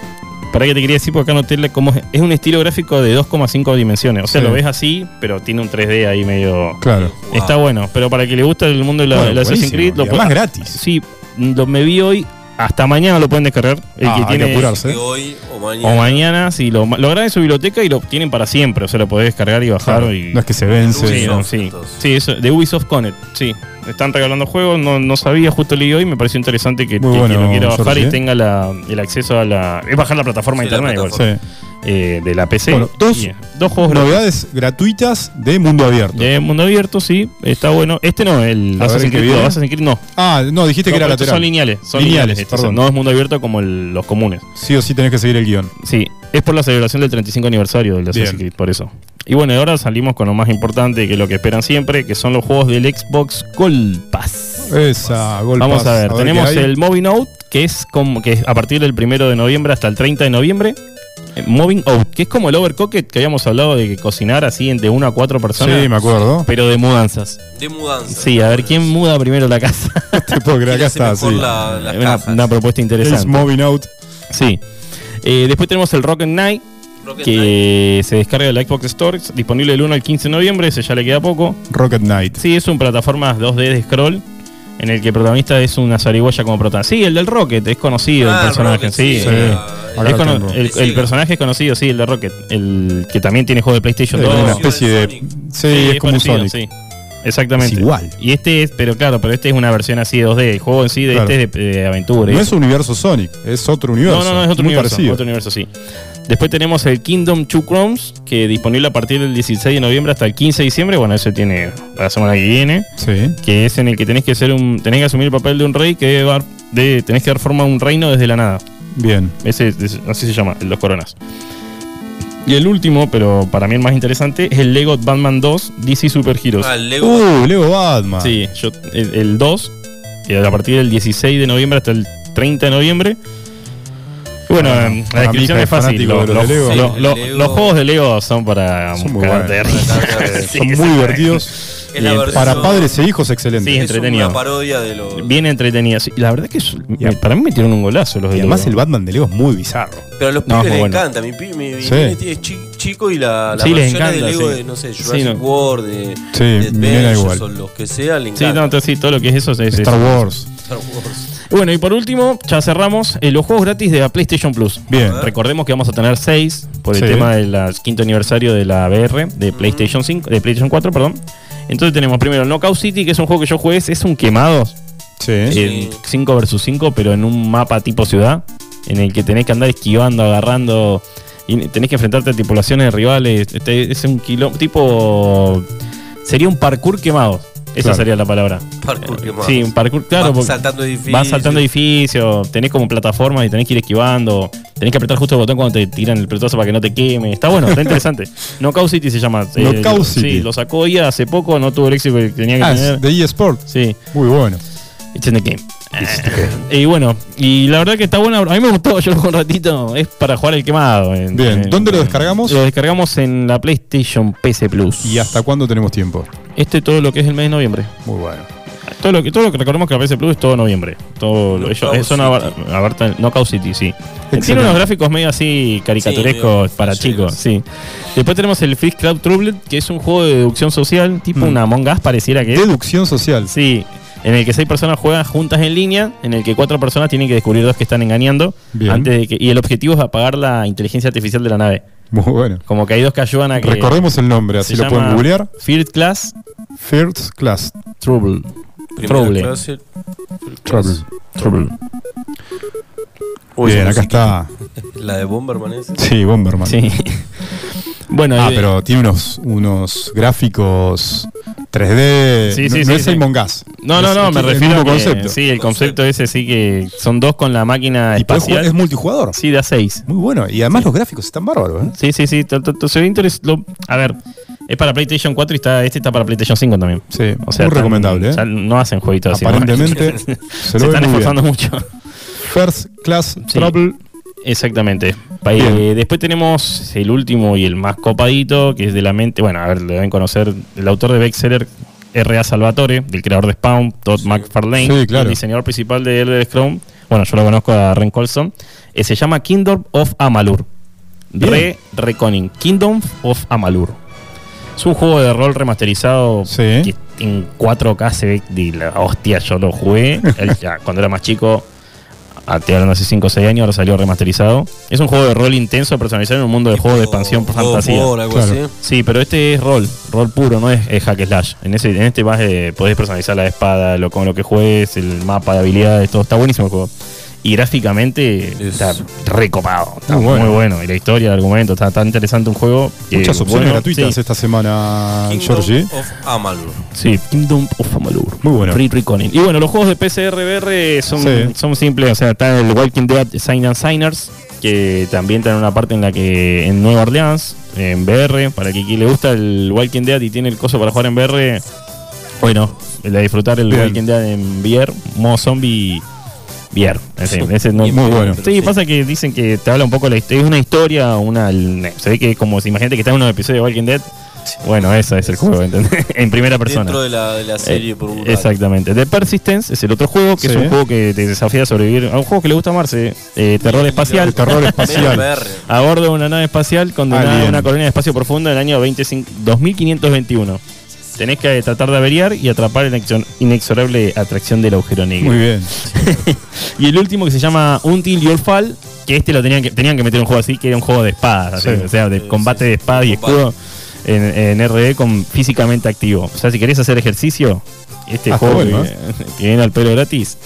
S6: para que te quería decir, porque acá noté la- cómo es, es un estilo gráfico de 2,5 dimensiones. O sea,
S1: Sí.
S6: lo ves así, pero tiene un 3D ahí medio.
S1: Claro.
S3: Wow.
S6: Está bueno, pero para que le gusta el mundo de la,
S1: Bueno,
S6: la Assassin's
S1: buenísimo.
S6: Creed,
S1: Y además
S6: puede-
S1: gratis.
S6: Sí, lo me vi hoy. Hasta mañana lo pueden descargar. El
S1: Ah, hay
S6: que
S1: que
S6: tiene,
S1: apurarse.
S3: Que hoy o mañana.
S6: O mañana, si lo, lo graban en su biblioteca y lo obtienen para siempre. O sea, lo podés descargar y bajar.
S1: Claro,
S6: y,
S1: No es que se vence.
S6: Sí, no,
S3: Ubisoft,
S6: sí.
S3: entonces.
S6: Sí, eso, de Ubisoft Connect, sí. Están regalando juegos, no, no sabía, justo leí hoy, me pareció interesante que,
S1: Muy
S6: que
S1: bueno,
S6: quien lo quiera bajar
S1: Jorge. ¿eh?
S6: y tenga la- el acceso a la... Es bajar la plataforma
S3: Sí,
S6: de internet
S3: la
S6: igual,
S3: plataforma.
S1: Sí.
S6: eh, de la PC.
S1: Bueno, dos-
S6: Y, eh, dos juegos gratis.
S1: Novedades gratuitas de mundo abierto.
S6: De mundo abierto, sí, está bueno. Este no, el
S1: A ver,
S6: Assassin's
S1: ¿qué
S6: Creed, no,
S1: viene?
S6: Assassin's Creed no.
S1: Ah, no, dijiste que
S6: No,
S1: era
S6: pero estos
S1: lateral.
S6: son lineales, son
S1: Lineales,
S6: lineales. estos son-
S1: perdón.
S6: no es mundo abierto como el- los comunes.
S1: Sí o sí tenés que seguir el guión.
S6: Sí, es por la celebración del 35 aniversario del Assassin's
S1: Bien.
S6: Creed, por eso. Y bueno, y ahora salimos con lo más importante, que es lo que esperan siempre, que son los juegos del Xbox Gold Pass.
S1: Esa, gol
S6: Vamos
S1: pass.
S6: a ver,
S1: qué
S6: tenemos
S1: hay.
S6: el Moving Out, que es como que es a partir del 1 de noviembre hasta el 30 de noviembre. Eh, Moving Out, que es como el Overcooked que habíamos hablado de que cocinar así entre una a cuatro personas,
S1: Sí, me acuerdo.
S6: pero de mudanzas.
S3: De mudanza.
S6: Sí, a ver quién muda primero la
S1: [laughs]
S6: casa.
S1: Te puedo creer, acá está, sí.
S3: La, las
S6: una,
S3: cajas.
S6: una propuesta
S1: Es
S6: interesante.
S1: moving out.
S6: Sí. Eh, después tenemos el Rock and Night,
S3: Rocket Knight.
S6: que se descarga de la Xbox Store, disponible del 1 al 15 de noviembre, ese ya le queda poco.
S1: Rocket Knight.
S6: Sí, es un plataforma 2D de scroll, en el que el protagonista es una zarigüeya como protagonista. Sí, el del Rocket, es conocido
S3: Ah,
S6: el personaje,
S3: Rocket,
S6: sí.
S1: Sí.
S3: eh,
S1: Acá
S6: Es
S1: lo
S6: cono-
S1: tengo.
S6: el,
S3: Sí, sí.
S6: el personaje es conocido, sí, el de Rocket, el que también tiene juego de PlayStation
S1: Es
S6: 2.
S1: una
S3: no.
S1: especie de.
S3: Sí,
S1: Sí, es como un
S6: parecido,
S1: Sonic.
S6: sí. Exactamente.
S1: Es igual.
S6: Y este es, pero claro, pero este es una versión así de 2D. El juego en sí de
S1: Claro.
S6: este es de, de aventura. y
S1: No
S6: eso.
S1: es universo Sonic, es otro universo.
S6: No, no, no, es otro
S1: Muy
S6: universo.
S1: parecido.
S6: Otro universo, sí. Después tenemos el Kingdom 2 Chromes, que disponible a partir del 16 de noviembre hasta el 15 de diciembre. Bueno, ese tiene la semana que viene.
S1: Sí.
S6: Que es en el que tenés que ser un. tenés que asumir el papel de un rey que debe dar- de- tenés que dar forma a un reino desde la nada.
S1: Bien.
S6: Ese, ese- así se llama, el Dos Coronas. Y el último, pero para mí el más interesante, es el Lego Batman 2 DC Super Heroes.
S3: Ah, el Lego.
S1: Uh, Lego Batman.
S6: Sí, yo, el, el 2, que a partir del 16 de noviembre hasta el 30 de noviembre. Y Bueno,
S1: Ah,
S6: em, la
S1: para mí
S6: descripción
S1: que
S6: es
S1: es
S6: fácil.
S1: fanático
S6: Lo-
S1: de
S6: lo-
S1: los de
S6: lo-
S1: Lego.
S6: lo- Los,
S3: Leo-
S6: juegos de Lego son para
S1: Son muy
S6: cagarte de
S1: buenos.
S6: [laughs] risa.
S3: Sí,
S1: Son muy divertidos.
S3: es la
S6: Bien.
S3: versión-
S1: Para padres e hijos,
S6: Sí,
S1: excelente.
S3: es
S6: entretenido.
S3: una parodia de los.
S6: Bien entretenidas. Y La verdad que es-
S1: Y a-
S6: para mí me tiraron un golazo los
S1: Y
S6: de
S1: además el
S6: Lego.
S1: Batman de Lego es muy bizarro.
S3: Pero a los
S6: No,
S3: pibes
S6: muy
S3: les
S6: bueno.
S3: encanta. Mi pibe, mi, mi
S1: Sí.
S3: nene tiene chi- chico, chicos y la, las
S6: Sí, les
S3: versiones
S6: encanta,
S3: de Lego
S6: sí.
S3: de, no sé,
S6: Sí,
S3: Jurassic
S6: no.
S3: World, de,
S1: Sí,
S3: de
S1: me da
S3: Avengers
S1: igual.
S3: o los que sea, le
S6: Sí, no,
S3: encanta.
S6: entonces sí, todo lo que es eso es, es-
S1: Star Wars.
S3: Star Wars.
S6: Bueno, y por último, ya cerramos eh, los juegos gratis de la PlayStation Plus.
S1: Bien.
S6: Recordemos que vamos a tener 6 por el
S1: Sí. Mm.
S6: tema del ah, quinto aniversario de la VR, de PlayStation 5, de PlayStation 4, perdón. Entonces tenemos primero Knockout City, que es un juego que yo jugué, es- es un quemado,
S1: Sí.
S3: Sí.
S6: 5 versus 5, pero en un mapa tipo ciudad, en el que tenés que andar esquivando, agarrando, y tenés que enfrentarte a tripulaciones de rivales, este, es un kilo, tipo, sería un parkour quemado, esa
S1: Claro.
S6: sería la palabra.
S3: Parkour quemado.
S6: Sí, un parkour, claro.
S3: Vas
S6: porque
S3: saltando edificios.
S6: Vas saltando edificios, tenés como plataformas y tenés que ir esquivando, tenés que apretar justo el botón cuando te tiran el pelotazo para que no te queme. Está bueno, está interesante. Knockout City se llama. Eh,
S1: Knockout
S6: lo-
S1: City.
S6: Sí, lo sacó ya hace poco, no tuvo el éxito que tenía que
S1: Ah,
S6: tener.
S1: es de eSport.
S6: Sí,
S1: Muy bueno.
S6: it's in the game. Eh, Y bueno, y la verdad que está bueno, a mí me gustó, [laughs] yo lo jugué un ratito, es para jugar el quemado. en-
S1: Bien,
S6: en-
S1: ¿dónde lo descargamos?
S6: Lo descargamos en la PlayStation PC Plus.
S1: ¿Y hasta cuándo tenemos tiempo?
S6: Este todo lo que es el mes de noviembre.
S1: Muy bueno.
S6: Todo lo que, todo lo que recordemos que la PC Plus es todo noviembre. Todo lo, ellos,
S3: Knockout
S6: eso no abar- abarca- Knockout City, sí. Tiene unos gráficos medio así
S3: Sí,
S6: caricaturescos
S3: medio
S6: para
S3: flasheros.
S6: chicos, sí. Después tenemos el Fish Club Trouble, que es un juego de deducción social, tipo
S1: Mm.
S6: una Among Us pareciera que es.
S1: Deducción social.
S6: Sí, en el que seis personas juegan juntas en línea, en el que cuatro personas tienen que descubrir dos que están engañando.
S1: Bien.
S6: antes de que Y el objetivo es apagar la inteligencia artificial de la nave.
S1: Muy bueno.
S6: Como que hay dos que ayudan a que...
S1: Recordemos el nombre, así
S6: se
S1: lo pueden
S6: llama
S1: googlear.
S6: Field Class
S1: First Class
S6: Trouble.
S3: Primera
S6: Trouble.
S3: clase.
S1: Trouble.
S6: Trouble.
S3: Uy,
S1: Bien,
S3: esa
S1: acá está.
S3: musiquita. La de Bomberman es.
S1: Sí, Bomberman.
S6: Sí. bueno, eh,
S1: Ah,
S6: y-
S1: pero tiene unos, unos gráficos 3D.
S6: Sí,
S1: no,
S6: sí,
S1: no
S6: sí,
S1: es
S6: sí.
S1: el Mongas.
S6: No, no,
S1: Es- este,
S6: no,
S1: es
S6: me
S1: el
S6: refiero a
S1: mismo
S6: que,
S1: concepto.
S6: Sí, este el concepto ese sí que son dos con la máquina
S1: y podés jugar-
S6: espacial.
S1: es multijugador.
S6: Sí, da seis.
S1: Muy bueno. Y además los gráficos están bárbaros. ¿eh?
S6: Sí, sí, sí. to- to- to- se ve interes- lo- A ver, es para PlayStation 4 y está, este está para PlayStation 5 también.
S1: Sí,
S6: O sea,
S1: muy
S6: están-
S1: recomendable. ¿eh?
S6: ya no hacen jueguitos así. ¿no? [laughs]
S1: Aparentemente
S6: se,
S1: se lo ve
S6: están
S1: muy bien.
S6: esforzando mucho.
S1: First Class
S6: Sí.
S1: Trouble.
S6: Exactamente. Pa- eh,
S1: Bien.
S6: después tenemos el último y el más copadito, que es de la mente. Bueno, a ver, le deben conocer el autor de Bestseller, R.A. Salvatore, del creador de Spawn, Todd McFarlane,
S1: Sí, claro.
S6: el diseñador principal de Elder Scrolls. Bueno, yo lo conozco a Ren Colson. Eh, se llama Kingdom of Amalur.
S1: Bien.
S6: Re Reconing. Kingdom of Amalur. Es un juego de rol remasterizado
S1: Sí.
S6: que en 4K se ve de la hostia. Yo lo jugué el- [laughs] ya, cuando era más chico. Ah, Estoy hablando hace 5 o 6 años, ahora salió remasterizado. Es un juego de rol intenso personalizado en un mundo de juegos de expansión
S3: por
S6: fantasía.
S3: algo
S1: Claro.
S3: así.
S6: Sí, pero este es rol, rol puro, no es, es hack and slash. En, ese, en este vas, eh, podés personalizar la espada, lo, con lo que juegues, el mapa de habilidades, todo. Está buenísimo el juego. Y gráficamente
S3: Es-
S6: está recopado, está
S1: Muy
S6: muy
S1: bueno.
S6: bueno. Y la historia, el argumento, está tan interesante un juego. que,
S1: Muchas opciones
S6: bueno,
S1: gratuitas
S6: sí.
S1: esta semana,
S3: Kingdom
S1: Georgie.
S3: of Amalur.
S6: Sí, Kingdom of Amalur.
S1: Muy bueno.
S6: Free Reconing. Y bueno, los juegos de PCRBR son,
S1: Sí.
S6: son simples. O sea, está el Walking Dead Sign and Signers, que también está en una parte en la que en Nueva Orleans, en VR, para que quien le gusta el Walking Dead y tiene el coso para jugar en VR, bueno, el de disfrutar el
S1: Bien.
S6: Walking Dead en VR, modo zombie VR. Ese, ese no,
S3: Y
S1: muy bueno.
S3: pero
S6: Sí, pasa que dicen que te habla un poco la historia, es una historia, una se ve que como si imagínate que está en un episodio de Walking Dead. Bueno, ese es el juego, ¿entendés? [laughs] en primera persona. Eh,
S3: Dentro de la, de la serie por un rato.
S6: Exactamente. The Persistence es el otro juego, que
S1: Sí.
S6: es un juego que te desafía a sobrevivir. A un juego que le gusta a Marce, eh, terror espacial. [laughs]
S1: El terror espacial.
S3: BMR.
S6: A bordo de una nave espacial condenada
S1: Alien.
S6: a una colonia de espacio profundo en el año 25 2521. Tenés que tratar de averiar y atrapar la inexor- inexorable atracción del agujero negro.
S1: Muy bien.
S6: [laughs] Y el último que se llama Until Your Fall, que este lo tenían que, tenían que meter un juego así, que era un juego de espadas,
S1: Sí.
S6: así, o sea, de
S3: Sí,
S6: combate
S3: sí,
S6: de espada y
S3: combate.
S6: escudo en, en RE con físicamente activo. O sea, si querés hacer ejercicio, este
S1: Ah, está
S6: juego
S1: bueno,
S6: que- que viene al pelo gratis.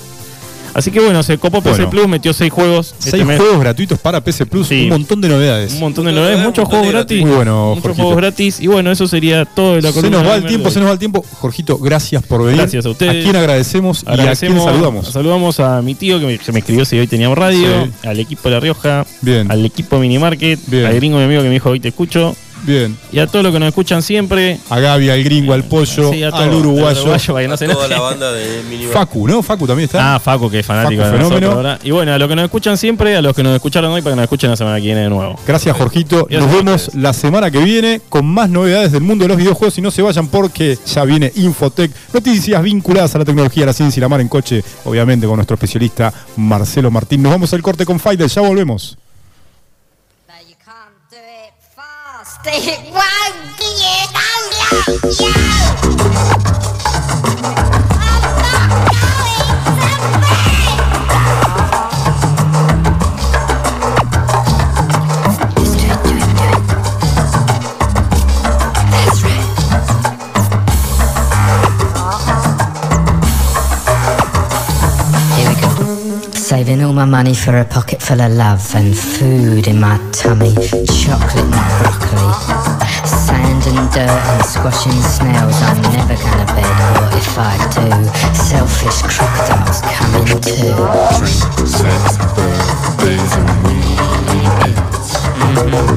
S6: Así que bueno, se copó PC
S1: Bueno.
S6: Plus, metió seis juegos. este
S1: Seis
S6: mes.
S1: juegos gratuitos para PC Plus.
S6: Sí.
S1: Un montón de novedades.
S6: Un montón de
S3: Muchas
S6: novedades,
S3: novedades,
S6: muchos
S3: un montón
S6: juegos
S3: de
S6: gratis.
S1: Muy bueno,
S6: muchos
S1: Jorgito.
S6: juegos gratis. Y bueno, eso sería todo de la
S1: Se
S6: columna
S1: nos va
S6: del
S1: el
S6: mes
S1: tiempo,
S6: de
S1: se
S6: hoy.
S1: nos va el tiempo. Jorgito, gracias por venir.
S6: Gracias a ustedes.
S1: ¿A quién agradecemos, y a
S6: Agradecemos,
S1: quién saludamos?
S6: Saludamos a mi tío que me, que me escribió si hoy teníamos radio,
S1: Sí.
S6: al equipo de La Rioja,
S1: Bien.
S6: al equipo Minimarket,
S1: Bien.
S6: al gringo mi amigo que me dijo hoy te escucho,
S1: Bien.
S6: y a todos los que nos escuchan siempre. Eh,
S1: A Gaby, al gringo, al pollo,
S6: Sí, a todos,
S1: al uruguayo.
S6: al uruguayo, para que no
S3: A
S6: se
S3: toda
S6: enoje.
S3: la
S6: [laughs]
S3: banda de Minivan.
S1: Facu, ¿no? Facu también está.
S6: Ah, Facu, que es fanático
S1: Facu,
S6: de nosotros
S1: fenómeno.
S6: ahora. Y bueno, a los que nos escuchan siempre, a los que nos escucharon hoy, para que nos escuchen la semana que viene de nuevo.
S1: Gracias, Jorgito.
S6: Gracias
S1: Nos
S6: a
S1: vemos
S6: ustedes.
S1: la semana que viene con más novedades del mundo de los videojuegos. Y no se vayan porque ya viene Infotec. Noticias vinculadas a la tecnología, la ciencia y la mar en coche. Obviamente con nuestro especialista Marcelo Martín. Nos vamos al corte con Fighter. Ya volvemos.
S7: Now you can't do it fast. Saving all my money for a pocket full of love and food in my tummy, chocolate and broccoli, sand and dirt and squashing snails. I'm never gonna bed, what if I do? Selfish crocodiles coming too.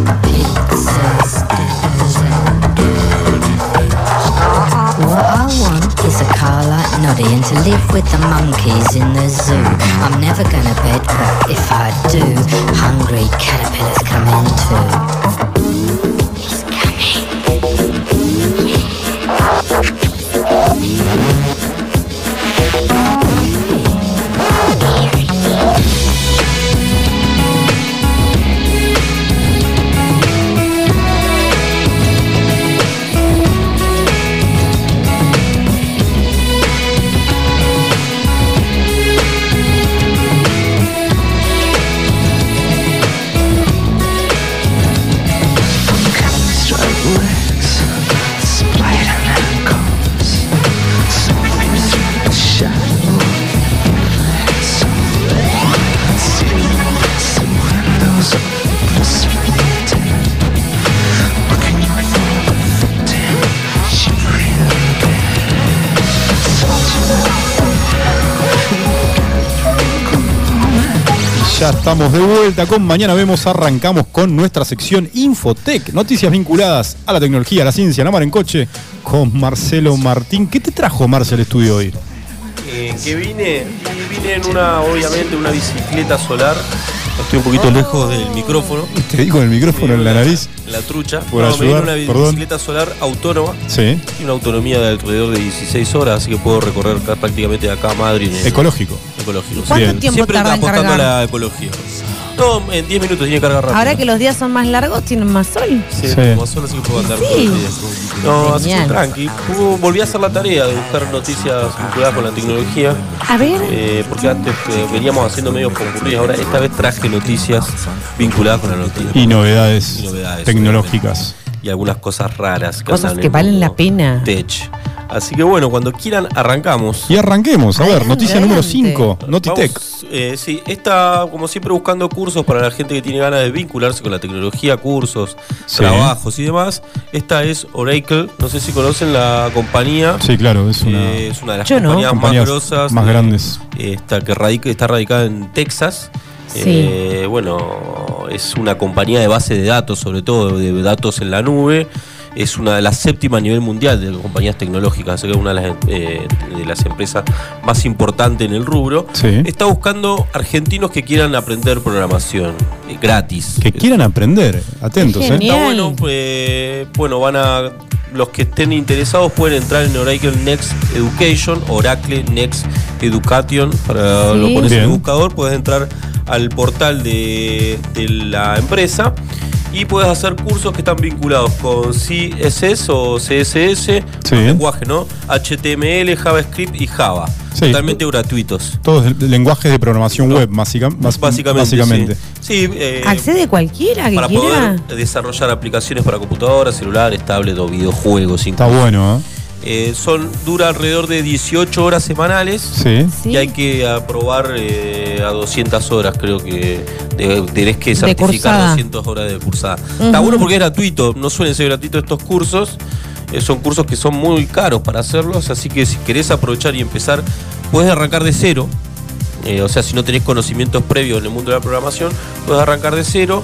S7: Pizzas, What I want is a car like Noddy and to live with the monkeys in the zoo. I'm never gonna bed, but if I do, hungry caterpillars come in too. He's coming.
S1: Ya estamos de vuelta con Mañana Vemos, arrancamos con nuestra sección Infotec, noticias vinculadas a la tecnología, a la ciencia, a la mar en coche, con Marcelo Martín. ¿Qué te trajo Marcel al estudio hoy?
S3: Eh, que vine, vine en una, obviamente, una bicicleta solar. Estoy un poquito lejos del micrófono.
S1: [laughs] Te digo el micrófono en la nariz.
S3: En la trucha.
S1: Por
S3: me vine
S1: ayudar,
S3: en una bi-
S1: perdón.
S3: bicicleta solar autónoma.
S1: Sí,
S3: Tiene una autonomía de alrededor de 16 horas, así que puedo recorrer ca- prácticamente de acá a Madrid. en-
S1: ecológico.
S3: ecológico.
S2: ¿Cuánto
S1: Bien.
S2: tiempo
S3: Siempre
S2: tarda en
S3: apostando
S2: cargar?
S3: a la ecología. No, en 10 minutos tiene carga rápida.
S2: Ahora que los días son más largos, tienen más sol.
S3: Sí,
S1: Sí.
S3: como solo sí puedo andar todo el día. No, así que
S2: Genial.
S3: tranqui. Hubo- Volví a hacer la tarea de buscar noticias vinculadas con la tecnología.
S2: A ver.
S3: eh, porque antes eh, veníamos haciendo medios concurridos. Ahora, esta vez traje noticias vinculadas con la noticia.
S1: Y novedades,
S3: Y novedades,
S1: tecnológicas.
S3: Y algunas cosas raras.
S2: Cosas
S3: andan en
S2: que
S3: el
S2: valen la
S3: mundo
S2: pena.
S3: Tech. Así que bueno, cuando quieran, arrancamos.
S1: Y arranquemos, a ver, noticia
S2: Adelante.
S1: número 5, Notitech.
S3: Vamos, eh, sí, está como siempre buscando cursos para la gente que tiene ganas de vincularse con la tecnología, cursos,
S1: Sí.
S3: trabajos y demás. Esta es Oracle, no sé si conocen la compañía.
S1: Sí, claro, es una
S3: Eh, es una de las
S2: Yo no.
S3: compañías más
S1: Compañías
S3: grosas.
S1: más
S3: eh,
S1: grandes.
S3: eh, está, que radica- está radicada en Texas.
S2: Sí.
S3: Eh, bueno, es una compañía de base de datos, sobre todo de datos en la nube. Es una de las séptimas a nivel mundial de compañías tecnológicas, así que es una de las, eh, de las empresas más importantes en el rubro.
S1: Sí.
S3: Está buscando argentinos que quieran aprender programación eh, gratis.
S1: que quieran aprender, atentos,
S2: Genial.
S1: ¿eh?
S3: Está bueno, eh, bueno, van a. Los que estén interesados pueden entrar en Oracle Next Education, Oracle Next Education. Para
S2: Sí.
S3: lo pones en el
S1: Bien.
S3: buscador, puedes entrar al portal de, de la empresa y puedes hacer cursos que están vinculados con CSS o CSS,
S1: Sí.
S3: un lenguaje, ¿no? HTML, JavaScript y Java.
S1: Sí.
S3: Totalmente gratuitos.
S1: Todos de- lenguajes de programación web, básica- bas-
S3: Básicamente.
S1: básicamente.
S3: Sí, Sí, eh,
S2: Accede cualquiera que
S3: para
S2: quiera.
S3: poder desarrollar aplicaciones para computadoras, celulares, tablets o videojuegos.
S1: Está
S3: incluso.
S1: bueno, ¿eh?
S3: Eh, son, dura alrededor de 18 horas semanales
S1: Sí.
S2: Sí.
S3: y hay que aprobar eh, a 200 horas, creo que de- tenés que certificar
S2: cursada.
S3: 200 horas de cursada. Está bueno porque es gratuito, no suelen ser gratuitos estos cursos, eh, son cursos que son muy caros para hacerlos, así que si querés aprovechar y empezar, puedes arrancar de cero. Eh, o sea, si no tenés conocimientos previos en el mundo de la programación, puedes arrancar de cero.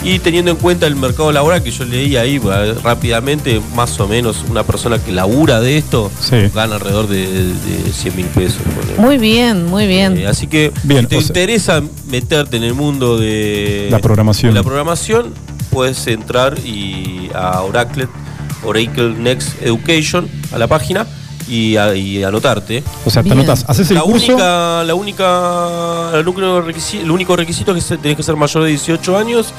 S3: Y teniendo en cuenta el mercado laboral que yo leí ahí va, rápidamente, más o menos una persona que labura de esto
S1: Sí.
S3: gana alrededor de, de 100 mil pesos. ponele.
S2: Muy bien, muy
S3: Eh,
S2: bien.
S3: así que
S1: Bien,
S3: si te
S1: o sea-
S3: interesa meterte en el mundo de
S1: La programación.
S3: de la programación, puedes entrar y a Oracle, Oracle Next Education, a la página y, a- y anotarte.
S1: O sea, te
S2: Bien.
S1: anotas, haces el
S3: la
S1: curso.
S3: única, la única, el único requisito, el único requisito es que se- tenés que ser mayor de 18 años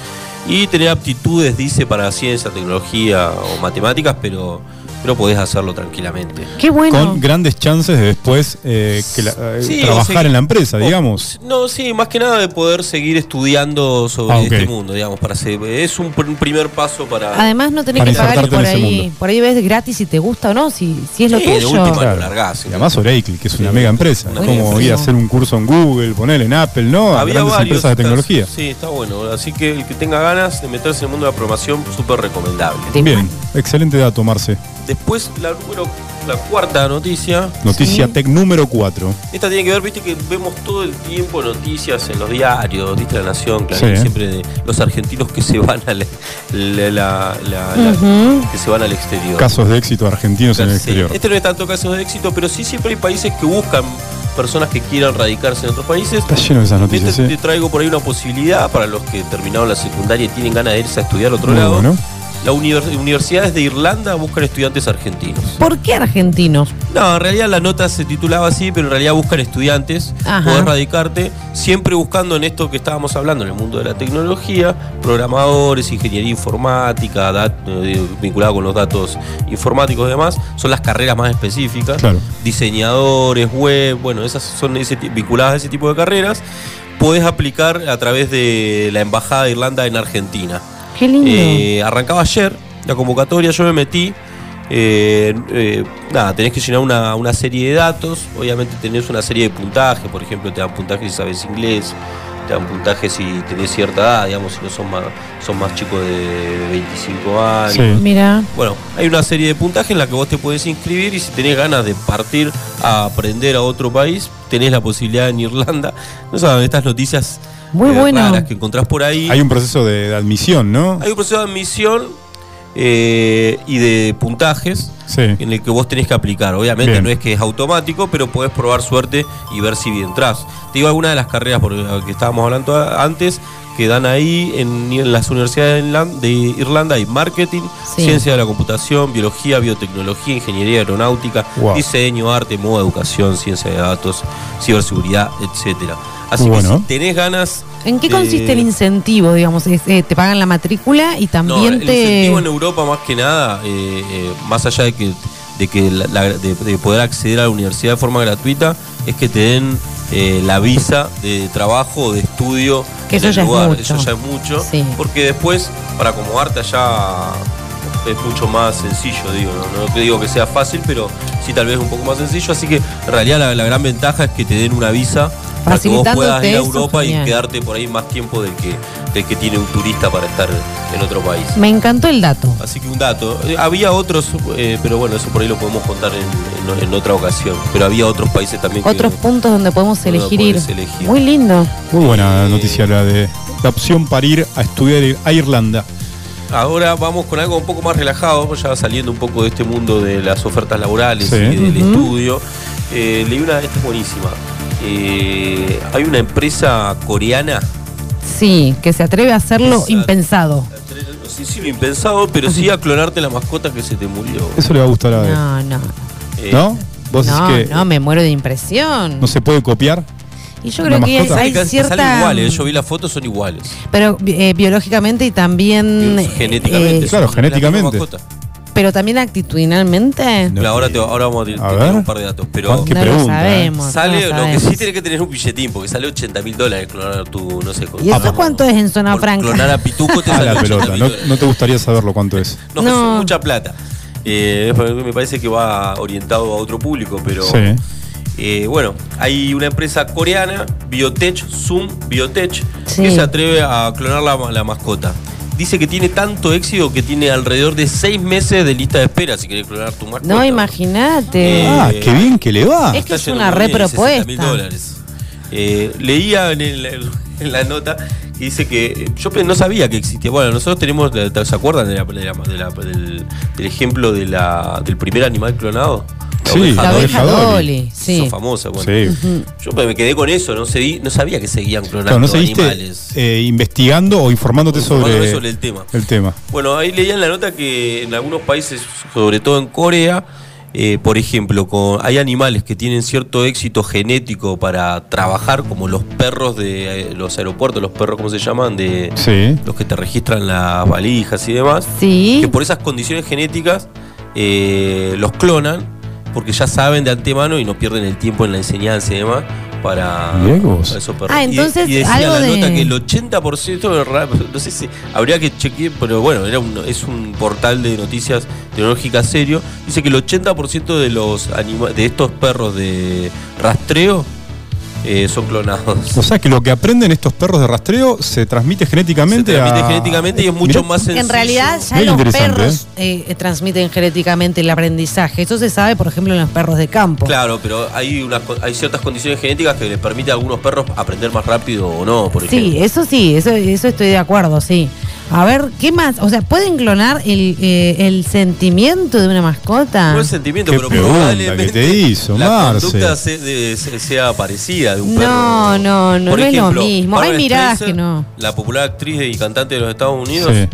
S3: Y tener aptitudes, dice, para ciencia, tecnología o matemáticas, pero, pero podés hacerlo tranquilamente.
S2: Qué bueno.
S1: Con grandes chances de después eh, que la- eh,
S3: Sí, o
S1: trabajar
S3: sea que-
S1: en la empresa,
S3: o-
S1: digamos.
S3: No, sí, más que nada de poder seguir estudiando sobre
S1: Ah,
S3: este
S1: ok.
S3: mundo, digamos, para ser- es un pr- primer paso para...
S2: Además no tenés
S1: Para
S2: que pagar y
S1: insertarte
S2: por
S1: en ese
S2: ahí,
S1: mundo.
S2: por ahí ves gratis si te gusta o no, si, si es lo
S3: Sí, de
S2: tuyo.
S3: última.
S1: Claro.
S3: largás,
S1: Y además Oracle, que es una
S3: Sí,
S1: mega empresa.
S3: una
S1: como
S2: mega
S1: ir a
S2: empresa.
S1: hacer un curso en Google, poner en Apple, ¿no? A Ah, grandes empresas de
S3: está-
S1: tecnología.
S3: sí, está bueno. Así que el que tenga ganas de meterse en el mundo de la programación, súper recomendable.
S2: Sí.
S1: Bien, excelente dato, Marce.
S3: Después, la, número, la cuarta noticia.
S1: Noticia
S2: Sí.
S1: Tech número 4.
S3: Esta tiene que ver, viste, que vemos todo el tiempo noticias en los diarios, viste, La Nación, claro,
S1: Sí.
S3: siempre de los argentinos que se van al, la- la- la- la-
S2: Ujú.
S3: que se van al exterior.
S1: Casos de éxito argentinos en el
S3: Sí.
S1: exterior.
S3: Este no es tanto casos de éxito, pero sí siempre hay países que buscan personas que quieran radicarse en otros países.
S1: Está lleno de esas
S3: Yo
S1: noticias,
S3: te, te
S1: ¿eh?
S3: traigo por ahí una posibilidad para los que terminaron la secundaria y tienen ganas de irse a estudiar a otro
S1: Muy
S3: lado.
S1: bueno.
S3: Las univers- universidades de Irlanda buscan estudiantes argentinos.
S2: ¿Por qué argentinos?
S3: No, en realidad la nota se titulaba así, pero en realidad buscan estudiantes,
S2: Ajá.
S3: poder radicarte, siempre buscando en esto que estábamos hablando, en el mundo de la tecnología, programadores, ingeniería informática, dat- eh, vinculado con los datos informáticos y demás, son las carreras más específicas,
S1: Claro.
S3: diseñadores, web, bueno, esas son ese ti- vinculadas a ese tipo de carreras, podés aplicar a través de la Embajada de Irlanda en Argentina.
S2: Qué lindo.
S3: Eh, arrancaba ayer la convocatoria, yo me metí. eh, eh, nada, tenés que llenar una, una serie de datos. Obviamente tenés una serie de puntajes, por ejemplo, te dan puntajes si sabes inglés, te dan puntajes si tenés cierta edad, digamos, si no son más, son más chicos de 25 años.
S1: Sí.
S2: Mira,
S3: Bueno, hay una serie de puntajes en la que vos te podés inscribir y si tenés ganas de partir a aprender a otro país, tenés la posibilidad en Irlanda. No saben, estas noticias eh,
S2: Muy bueno.
S3: raras que encontrás por ahí.
S1: Hay un proceso de, de admisión, ¿no?
S3: Hay un proceso de admisión eh, y de puntajes
S1: Sí.
S3: en el que vos tenés que aplicar. Obviamente
S1: Bien.
S3: no es que es automático, pero podés probar suerte y ver si bien entras. Te digo algunas de las carreras por las que estábamos hablando a- antes que dan ahí en, en las universidades de Irlan- de Irlanda hay marketing,
S2: Sí.
S3: ciencia de la computación, biología, biotecnología, ingeniería aeronáutica,
S1: Wow.
S3: diseño, arte, moda, educación, ciencia de datos, ciberseguridad, etcétera. Así
S1: Muy
S3: que
S1: bueno.
S3: si tenés ganas
S2: ¿en qué
S3: de-
S2: consiste el incentivo, digamos? Es, eh, te pagan la matrícula y
S3: no,
S2: también
S3: el
S2: te
S3: incentivo en Europa más que nada, eh, eh, más allá de que, de, que la- la- de, de poder acceder a la universidad de forma gratuita, es que te den eh, la visa de trabajo o de estudio
S2: Que
S3: en
S2: eso
S3: el
S2: ya es
S3: lugar.
S2: mucho.
S3: Eso ya es mucho.
S2: Sí.
S3: Porque después, para acomodarte allá es mucho más sencillo, digo. No, No te digo que sea fácil, pero sí tal vez un poco más sencillo. Así que en realidad la, la gran ventaja es que te den una visa para que vos puedas
S2: Facilitándote
S3: ir a
S2: eso,
S3: Europa y
S2: genial.
S3: quedarte por ahí más tiempo del que, del que tiene un turista para estar en otro país.
S2: Me encantó el dato.
S3: Así que un dato. Eh, Había otros, eh, pero bueno, eso por ahí lo podemos contar en, en- en otra ocasión. Pero había otros países también. que-
S2: Otros puntos donde podemos
S3: Donde
S2: elegir ir.
S3: podés elegir.
S2: Muy lindo.
S1: Muy buena
S3: Eh,
S1: noticia la de la opción para ir a estudiar a Irlanda.
S3: Ahora vamos con algo un poco más relajado, pues ya saliendo un poco de este mundo de las ofertas laborales
S1: Sí.
S3: y del estudio. Eh, leí una, esta es buenísima. Eh, hay una empresa coreana
S2: Sí, que se atreve a hacerlo
S3: Exacto.
S2: impensado.
S3: no sé si lo impensado, pero
S1: [laughs]
S3: sí a clonarte la mascota que se te murió.
S1: Eso le va a gustar a ver.
S2: No, no.
S3: Eh,
S1: ¿No? Vos
S2: No,
S1: decís que
S2: no, me muero de impresión.
S1: no se puede copiar.
S2: y yo
S1: una
S2: creo que
S1: mascota.
S2: hay
S3: salen
S2: cierta.
S3: iguales, yo vi las fotos, son iguales.
S2: Pero eh, biológicamente y también. eh,
S3: Genéticamente.
S2: eh,
S1: Claro,
S3: son la misma
S1: genéticamente.
S3: mascota.
S2: pero también actitudinalmente.
S1: No.
S3: Pero ahora, te- ahora vamos a, te-
S1: A
S3: te
S1: ver.
S3: tiro un par de datos. Pero
S1: Qué
S2: no lo
S1: pregunta, ¿eh?
S2: sabemos.
S3: sale,
S2: no
S3: lo,
S2: lo
S3: que
S2: sabemos.
S3: sí tiene que tener un billetín, porque sale 80 mil dólares clonar tu, no sé. con-
S2: ¿Y eso
S1: Ah,
S3: vamos,
S2: cuánto es en zona
S3: por
S2: franca?
S3: Clonar a Pituco te
S1: [laughs] A
S3: sale
S1: la
S3: 80.000
S1: pelota. No,
S3: dólares.
S1: no te gustaría saberlo cuánto es.
S3: No,
S2: No.
S3: es [laughs] mucha plata. Eh, me parece que va orientado a otro público, pero.
S1: Sí.
S3: Eh, bueno, hay una empresa coreana, Biotech, Zoom Biotech,
S2: Sí.
S3: que se atreve a clonar la, la mascota. Dice que tiene tanto éxito que tiene alrededor de seis meses de lista de espera si querés clonar tu mascota.
S2: No, imagínate.
S3: Eh,
S1: Ah, qué bien que le va.
S2: Es que
S3: Está
S2: una
S3: yendo muy bien, 60.000
S2: repropuesta.
S3: dólares. Eh, leía en, el- en la nota que dice que eh, yo pe- no sabía que existía. Bueno, nosotros tenemos, la- ¿se acuerdan de la- de la- de la- del, del ejemplo de la- del primer animal clonado?
S1: Sí,
S2: la oveja
S1: Dolly.
S2: Dolly. Sí.
S3: Son famosas, bueno.
S1: Sí.
S3: Yo me quedé con eso, no, seguí- no sabía que seguían clonando
S1: Claro, no seguiste
S3: animales.
S1: eh, investigando o informándote
S3: Informándome
S1: sobre,
S3: sobre el tema.
S1: el tema.
S3: Bueno, ahí leía en la nota que en algunos países, sobre todo en Corea, eh, por ejemplo, con, hay animales que tienen cierto éxito genético para trabajar, como los perros de eh, los aeropuertos, los perros, ¿cómo se llaman? De
S1: Sí.
S3: los que te registran las valijas y demás,
S2: Sí.
S3: que por esas condiciones genéticas eh, los clonan, porque ya saben de antemano y no pierden el tiempo en la enseñanza y demás. Para,
S1: Mirá vos.
S3: para esos perros.
S2: Ah,
S3: Y-
S2: entonces,
S3: y, decía
S2: algo
S3: la
S2: de-
S3: nota que el 80% de ra- [laughs] no sé si habría que chequear, pero bueno, era un- es un portal de noticias tecnológicas serio. Dice que el 80% de los anima- de estos perros de rastreo eh, son clonados.
S1: O sea que lo que aprenden estos perros de rastreo se transmite genéticamente
S3: Se transmite
S1: a-
S3: genéticamente y es mucho
S1: Mirá,
S3: más sencillo.
S2: En realidad ya
S1: Muy
S2: los
S1: interesante,
S2: perros eh, transmiten genéticamente el aprendizaje. Eso se sabe, por ejemplo, en los perros de campo.
S3: Claro, pero hay unas co- hay ciertas condiciones genéticas que le permite a algunos perros aprender más rápido o no, por ejemplo.
S2: Sí, eso sí, eso, eso estoy de acuerdo, sí. A ver, ¿qué más? O sea, ¿pueden clonar el, eh, el sentimiento de una mascota?
S3: Buen sentimiento,
S1: Qué
S3: pero
S1: pregunta que
S3: probablemente
S1: te hizo,
S3: la
S1: Marce.
S3: conducta se- de- se- sea parecida de un perro.
S2: No, no, no,
S3: Por
S2: no es lo
S3: ejemplo,
S2: mismo. Hay
S3: Barbra
S2: miradas
S3: Streisand,
S2: que no.
S3: La popular actriz y cantante de los Estados Unidos, eh,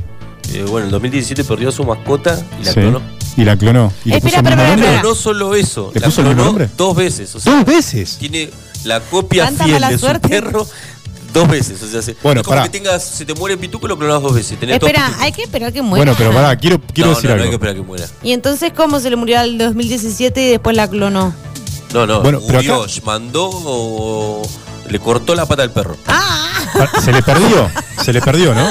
S3: bueno, en 2017 perdió a su mascota y la
S1: Sí.
S3: clonó.
S1: Y la clonó. ¿Y le
S2: Espera,
S1: puso el
S2: espera,
S1: mismo
S2: espera,
S1: nombre?
S3: Pero no solo eso,
S1: ¿Le
S3: la
S1: puso el mismo
S3: clonó
S1: nombre?
S3: dos veces. O sea,
S1: Dos veces.
S3: tiene la copia
S2: Tanta
S3: fiel
S2: mala
S3: de su
S2: suerte.
S3: perro dos veces. O sea, se-
S1: Bueno,
S3: es como
S1: pará.
S3: que tengas, si te muere el pituco, lo clonás dos veces. Tenés dos
S2: Espera,
S3: pitucos.
S2: hay que esperar que muera.
S1: Bueno, pero pará, quiero, quiero
S3: no,
S1: decir
S3: no,
S1: algo.
S3: No, hay que esperar que muera.
S2: ¿Y entonces cómo se le murió al 2017 y después la clonó?
S3: No, no,
S1: Bueno, pero
S3: murió,
S1: acá-
S3: mandó o le cortó la pata al perro.
S1: Ah, Se le perdió, se le perdió, ¿no?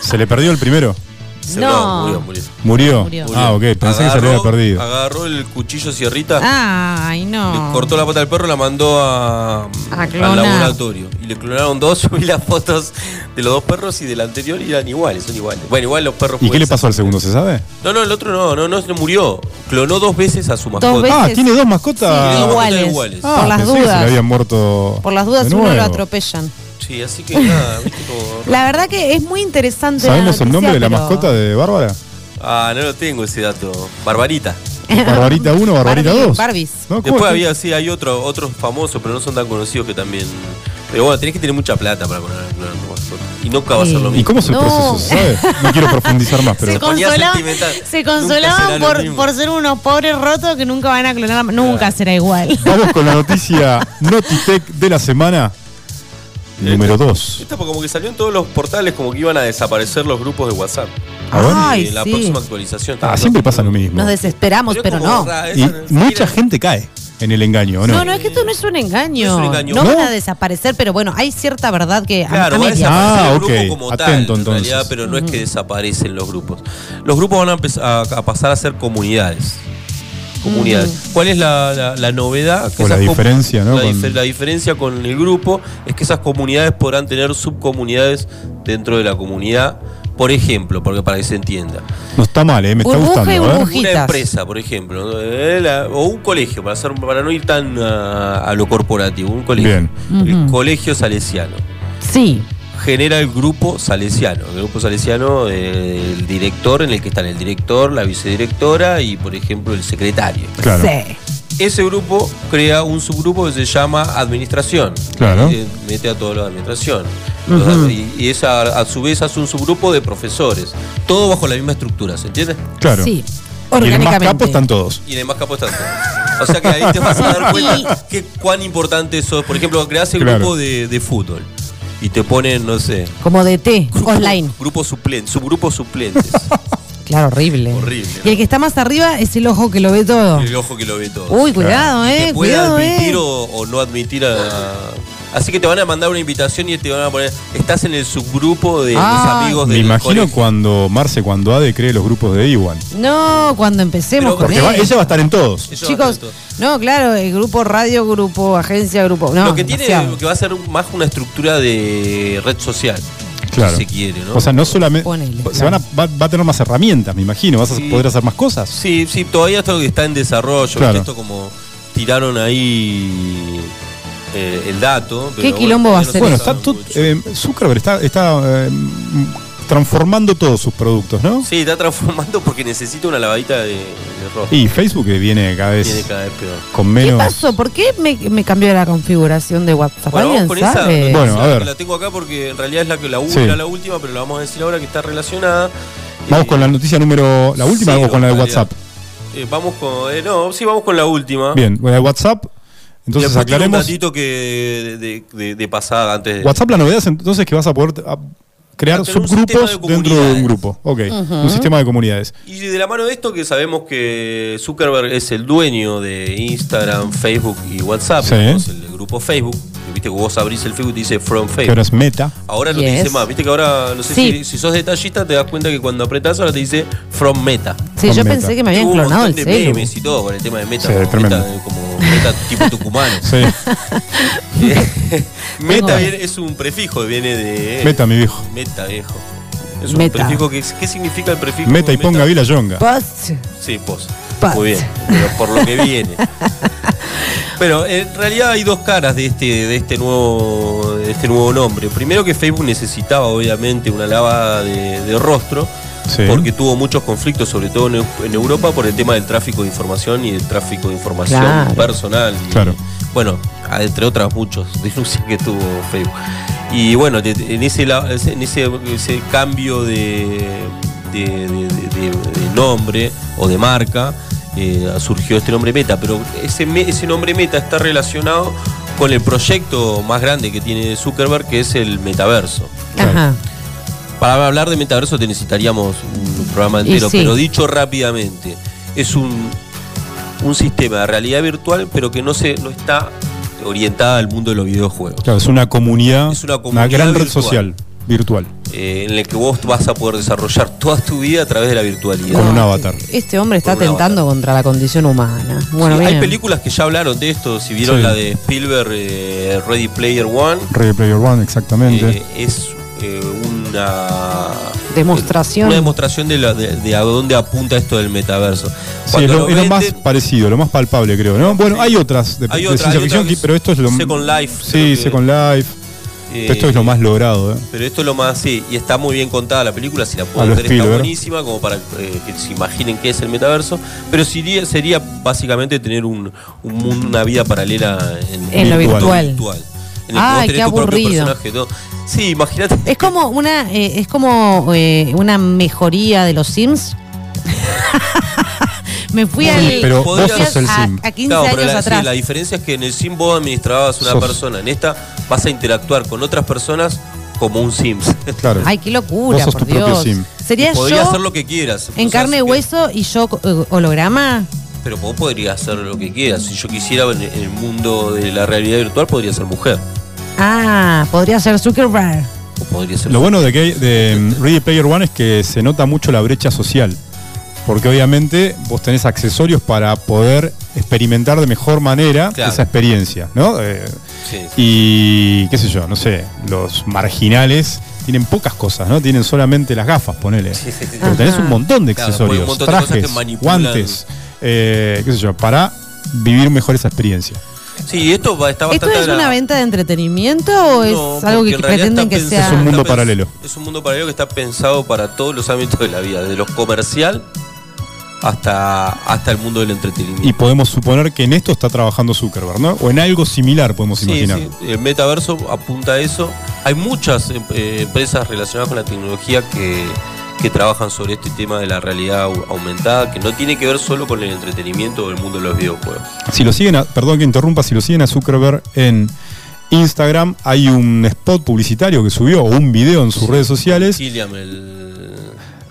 S1: Se le perdió el primero.
S3: Se-
S2: No.
S3: murió, murió.
S1: Murió.
S2: Murió.
S1: Ah, ok,
S3: Murió.
S1: pensé que se le había perdido.
S3: Agarró el cuchillo sierrita,
S2: Ah. Ay, no.
S3: le cortó la pata al perro, la mandó a,
S2: clonar.
S3: al laboratorio. Y le clonaron dos, [laughs] subí las fotos de los dos perros y del anterior y eran iguales, son iguales. Bueno, igual los perros
S1: ¿Y qué
S3: pueden
S1: le
S3: ser-
S1: pasó al segundo, se sabe?
S3: No, no, el otro no, no, no, se murió. Clonó dos veces a su mascota.
S2: veces.
S1: Ah, tiene dos
S2: Sí,
S1: mascotas.
S3: igual.
S2: iguales.
S3: iguales.
S1: Ah,
S2: por las
S1: pensé que se le
S2: dudas.
S1: habían muerto.
S2: Por las dudas
S1: de
S2: uno lo
S1: nuevo.
S2: atropellan.
S3: Sí, así que nada, viste como-
S2: La verdad que es muy interesante. la
S1: ¿Sabemos el
S2: noticia,
S1: nombre de la
S2: pero- [laughs]
S1: mascota de Bárbara?
S3: Ah, no lo tengo ese dato. Barbarita.
S1: ¿Barbarita 1, Barbarita
S2: Barbie,
S1: 2?
S2: Barbies.
S3: Después había, sí, hay otro, otros famosos, pero no son tan conocidos que también. Pero bueno, tenés que tener mucha plata para poner clonar tu mascota. Y nunca va a ser lo
S2: Sí.
S1: ¿Y
S3: mismo.
S1: cómo es el
S2: No.
S1: proceso? ¿Sabe? No
S2: [laughs]
S1: quiero profundizar más,
S2: Se
S1: pero.
S3: Ah, ponía
S2: consolaban,
S3: sentimental.
S2: se
S3: Nunca será
S2: consolaban
S3: lo
S2: por,
S3: mismo.
S2: por ser unos pobres rotos que nunca van a clonar. Nunca será igual.
S1: Vamos con la noticia Notitech de la semana. Número 2.
S3: Esta como que salió en todos los portales como que iban a desaparecer los grupos de WhatsApp.
S1: A ver.
S2: Ay,
S3: en la
S2: sí.
S3: próxima actualización.
S1: Ah, siempre pasa lo mismo.
S2: Nos desesperamos,
S3: Pero es
S2: pero
S3: como
S2: no.
S3: raro, esa-
S1: Y
S3: esa-
S1: mucha gente cae en el engaño, ¿o
S2: No,
S1: no?
S2: no, es que esto no es un
S3: No
S2: engaño.
S3: es un
S2: No,
S3: engaño.
S2: van a
S1: ¿No?
S2: desaparecer, pero bueno, hay cierta verdad que a-
S3: Claro,
S2: a
S3: va a
S2: medias.
S3: desaparecer
S1: Ah,
S3: el grupo
S1: ok.
S3: como
S1: Atento,
S3: tal, en
S1: entonces.
S3: realidad, pero no es que desaparecen los grupos. Los grupos van a, empezar a- a pasar a ser comunidades. Comunidades. ¿Cuál es la, la- la novedad?
S1: O la
S3: esas com-
S1: diferencia, ¿no?
S3: La,
S1: Con-
S3: dife- la diferencia con el grupo es que esas comunidades podrán tener subcomunidades dentro de la comunidad. Por ejemplo, porque para que se entienda.
S1: No está mal, ¿eh? Me está
S2: Burbuja
S1: gustando,
S2: y
S1: a ver.
S2: burbuja. Burbujitas.
S3: Una empresa, por ejemplo, eh, la- o un colegio, para, ser- para no ir tan ah, a lo corporativo, un colegio.
S1: Bien.
S3: El colegio salesiano
S2: Mm. Sí.
S3: genera el grupo salesiano. El grupo salesiano, eh, el director en el que están el director, la vicedirectora y, por ejemplo, el secretario.
S1: Claro.
S2: Sí.
S3: Ese grupo crea un subgrupo que se llama administración.
S1: Claro.
S3: Eh, mete a todos los de administración. Los de- y- Y esa, a su vez hace un subgrupo de profesores. Todo bajo la misma estructura, ¿se entiende?
S1: Claro.
S2: Sí.
S1: Y en el más
S2: Orgánicamente.
S1: capo están todos.
S3: Y además capos están todos. O sea que ahí te vas a dar cuenta que cuán importante eso es. Por ejemplo, creas el
S1: Claro.
S3: grupo de, de fútbol y te ponen, no sé,
S2: Como
S3: [laughs]
S2: de té,
S3: Grupo-
S2: online.
S3: Grupo suplente, subgrupos suplentes.
S2: Claro, horrible.
S3: Horrible, ¿no?
S2: Y el que está más arriba es el ojo que lo ve todo.
S3: el ojo que lo ve todo.
S2: Uy, cuidado,
S3: Que
S2: eh.
S3: puede
S2: Cuidado,
S3: admitir
S2: eh.
S3: o, o no admitir a. Así que te van a mandar una invitación y te van a poner. Estás en el subgrupo de
S2: Ah.
S3: los amigos de
S1: Me imagino cuando Marce, cuando Ade cree los grupos de Iwan.
S2: No, cuando empecemos
S3: Pero
S2: con
S1: Porque va-
S2: él.
S1: ella va a estar en todos.
S2: Chicos, no, claro, el grupo radio, grupo agencia, grupo. No,
S3: lo que tiene
S2: demasiado.
S3: que va a ser más una estructura de red social.
S1: Claro.
S3: Si se quiere, ¿no?
S1: O sea, no solamente.
S2: Ponele,
S1: se van a- va, va a tener más herramientas, me imagino. Vas a
S3: Sí.
S1: poder hacer más cosas.
S3: Sí, sí, todavía esto que está en desarrollo, ¿viste?
S1: Claro.
S3: esto como tiraron ahí eh, el dato. pero
S2: ¿Qué quilombo va a
S3: todavía no se
S2: ser
S1: Bueno,
S2: eso.
S1: está
S3: sabe
S1: todo.
S3: mucho.
S1: eh, Zuckerberg está, está, eh, transformando todos sus productos, ¿no?
S3: Sí, está transformando porque necesita una lavadita de, de ropa.
S1: Y Facebook que viene cada vez
S3: Tiene cada vez peor.
S1: con
S2: ¿Qué
S1: menos.
S2: pasó? ¿Por qué me, me cambió la configuración de WhatsApp?
S3: Bueno, vamos
S2: ¿Alguien
S3: con esa.
S2: sabe?
S1: Bueno, a
S3: que
S1: ver.
S3: La tengo acá porque en realidad es la, que- la, u-
S1: Sí.
S3: era la última, pero la vamos a decir ahora que está relacionada.
S1: Vamos
S3: Eh,
S1: con la noticia número. ¿La última
S3: sí,
S1: o con la de
S3: en
S1: WhatsApp?
S3: realidad. Eh, vamos con. eh, no, sí, vamos con la última.
S1: Bien, bueno, el WhatsApp. Entonces
S3: Después tiene Un
S1: aclaremos.
S3: datito que de, de- de pasada antes de.
S1: WhatsApp, la novedad es entonces que vas a poder a, crear
S3: Va a tener un
S1: subgrupos
S3: sistema de
S1: dentro de un
S3: comunidades.
S1: grupo. Ok, un sistema de comunidades.
S3: Y de la mano de esto que sabemos que Zuckerberg es el dueño de Instagram, Facebook y WhatsApp,
S1: Sí.
S3: digamos, el grupo Facebook. Viste que vos abrís el Facebook y te dice From
S1: Que ahora
S3: Facebook.
S1: es meta.
S3: Ahora no te
S2: Yes.
S3: dice más, viste que ahora, no sé
S2: Sí.
S3: si, si sos detallista, te das cuenta que cuando apretás ahora te dice From Meta.
S2: Sí,
S1: Con
S2: yo
S1: Meta.
S2: pensé que me
S3: Hubo
S2: habían
S3: un
S2: clonado el
S3: montón de
S2: celu.
S3: memes y todo con el tema de Meta,
S1: Sí,
S3: como,
S1: tremendo.
S3: meta como
S1: [laughs]
S3: Meta tipo tucumano. Eh,
S1: Sí,
S3: meta
S2: Tengo-
S3: viene- es un prefijo, viene de... eh,
S1: meta, mi viejo.
S3: Meta, viejo. Es
S2: Meta.
S3: un prefijo que... es- ¿Qué significa el prefijo?
S1: Meta y ponga Vila Yonga.
S2: Post.
S3: Sí, pos.
S2: Pos.
S3: Muy bien, pero por lo que viene. Pero eh, en realidad hay dos caras de este, de este nuevo, de este nuevo nombre. Primero que Facebook necesitaba obviamente una lavada de, de rostro,
S1: Sí.
S3: porque tuvo muchos conflictos, sobre todo en, Eu- en Europa, por el tema del tráfico de información y del tráfico de información
S2: Claro.
S3: personal. Y,
S1: Claro.
S3: Bueno, a- entre otras muchos denuncias que tuvo Facebook. Y bueno, te- te- en ese, la- ese- en ese, ese cambio de, de- de- de- de- de nombre o de marca eh, surgió este nombre Meta, pero ese, me- ese nombre Meta está relacionado con el proyecto más grande que tiene Zuckerberg, que es el metaverso.
S2: Ajá.
S3: Para hablar de metaverso te necesitaríamos un programa
S2: Y
S3: entero,
S2: sí.
S3: pero dicho rápidamente, es un, un sistema de realidad virtual, pero que no se no está orientada al mundo de los videojuegos.
S1: Claro, es una comunidad,
S3: Es una
S1: una
S3: comunidad
S1: gran red
S3: virtual.
S1: social virtual,
S3: eh, en el que vos vas a poder desarrollar toda tu vida a través de la virtualidad.
S1: con un avatar.
S2: Este hombre está
S3: Con un
S2: atentando contra la condición humana. Bueno,
S3: Sí, hay
S2: bien.
S3: películas que ya hablaron de esto, si vieron
S1: Sí.
S3: la de Spielberg, eh, Ready Player One,
S1: Ready Player One, exactamente.
S3: eh, es eh, una
S2: Demostración.
S3: una demostración de, la- de- de a dónde apunta esto del metaverso.
S1: sí, es
S3: Cuando
S1: lo, es lo más
S3: venden-
S1: parecido, lo más palpable, creo. ¿no? Bueno, hay otras de,
S3: Hay
S1: de
S3: otra,
S1: ciencia
S3: hay
S1: ficción,
S3: otra que
S1: que- pero esto es lo
S3: Second Life, creo
S1: Sí,
S3: que-
S1: Second Life.
S3: Eh,
S1: esto es lo más logrado. ¿eh?
S3: Pero esto es lo más, sí, y está muy bien contada la película, si la
S1: A lo
S3: pueden ver está
S1: Spielberg.
S3: buenísima, como para eh, que se imaginen qué es el metaverso, pero sería, sería básicamente tener un, un mundo- una vida paralela en,
S2: En lo virtual.
S3: En el que
S2: Ay,
S3: vos tenés
S2: qué
S3: tu propio
S2: aburrido.
S3: personaje. todo. Sí, imagínate.
S2: Es como una, eh, es como eh, una mejoría de los Sims. [laughs] Me fui
S1: Sí,
S2: al.
S1: pero
S2: me fui
S3: vos sos
S2: a-
S1: el Sim.
S2: A, a 15
S3: Claro, pero
S2: años
S3: la, sí,
S2: atrás.
S3: la diferencia es que en el sim vos administrabas una
S1: Sos-
S3: persona, en esta vas a interactuar con otras personas como un Sims.
S1: Claro.
S2: Ay, qué locura,
S1: Vos sos
S2: por
S1: tu propio
S2: Dios.
S1: Sim.
S2: Sería
S3: Podrías
S2: yo
S3: hacer lo que quieras.
S2: en
S3: O sea,
S2: carne
S3: si
S2: y
S3: que-
S2: hueso y yo eh, holograma.
S3: Pero vos podrías hacer lo que quieras. Si yo quisiera en en el mundo de la realidad virtual, podría ser mujer.
S2: Ah, podría ser Zuckerberg.
S3: O podría ser
S1: Lo bueno de, que, de mm, Ready Player One es que se nota mucho la brecha social. Porque obviamente vos tenés accesorios para poder experimentar de mejor manera
S3: Claro.
S1: esa experiencia, ¿no? Eh,
S3: Sí, sí.
S1: y qué sé yo, no sé, los marginales tienen pocas cosas, ¿no? Tienen solamente las gafas, ponele.
S3: Sí, sí, sí.
S1: Pero tenés un montón de
S3: Claro, pues,
S1: accesorios,
S3: un montón de cosas que
S1: trajes,
S3: manipulan.
S1: guantes, eh, qué sé yo, para vivir mejor esa experiencia.
S3: Sí, esto va, está
S2: ¿Esto
S3: bastante.
S2: es una
S3: agra-
S2: venta de entretenimiento o es
S3: No,
S2: algo
S3: porque
S2: que
S3: en realidad
S2: pretenden
S3: está
S2: que
S3: pensado-
S2: sea.?
S1: Es un mundo
S3: está pens-
S1: paralelo.
S3: Es un mundo paralelo que está pensado para todos los ámbitos de la vida, de lo comercial hasta, hasta el mundo del entretenimiento.
S1: Y podemos suponer que en esto está trabajando Zuckerberg, ¿no? O en algo similar podemos
S3: Sí,
S1: imaginar.
S3: sí, el metaverso apunta a eso. Hay muchas em- eh, empresas relacionadas con la tecnología que, que trabajan sobre este tema de la realidad au- aumentada, que no tiene que ver solo con el entretenimiento o el mundo de los videojuegos.
S1: Si lo siguen, a- perdón que interrumpa, si lo siguen a Zuckerberg en Instagram, hay un spot publicitario que subió, o un video en sus redes sociales,
S3: Killiam, el,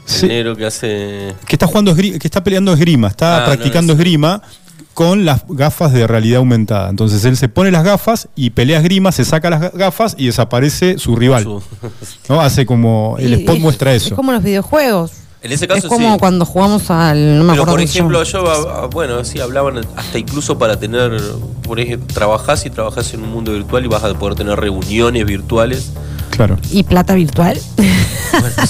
S1: Sí.
S3: el negro que hace.
S1: que está jugando esgri- que está peleando esgrima, está
S3: Ah,
S1: practicando
S3: no, es-
S1: esgrima con las gafas de realidad aumentada. Entonces él se pone las gafas y pelea esgrima, se saca las ga- gafas y desaparece su rival.
S3: su-
S1: ¿no? Hace como. El
S2: Y-
S1: spot
S2: es-
S1: muestra
S2: Es
S1: eso.
S2: como los videojuegos.
S3: en ese
S2: Es
S3: caso
S2: como
S3: sí.
S2: cuando jugamos al. No me
S3: Pero
S2: acuerdo
S3: por
S2: cómo se llama.
S3: ejemplo, yo, a- a- bueno, sí, hablaban hasta incluso para tener, por ejemplo, trabajás y trabajás en un mundo virtual y vas a poder tener reuniones virtuales.
S1: Claro.
S2: ¿Y plata virtual? [laughs]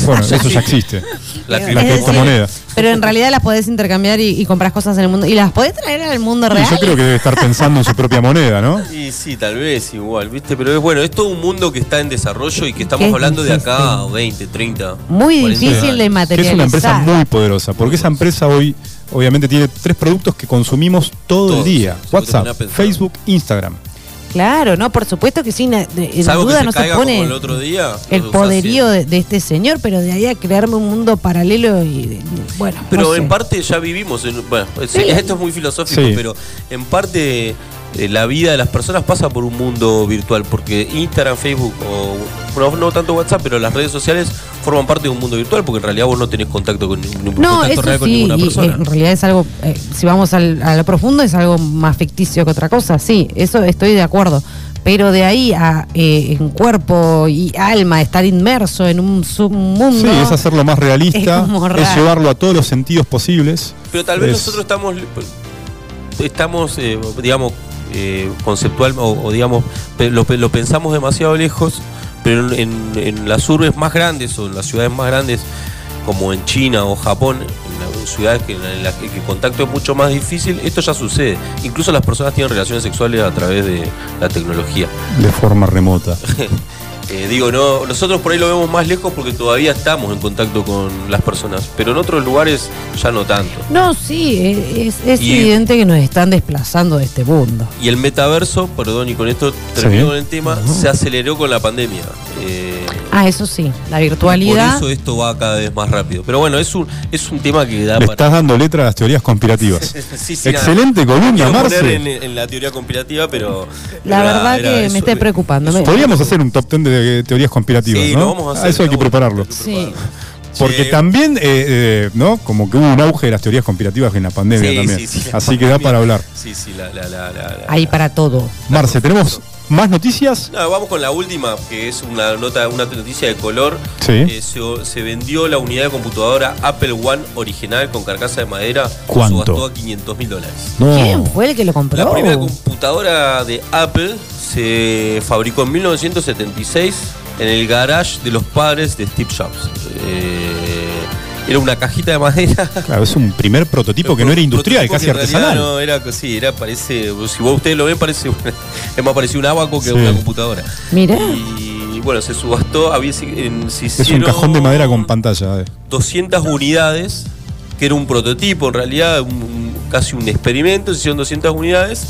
S1: Bueno, eso ya existe.
S3: La
S1: La
S2: Es decir,
S1: criptomoneda.
S2: Pero en realidad las podés intercambiar y, y compras cosas en el mundo. Y las podés traer al mundo real.
S1: Y yo creo que debe estar pensando en su propia moneda, ¿no?
S3: Y sí, tal vez igual, ¿viste? Pero es bueno, es todo un mundo que está en desarrollo y que estamos
S2: Qué
S3: hablando de acá a
S2: difícil.
S3: 20, 30.
S2: Muy
S3: 40
S2: difícil de
S3: años.
S1: Que es una empresa
S2: materializar.
S1: muy poderosa, porque esa empresa hoy obviamente tiene tres productos que consumimos todo
S3: Todos,
S1: el día.
S3: si vos te
S1: WhatsApp,
S3: ponés a pensar.
S1: Facebook, Instagram.
S2: [laughs] Claro, no, por supuesto que sin eh, en
S3: Salvo que
S2: duda
S3: se
S2: no se
S3: caiga
S2: pone
S3: como el otro día.
S2: el
S3: lo usás
S2: poderío
S3: siempre.
S2: de, de este señor, pero de ahí a crearme un mundo paralelo y de- bueno.
S3: Pero
S2: no sé.
S3: en parte ya vivimos, en- bueno, es- esto es muy filosófico,
S1: Sí.
S3: pero en parte eh, la vida de las personas pasa por un mundo virtual, porque Instagram, Facebook, o bueno, no tanto WhatsApp, pero las redes sociales forman parte de un mundo virtual, porque en realidad vos no tenés contacto con, ningún-
S2: No,
S3: contacto
S2: eso
S3: real con
S2: sí,
S3: ninguna
S2: y,
S3: persona.
S2: eh, en realidad es algo, eh, si vamos al- a lo profundo, es algo más ficticio que otra cosa, sí, eso estoy de acuerdo. Pero de ahí a eh, en cuerpo y alma estar inmerso en un submundo.
S1: Sí, es hacerlo más realista,
S2: [laughs] Es como
S1: es
S2: raro.
S1: llevarlo a todos los sentidos posibles.
S3: Pero tal vez
S1: Es-
S3: nosotros estamos, pues, estamos, eh, digamos, eh, conceptual o, o digamos, pe- lo, pe- lo pensamos demasiado lejos, pero en, en las urbes más grandes o en las ciudades más grandes, como en China o Japón, en la- en ciudades que, en las que el contacto es mucho más difícil, esto ya sucede. Incluso las personas tienen relaciones sexuales a través de la tecnología. [laughs]
S1: de forma remota.
S3: Eh, digo, no, nosotros por ahí lo vemos más lejos porque todavía estamos en contacto con las personas, pero en otros lugares ya no tanto.
S2: No, sí, eh, es, es
S3: Y-
S2: evidente que nos están desplazando de este mundo.
S3: Y el metaverso, perdón, y con esto termino con el tema, se aceleró con la pandemia. Eh,
S2: Ah, eso sí, la
S3: y
S2: virtualidad.
S3: Por eso esto va cada vez más rápido. Pero bueno, es un, es un tema que da
S1: Le
S3: para.
S1: estás dando letra a las teorías conspirativas.
S3: [laughs] Sí, sí, nada.
S1: Excelente columna,
S3: Quiero poner
S1: Marce.
S3: en, en la teoría conspirativa, pero.
S2: La
S3: era-
S2: verdad
S3: era
S2: que
S3: eso. eh.
S2: me está preocupando. me-
S1: Podríamos hacer un top 10 de eh, teorías conspirativas,
S3: Sí,
S1: ¿no?
S3: lo vamos a hacer,
S1: eso hay que
S3: lo vamos a hacer.
S1: prepararlo.
S2: Sí.
S1: Porque
S3: Sí.
S1: también, eh, eh, ¿no? Como que hubo un auge de las teorías conspirativas en la pandemia
S3: Sí,
S1: también.
S3: sí, sí, la
S1: Así que da
S3: pandemia.
S1: para hablar.
S3: Sí, sí, la. la, la, la- la-
S2: Ahí para todo.
S1: Marce, ¿tenemos más noticias?
S3: No, vamos con la última, que es una nota, una noticia de color.
S1: Sí.
S3: Eh, se, se vendió la unidad de computadora Apple One original con carcasa de madera.
S1: ¿Cuánto?
S3: Subastó a 500 mil dólares.
S2: ¿Quién fue el que lo compró?
S3: La primera computadora de Apple se fabricó en 1976 en el garage de los padres de Steve Jobs. Eh, era una cajita de madera.
S1: Claro, es un primer prototipo que no era industrial,
S3: Prototipo
S1: casi
S3: que en realidad
S1: artesanal.
S3: No, era, sí, era, parece, si vos ustedes lo ven, parece, una- [laughs] es más parecido un abaco que
S1: Sí.
S3: una computadora.
S2: Mirá.
S3: Y bueno, se subastó, había, se- en- se
S1: es un
S3: hicieron-
S1: cajón de madera con pantalla. eh.
S3: 200 unidades, que era un prototipo en realidad, un- un- casi un experimento, se hicieron 200 unidades.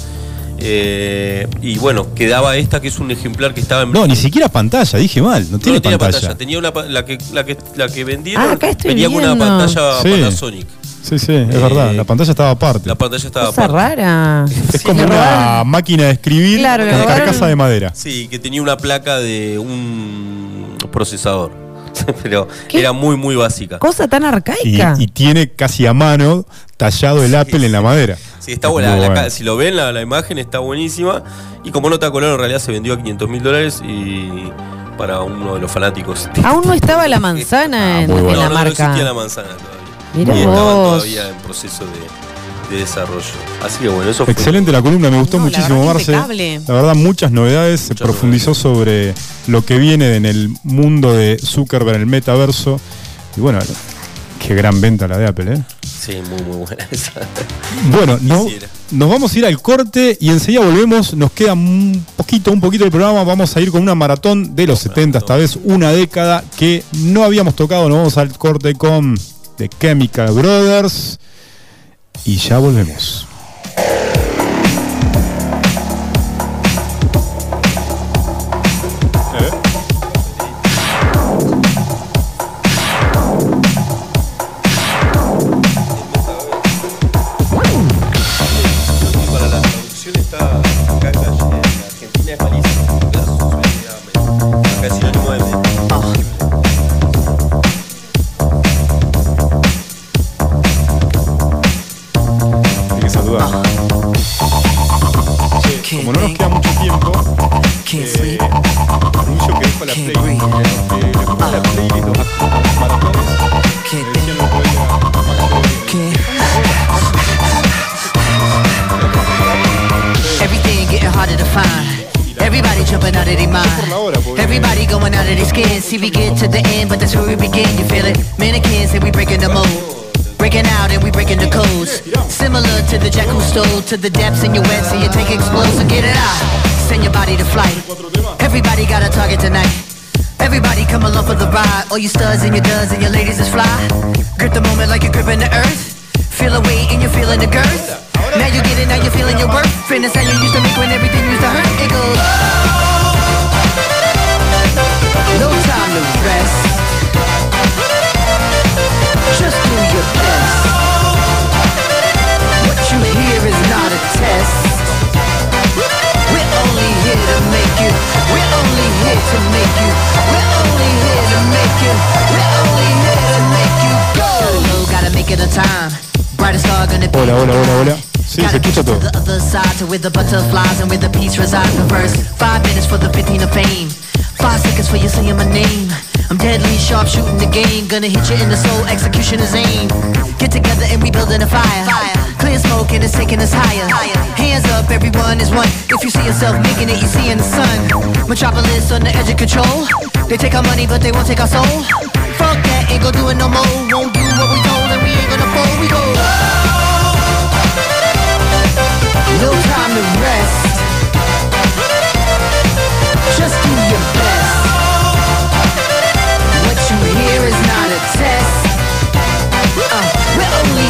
S3: eh, y bueno, quedaba esta que es un ejemplar que estaba en.
S1: No, ni siquiera pantalla, dije mal. No
S3: No,
S1: tiene
S3: no tenía pantalla.
S1: pantalla.
S3: Tenía una, pa- la, que, la, que, la que vendieron.
S2: Ah, acá estoy
S3: venía con una
S2: viendo.
S3: pantalla
S1: Sí.
S3: Panasonic.
S1: Sí, sí, es
S3: Eh,
S1: verdad. La pantalla estaba aparte.
S3: La pantalla estaba.
S2: Cosa
S3: aparte.
S2: rara.
S1: Es
S2: Sí,
S1: como
S2: le
S1: una
S2: robaron.
S1: máquina de escribir
S2: Claro, le
S1: con
S2: robaron-
S1: carcasa de madera.
S3: Sí, que tenía una placa de un procesador. [laughs] Pero
S2: ¿Qué?
S3: era muy, muy básica.
S2: Cosa tan
S1: Y,
S2: arcaica.
S1: y tiene casi a mano tallado el Apple en la madera.
S3: Sí, está buena.
S1: Muy
S3: la
S1: bueno.
S3: ca- si lo ven, la, la imagen está buenísima. Y como nota de color, en realidad se vendió a 500 mil dólares y para uno de los fanáticos.
S2: Aún no estaba la manzana
S1: Ah,
S2: en,
S1: muy
S2: en
S1: bueno.
S3: no, no,
S2: Ah, la
S3: no
S2: marca.
S3: existía la manzana todavía.
S2: Mirá
S3: y estaban
S2: vos.
S3: todavía en proceso de, de desarrollo. Así que bueno, eso fue.
S1: Excelente la columna, me gustó
S2: No, la
S1: muchísimo,
S2: verdad que
S1: Marce.
S2: impecable.
S1: La verdad, muchas novedades. Se
S3: Muchas
S1: profundizó sobre lo que viene en el mundo de Zuckerberg, el metaverso. Y bueno, qué gran venta la de Apple, ¿eh?
S3: Sí, muy, muy buena esa. [laughs]
S1: Bueno, no-
S3: Quisiera.
S1: nos vamos a ir al corte y enseguida volvemos. Nos queda un poquito, un poquito del programa. Vamos a ir con una maratón de los 70, esta vez una década que no habíamos tocado. Nos vamos al corte con The Chemical Brothers. Y ya volvemos.
S3: Para la traducción está acá, calle, Argentina es París. Acá es sinónimo de.
S1: Hay que saludar. Che, Como no nos queda mucho tiempo,
S4: Can't
S1: eh,
S4: sleep,
S1: anuncio que dejo la
S4: Can't
S1: play.
S4: breathe.
S1: eh, la primera
S8: Ah.
S1: play de los maratones.
S4: can't
S1: Decían el otro día,
S4: can't.
S8: Everything getting harder to find. Everybody jumping out of their mind. Everybody going out of their skin. See, we get to the end, but that's where we begin. You feel it? Mannequins and we breaking the mold. Breaking out and we breaking the codes. Similar to the jack who stole to the depths in your wet, so you take explosive. Get it out. Send your body to flight. Everybody got a target tonight. Everybody come along for the ride. All you studs and your duds and your ladies is fly. Grip the moment like you're gripping the earth. Feel the weight and you're feeling the girth. Now you get it, now you're feeling your worth. Fitness how you used to make when everything used to hurt. It goes.
S1: Hola, hola, hola, hola. Sí, se
S8: Gotta
S1: escucha
S8: get
S1: todo.
S8: to the other side to where the butterflies and where the peace resides. The first five minutes for the 15 of fame. Five seconds for you saying my name. I'm deadly sharp shooting the game. Gonna hit you in the soul, execution is aim. Get together and we building a fire. Clear smoke and it's taking us higher. Hands up, everyone is one. If you see yourself making it, you see in the sun. Metropolis on the edge of control. They take our money, but they won't take our soul. Fuck that, ain't gonna do it no more. Won't do what we told, and we ain't gonna fold. We go. No time to rest. Just do your best. What you hear is not a test. Uh, we're only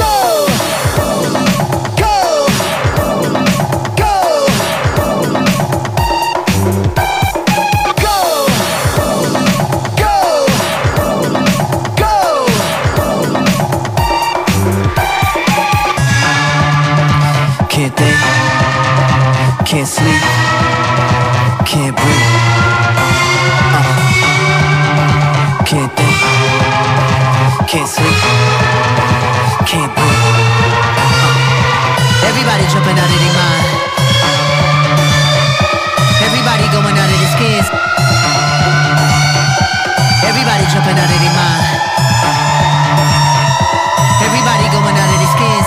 S8: go. Go. Go. Go. Go. Go! Can't think, can't sleep, can't breathe. Uh, Can't think, can't sleep, can't breathe. Uh, Everybody jumping out of their mind. Everybody going out of their skins. Everybody jumping out of their mind. Everybody going out of their skins.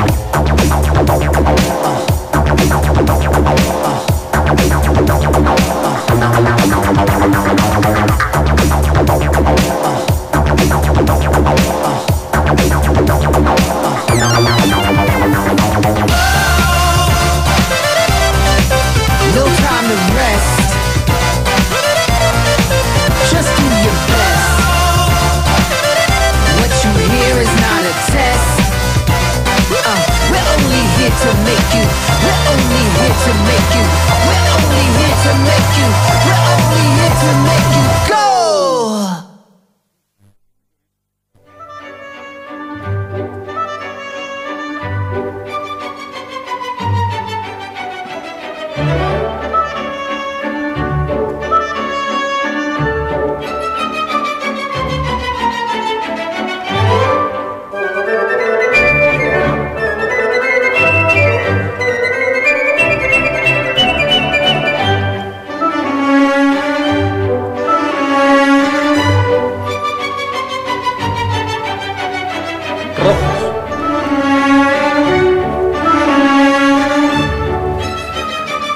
S8: No time to rest. Just do your best. What you hear is not a test. Uh, we're only here to make you. We're only here to make you. We're only here to make you. We're only here to make you go.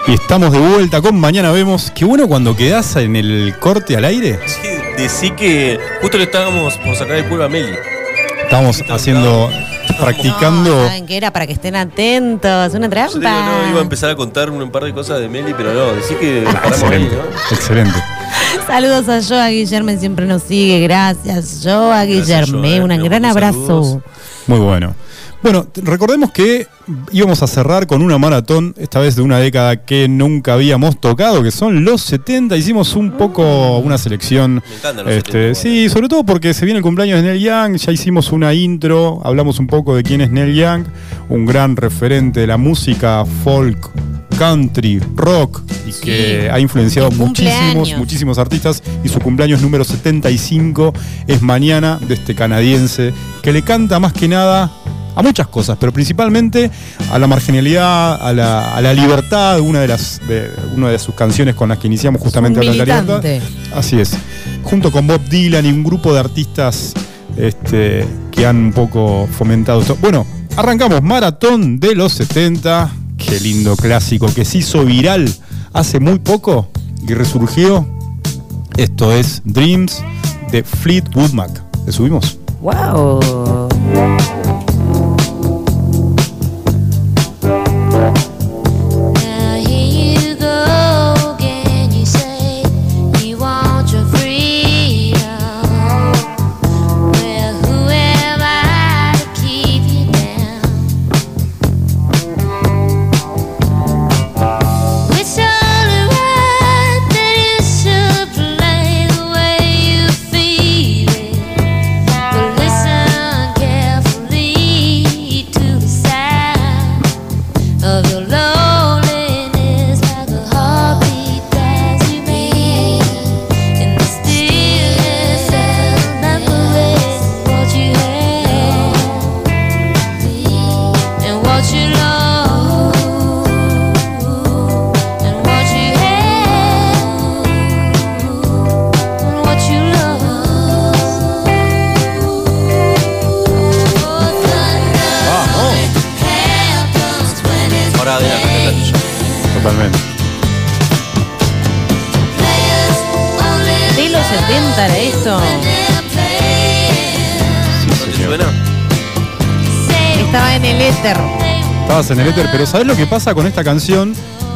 S1: Y estamos de vuelta con Mañana Vemos. Qué bueno cuando quedás en el corte al aire.
S3: Sí, decí que justo le estábamos por sacar el culo a Meli.
S1: Estamos haciendo, practicando.
S2: No, saben que era para que estén atentos. Una
S3: Yo te digo, no, iba a
S2: trampa.
S3: empezar a contar un par de cosas de Meli, pero no, decí que paramos ahí,
S1: Excelente,
S3: ¿no?
S1: excelente.
S2: [laughs] Saludos a Joa Guillermo, siempre nos sigue. Gracias, Joa Guillermo.
S3: Joa,
S2: Un
S3: te mando
S2: gran
S3: saludos.
S2: abrazo.
S1: Muy bueno. Bueno, t- recordemos que íbamos a cerrar con una maratón, esta vez de una década que nunca habíamos tocado, que son los 70. Hicimos un poco una selección.
S3: Me encantan los eh.
S1: este,
S3: 70,
S1: Sí, sobre todo porque se viene el cumpleaños de Neil Young, ya hicimos una intro, hablamos un poco de quién es Neil Young, un gran referente de la música folk, country, rock, y que ha influenciado
S2: El
S1: muchísimos,
S2: cumpleaños.
S1: muchísimos artistas y su cumpleaños número 75 es mañana de este canadiense que le canta más que nada a muchas cosas, pero principalmente a la marginalidad, a la, a la libertad, una de, las, de- una de sus canciones con las que iniciamos justamente
S2: Es un
S1: hablando de la
S2: militante.
S1: libertad. Así es, junto con Bob Dylan y un grupo de artistas este, que han un poco fomentado esto. Bueno, arrancamos Maratón de los 70, qué lindo clásico que se hizo viral hace muy poco y resurgió. Esto es Dreams de Fleetwood Mac. ¿Le subimos? Oh.
S2: Wow.
S9: Now here you go again. You say you want your freedom. Well, who am I to keep you down? It's all around. Oh,
S1: señor.
S3: suena?
S2: Estaba en el éter.
S1: Estabas en el éter, pero ¿sabes lo que pasa con esta canción?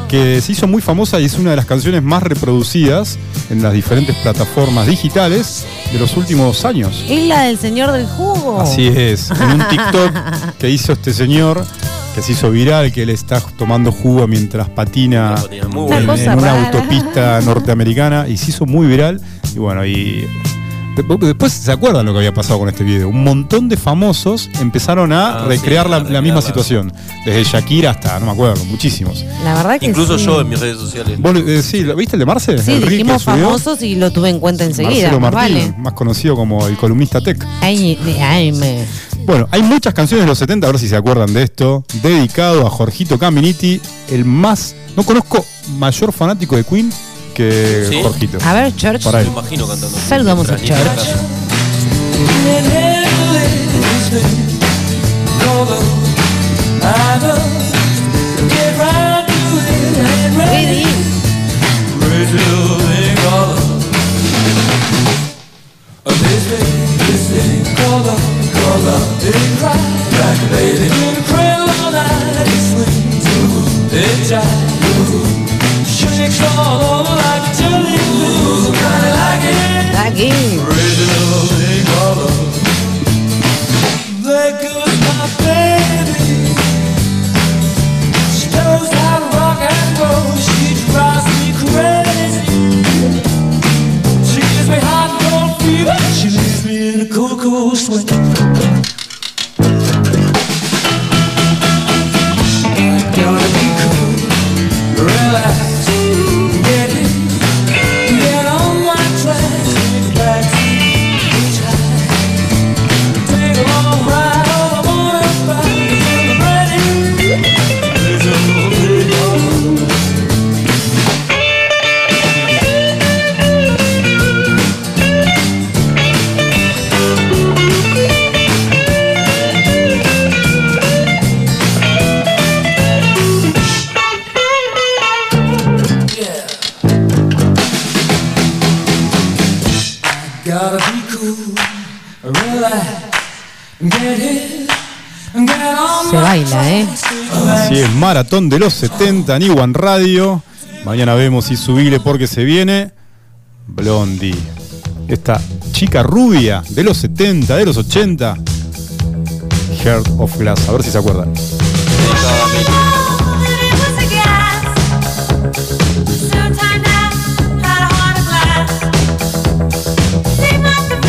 S1: Que se hizo muy famosa y es una de las canciones más reproducidas en las diferentes plataformas digitales de los últimos años.
S2: Es la del señor del jugo.
S1: Así es, en un TikTok que hizo este señor, que se hizo viral, que él está tomando jugo mientras patina
S3: Muy
S1: en,
S3: bueno.
S2: cosa
S1: en una
S2: rara. [laughs]
S1: autopista norteamericana y se hizo muy viral. Y bueno, y de- después se acuerdan lo que había pasado con este video. Un montón de famosos empezaron a
S3: Ah,
S1: recrear
S3: sí,
S1: la,
S3: a
S1: la
S3: recrearla.
S1: misma situación. Desde Shakira hasta, no me acuerdo, muchísimos.
S2: [laughs] La verdad que
S3: Incluso
S2: sí.
S3: yo en mis redes sociales.
S1: ¿Vos, eh, sí, ¿lo- ¿Viste el de Marce?
S2: Sí,
S1: el Rick que
S2: dijimos
S1: subió.
S2: famosos y lo tuve en cuenta enseguida.
S1: Marcelo
S2: más
S1: Martín,
S2: Vale.
S1: más conocido como el columnista tech.
S2: Ay, ay, me.
S1: Bueno, hay muchas canciones de los 70, a ver si se acuerdan de esto, dedicado a Jorgito Caminiti, el más, no conozco mayor fanático de Queen que
S3: Sí.
S1: Jorgito.
S2: A ver, Church.
S1: Para
S3: Me
S1: él.
S3: imagino cantando.
S2: Saludamos a
S3: Ni que
S2: Church. Ready. Aquí.
S4: Gotta be cool, relax, get it, get on
S2: Se baila, ¿eh?
S1: Así es, Maratón de los 70 en Iwan Radio. Mañana vemos si subile porque se viene Blondie. Esta chica rubia de los 70, de los 80. Heart of Glass, a ver si se acuerdan.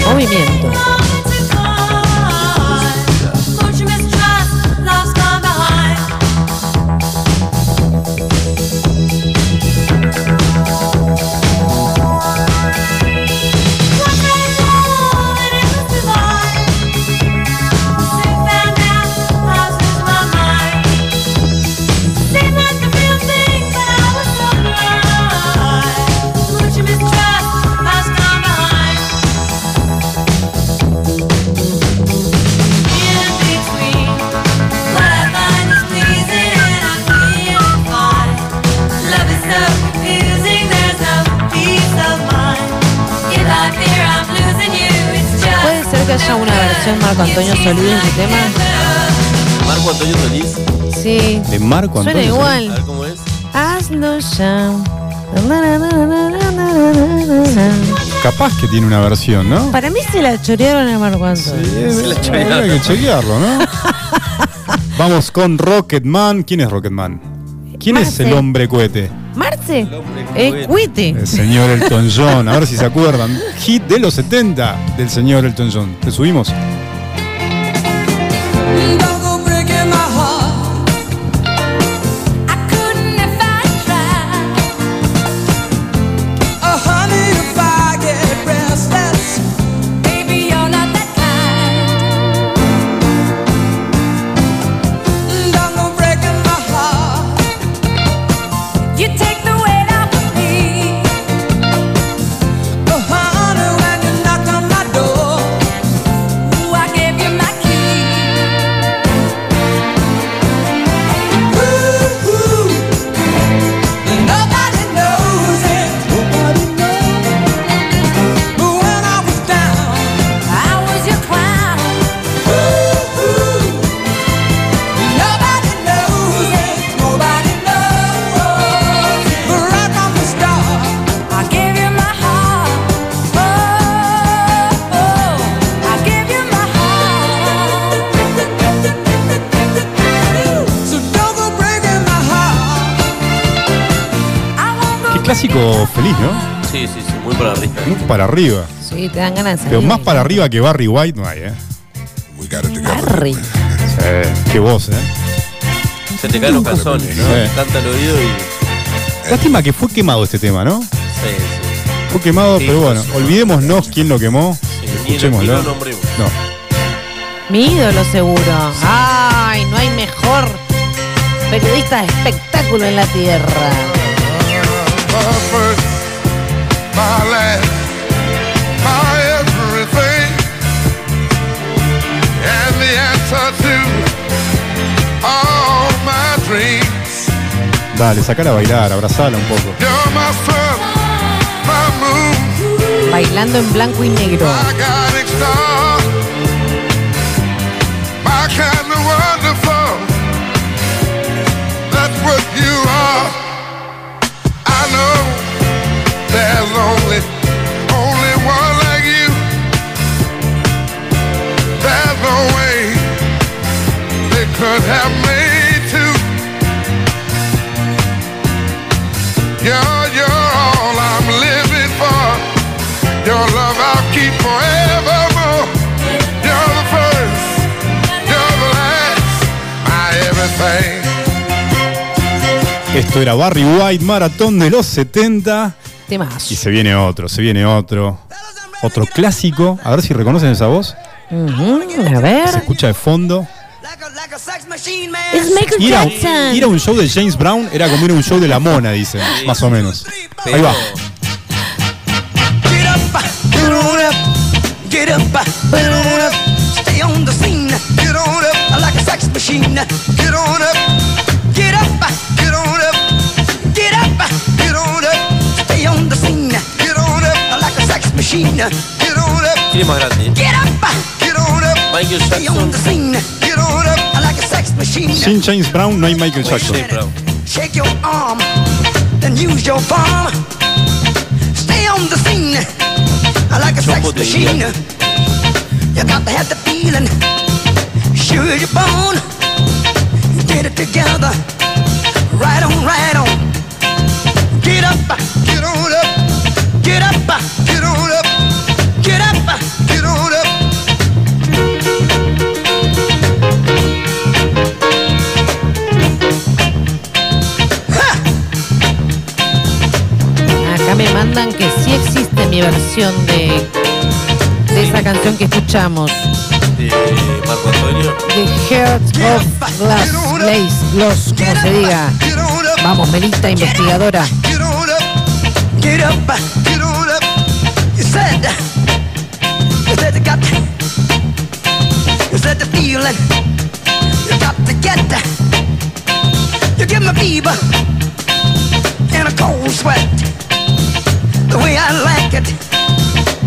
S2: Movimiento.
S10: Puede ser que haya una versión Marco Antonio Solís de este tema.
S3: Marco Antonio Solís.
S2: Sí.
S1: De Marco
S2: Suena
S1: Antonio.
S3: A
S2: igual.
S3: ver cómo es.
S2: Hazlo ya. Na, na, na, na, na, na, na, na.
S1: Capaz que tiene una versión, ¿no?
S2: Para mí se la chorearon a Marco Antonio.
S1: Sí,
S3: la
S1: Hay
S3: chequearon.
S1: que chequearlo, ¿no? Vamos con Rocketman. ¿Quién es Rocketman? ¿Quién es
S2: Marce.
S1: el hombre cohete?
S2: Marce,
S3: hombre
S2: eh,
S3: cohete.
S2: cuite.
S1: El señor Elton John. A ver si se acuerdan. Hit de los 70 del señor Elton John. ¿Te subimos?
S10: Don't go breaking my heart. I couldn't if I tried. Oh, honey, if I get restless, baby, you're not that kind. Don't go breaking my heart. You take the weight off of me. Oh, honey, when you knock on my door. I
S1: clásico feliz, ¿no?
S3: Sí, sí, sí, muy para arriba.
S1: Muy para arriba.
S2: Sí, te dan ganas de salir.
S1: Pero más para arriba que Barry White no hay, ¿eh?
S2: Barry.
S1: Sí, qué voz, ¿eh?
S3: Se te caen los calzones, ¿no?
S1: Sí.
S3: Canta el oído y.
S1: Lástima que fue quemado este tema, ¿no?
S3: Sí, sí.
S1: Fue quemado,
S3: Sí,
S1: pero bueno,
S3: sí.
S1: olvidémonos quién lo quemó.
S3: Ni lo- ni lo
S1: Escuchémoslo.
S3: nombremos.
S1: No.
S2: Mi ídolo seguro. Ay, no hay mejor periodista de espectáculo en la tierra.
S11: My first, my last, my everything. And the answer to all my dreams.
S1: Dale, sacala a bailar, abrazala un poco.
S11: You're my sun, my moon,
S2: Bailando en blanco y negro.
S11: my guiding star. My kind of wonderful. That's what you are. I know there's only, only one like you. There's no way they could have made two. You're, you're all I'm living for. Your love I'll keep forevermore. You're the first, you're the last, my everything.
S1: Esto era Barry White, maratón de los 70.
S2: Temas.
S1: Y se viene otro, se viene otro. Otro clásico. A ver si reconocen esa voz.
S2: Ujú, a ver.
S1: Se escucha de fondo.
S2: Es Michael
S1: Ir a,
S2: Jackson.
S1: ir a un show de James Brown era como ir a un show de la mona, dicen. Más o menos.
S3: Pero-
S1: Ahí va.
S12: Get up, get on up, get up, get on up, stay on the scene, get on up like a sex machine, get on up, get up, get on up, get up, get on up, stay on the scene, get on up like a sex machine, get on up,
S3: ¿Quién es más grande?
S12: get up, get on up,
S3: Michael
S12: stay on
S3: Jackson.
S12: the scene, get on up like a sex machine.
S1: Sin James Brown no hay Michael
S3: Wait a
S1: Jackson.
S3: minute, bro.
S12: Shake your arm, then use your palm. Stay on the scene. I like a sex
S3: Chombo te
S12: machine.
S3: diría.
S12: You got to have the feeling. Sure your bone. Get it together. Right on, right on. Get up, get on up. Get up, get on up. Get up, get on up.
S2: Acá me mandan que sí existe mi versión de, de esa canción que escuchamos.
S3: De este, Marco Antonio.
S2: The Heart of Glass, Glaze, Gloss, como se diga.
S12: Get on up.
S2: Vamos, Melita, investigadora.
S12: Get on up, get up, get on up. You said, you said you got, you said the feeling, you got to get. You give me fever and a cold sweat. The way I like it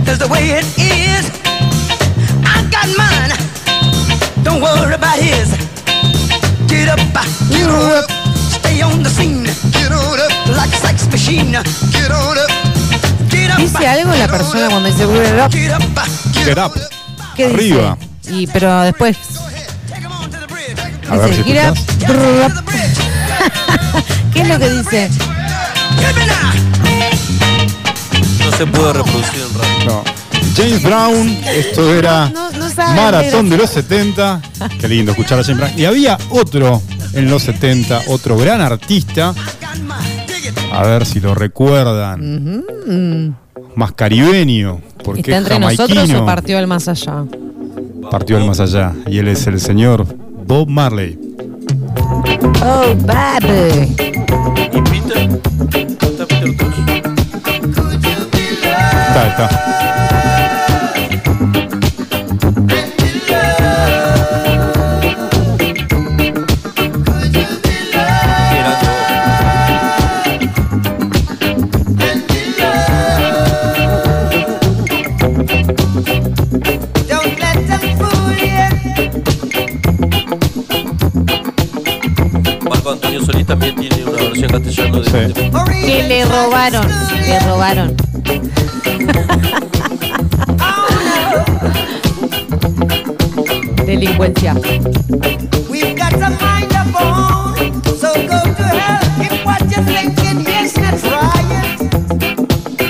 S12: is the way it is. I got mine. Don't worry about his. Get up, get on up, stay on the scene. Get on up like a sex machine. Get on up, get up.
S2: Dice algo la persona cuando dice "We're up",
S12: Get up,
S1: Get up.
S2: ¿qué dice?
S1: Arriba.
S2: Y pero después
S12: Take 'em on to the bridge.
S1: A ver si
S2: dice "Get up,
S1: escuchás.
S12: Get
S2: brr,
S12: on
S2: up".
S12: to the bridge.
S2: [laughs] ¿Qué es lo que dice?
S12: Hit me now.
S3: No se puede reproducir en radio.
S1: No. James Brown, esto era
S2: No, no saben,
S1: Maratón de los 70. Qué lindo escuchar a James Brown. Y había otro en los 70, otro gran artista. A ver si lo recuerdan. Más caribeño. Porque
S2: Mm, ¿Está entre
S1: es
S2: nosotros o
S1: jamaiquino.
S2: partió al más allá?
S1: Partió al más allá. Y él es el señor Bob Marley.
S2: Oh, baby.
S3: ¿Y Peter? ¿Está Peter Tosh?
S1: Está, está.
S3: Qué grande vos.
S8: Don't let them fool you.
S3: Marco Antonio Solís también tiene una versión castellana de
S1: Sí.
S3: de-
S2: Que le robaron, le [laughs] robaron. Delincuencia.
S8: We've got to mind our own, so go to hell if what you're thinking is a riot.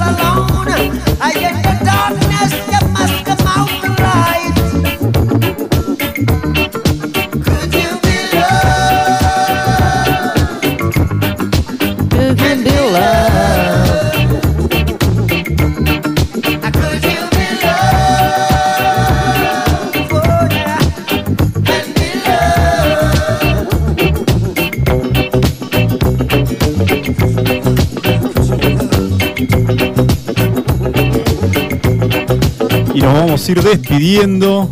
S10: I in the darkness, you must come out the light. Could you be loved?
S2: You can be loved.
S10: Could you be loved? Oh, yeah. And be loved.
S1: Y nos vamos a ir despidiendo.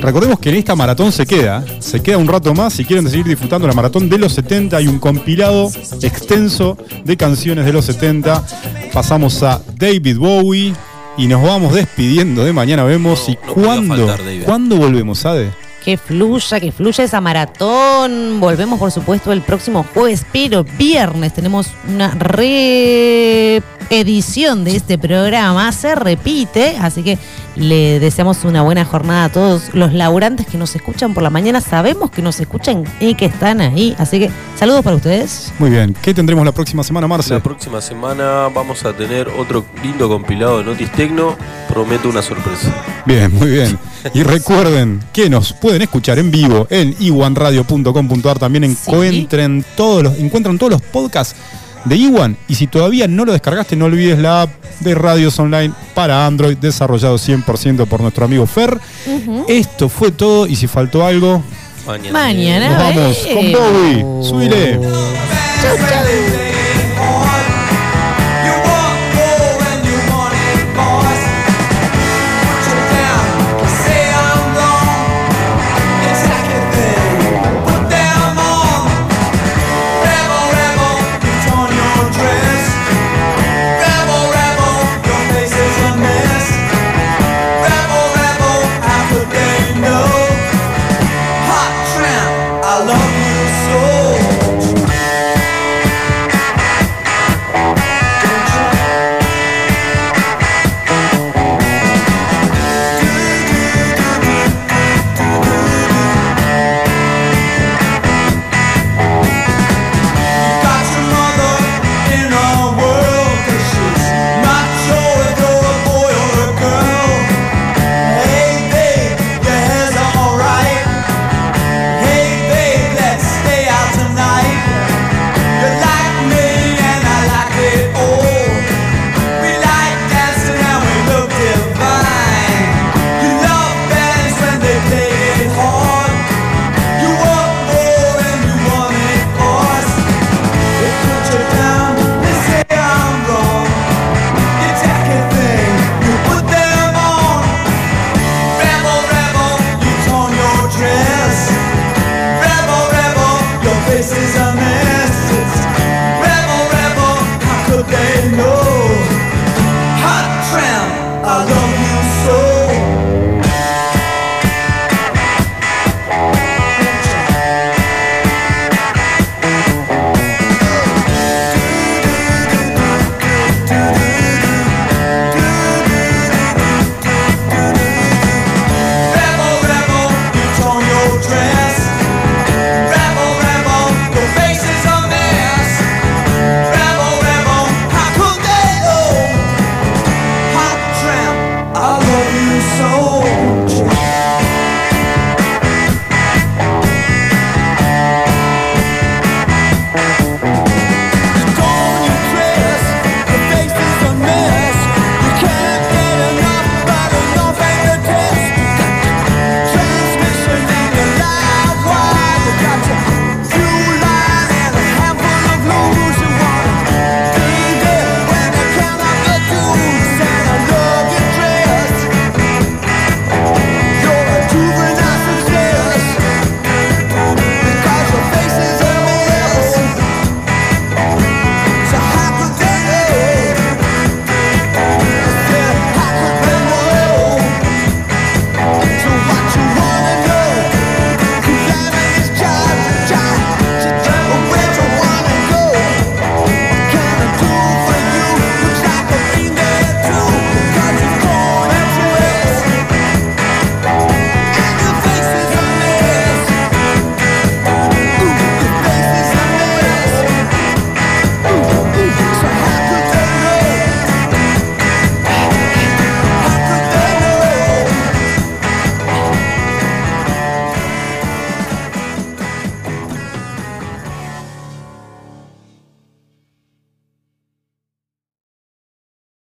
S1: Recordemos que en esta maratón se queda, se queda un rato más. Si quieren seguir disfrutando la maratón de los 70, hay un compilado extenso de canciones de los 70. Pasamos a David Bowie y nos vamos despidiendo de mañana. Vemos y
S3: No, no podía
S1: cuándo,
S3: faltar, David.
S1: cuándo volvemos, Ade.
S2: Que fluya, que fluya esa maratón. Volvemos, por supuesto, el próximo jueves, pero viernes tenemos una reedición de este programa. Se repite, así que le deseamos una buena jornada a todos los laburantes que nos escuchan por la mañana. Sabemos que nos escuchan y que están ahí. Así que saludos para ustedes.
S1: Muy bien, ¿qué tendremos la próxima semana,
S3: La
S1: Marce?
S3: próxima semana vamos a tener otro lindo compilado de Notis Tecno. Prometo una sorpresa.
S1: Bien, muy bien. Y recuerden que nos pueden escuchar en vivo en iwanradio.com.ar. También encuentren todos los, encuentran todos los podcasts de Iwan. Y si todavía no lo descargaste, no olvides la app de Radios Online para Android, desarrollado 100% por nuestro amigo Fer. Esto fue todo. Y si faltó algo,
S3: Mañana.
S2: Mañana.
S1: nos vamos con Bowie.
S2: veremos.
S1: Subile.
S2: Chau, chau.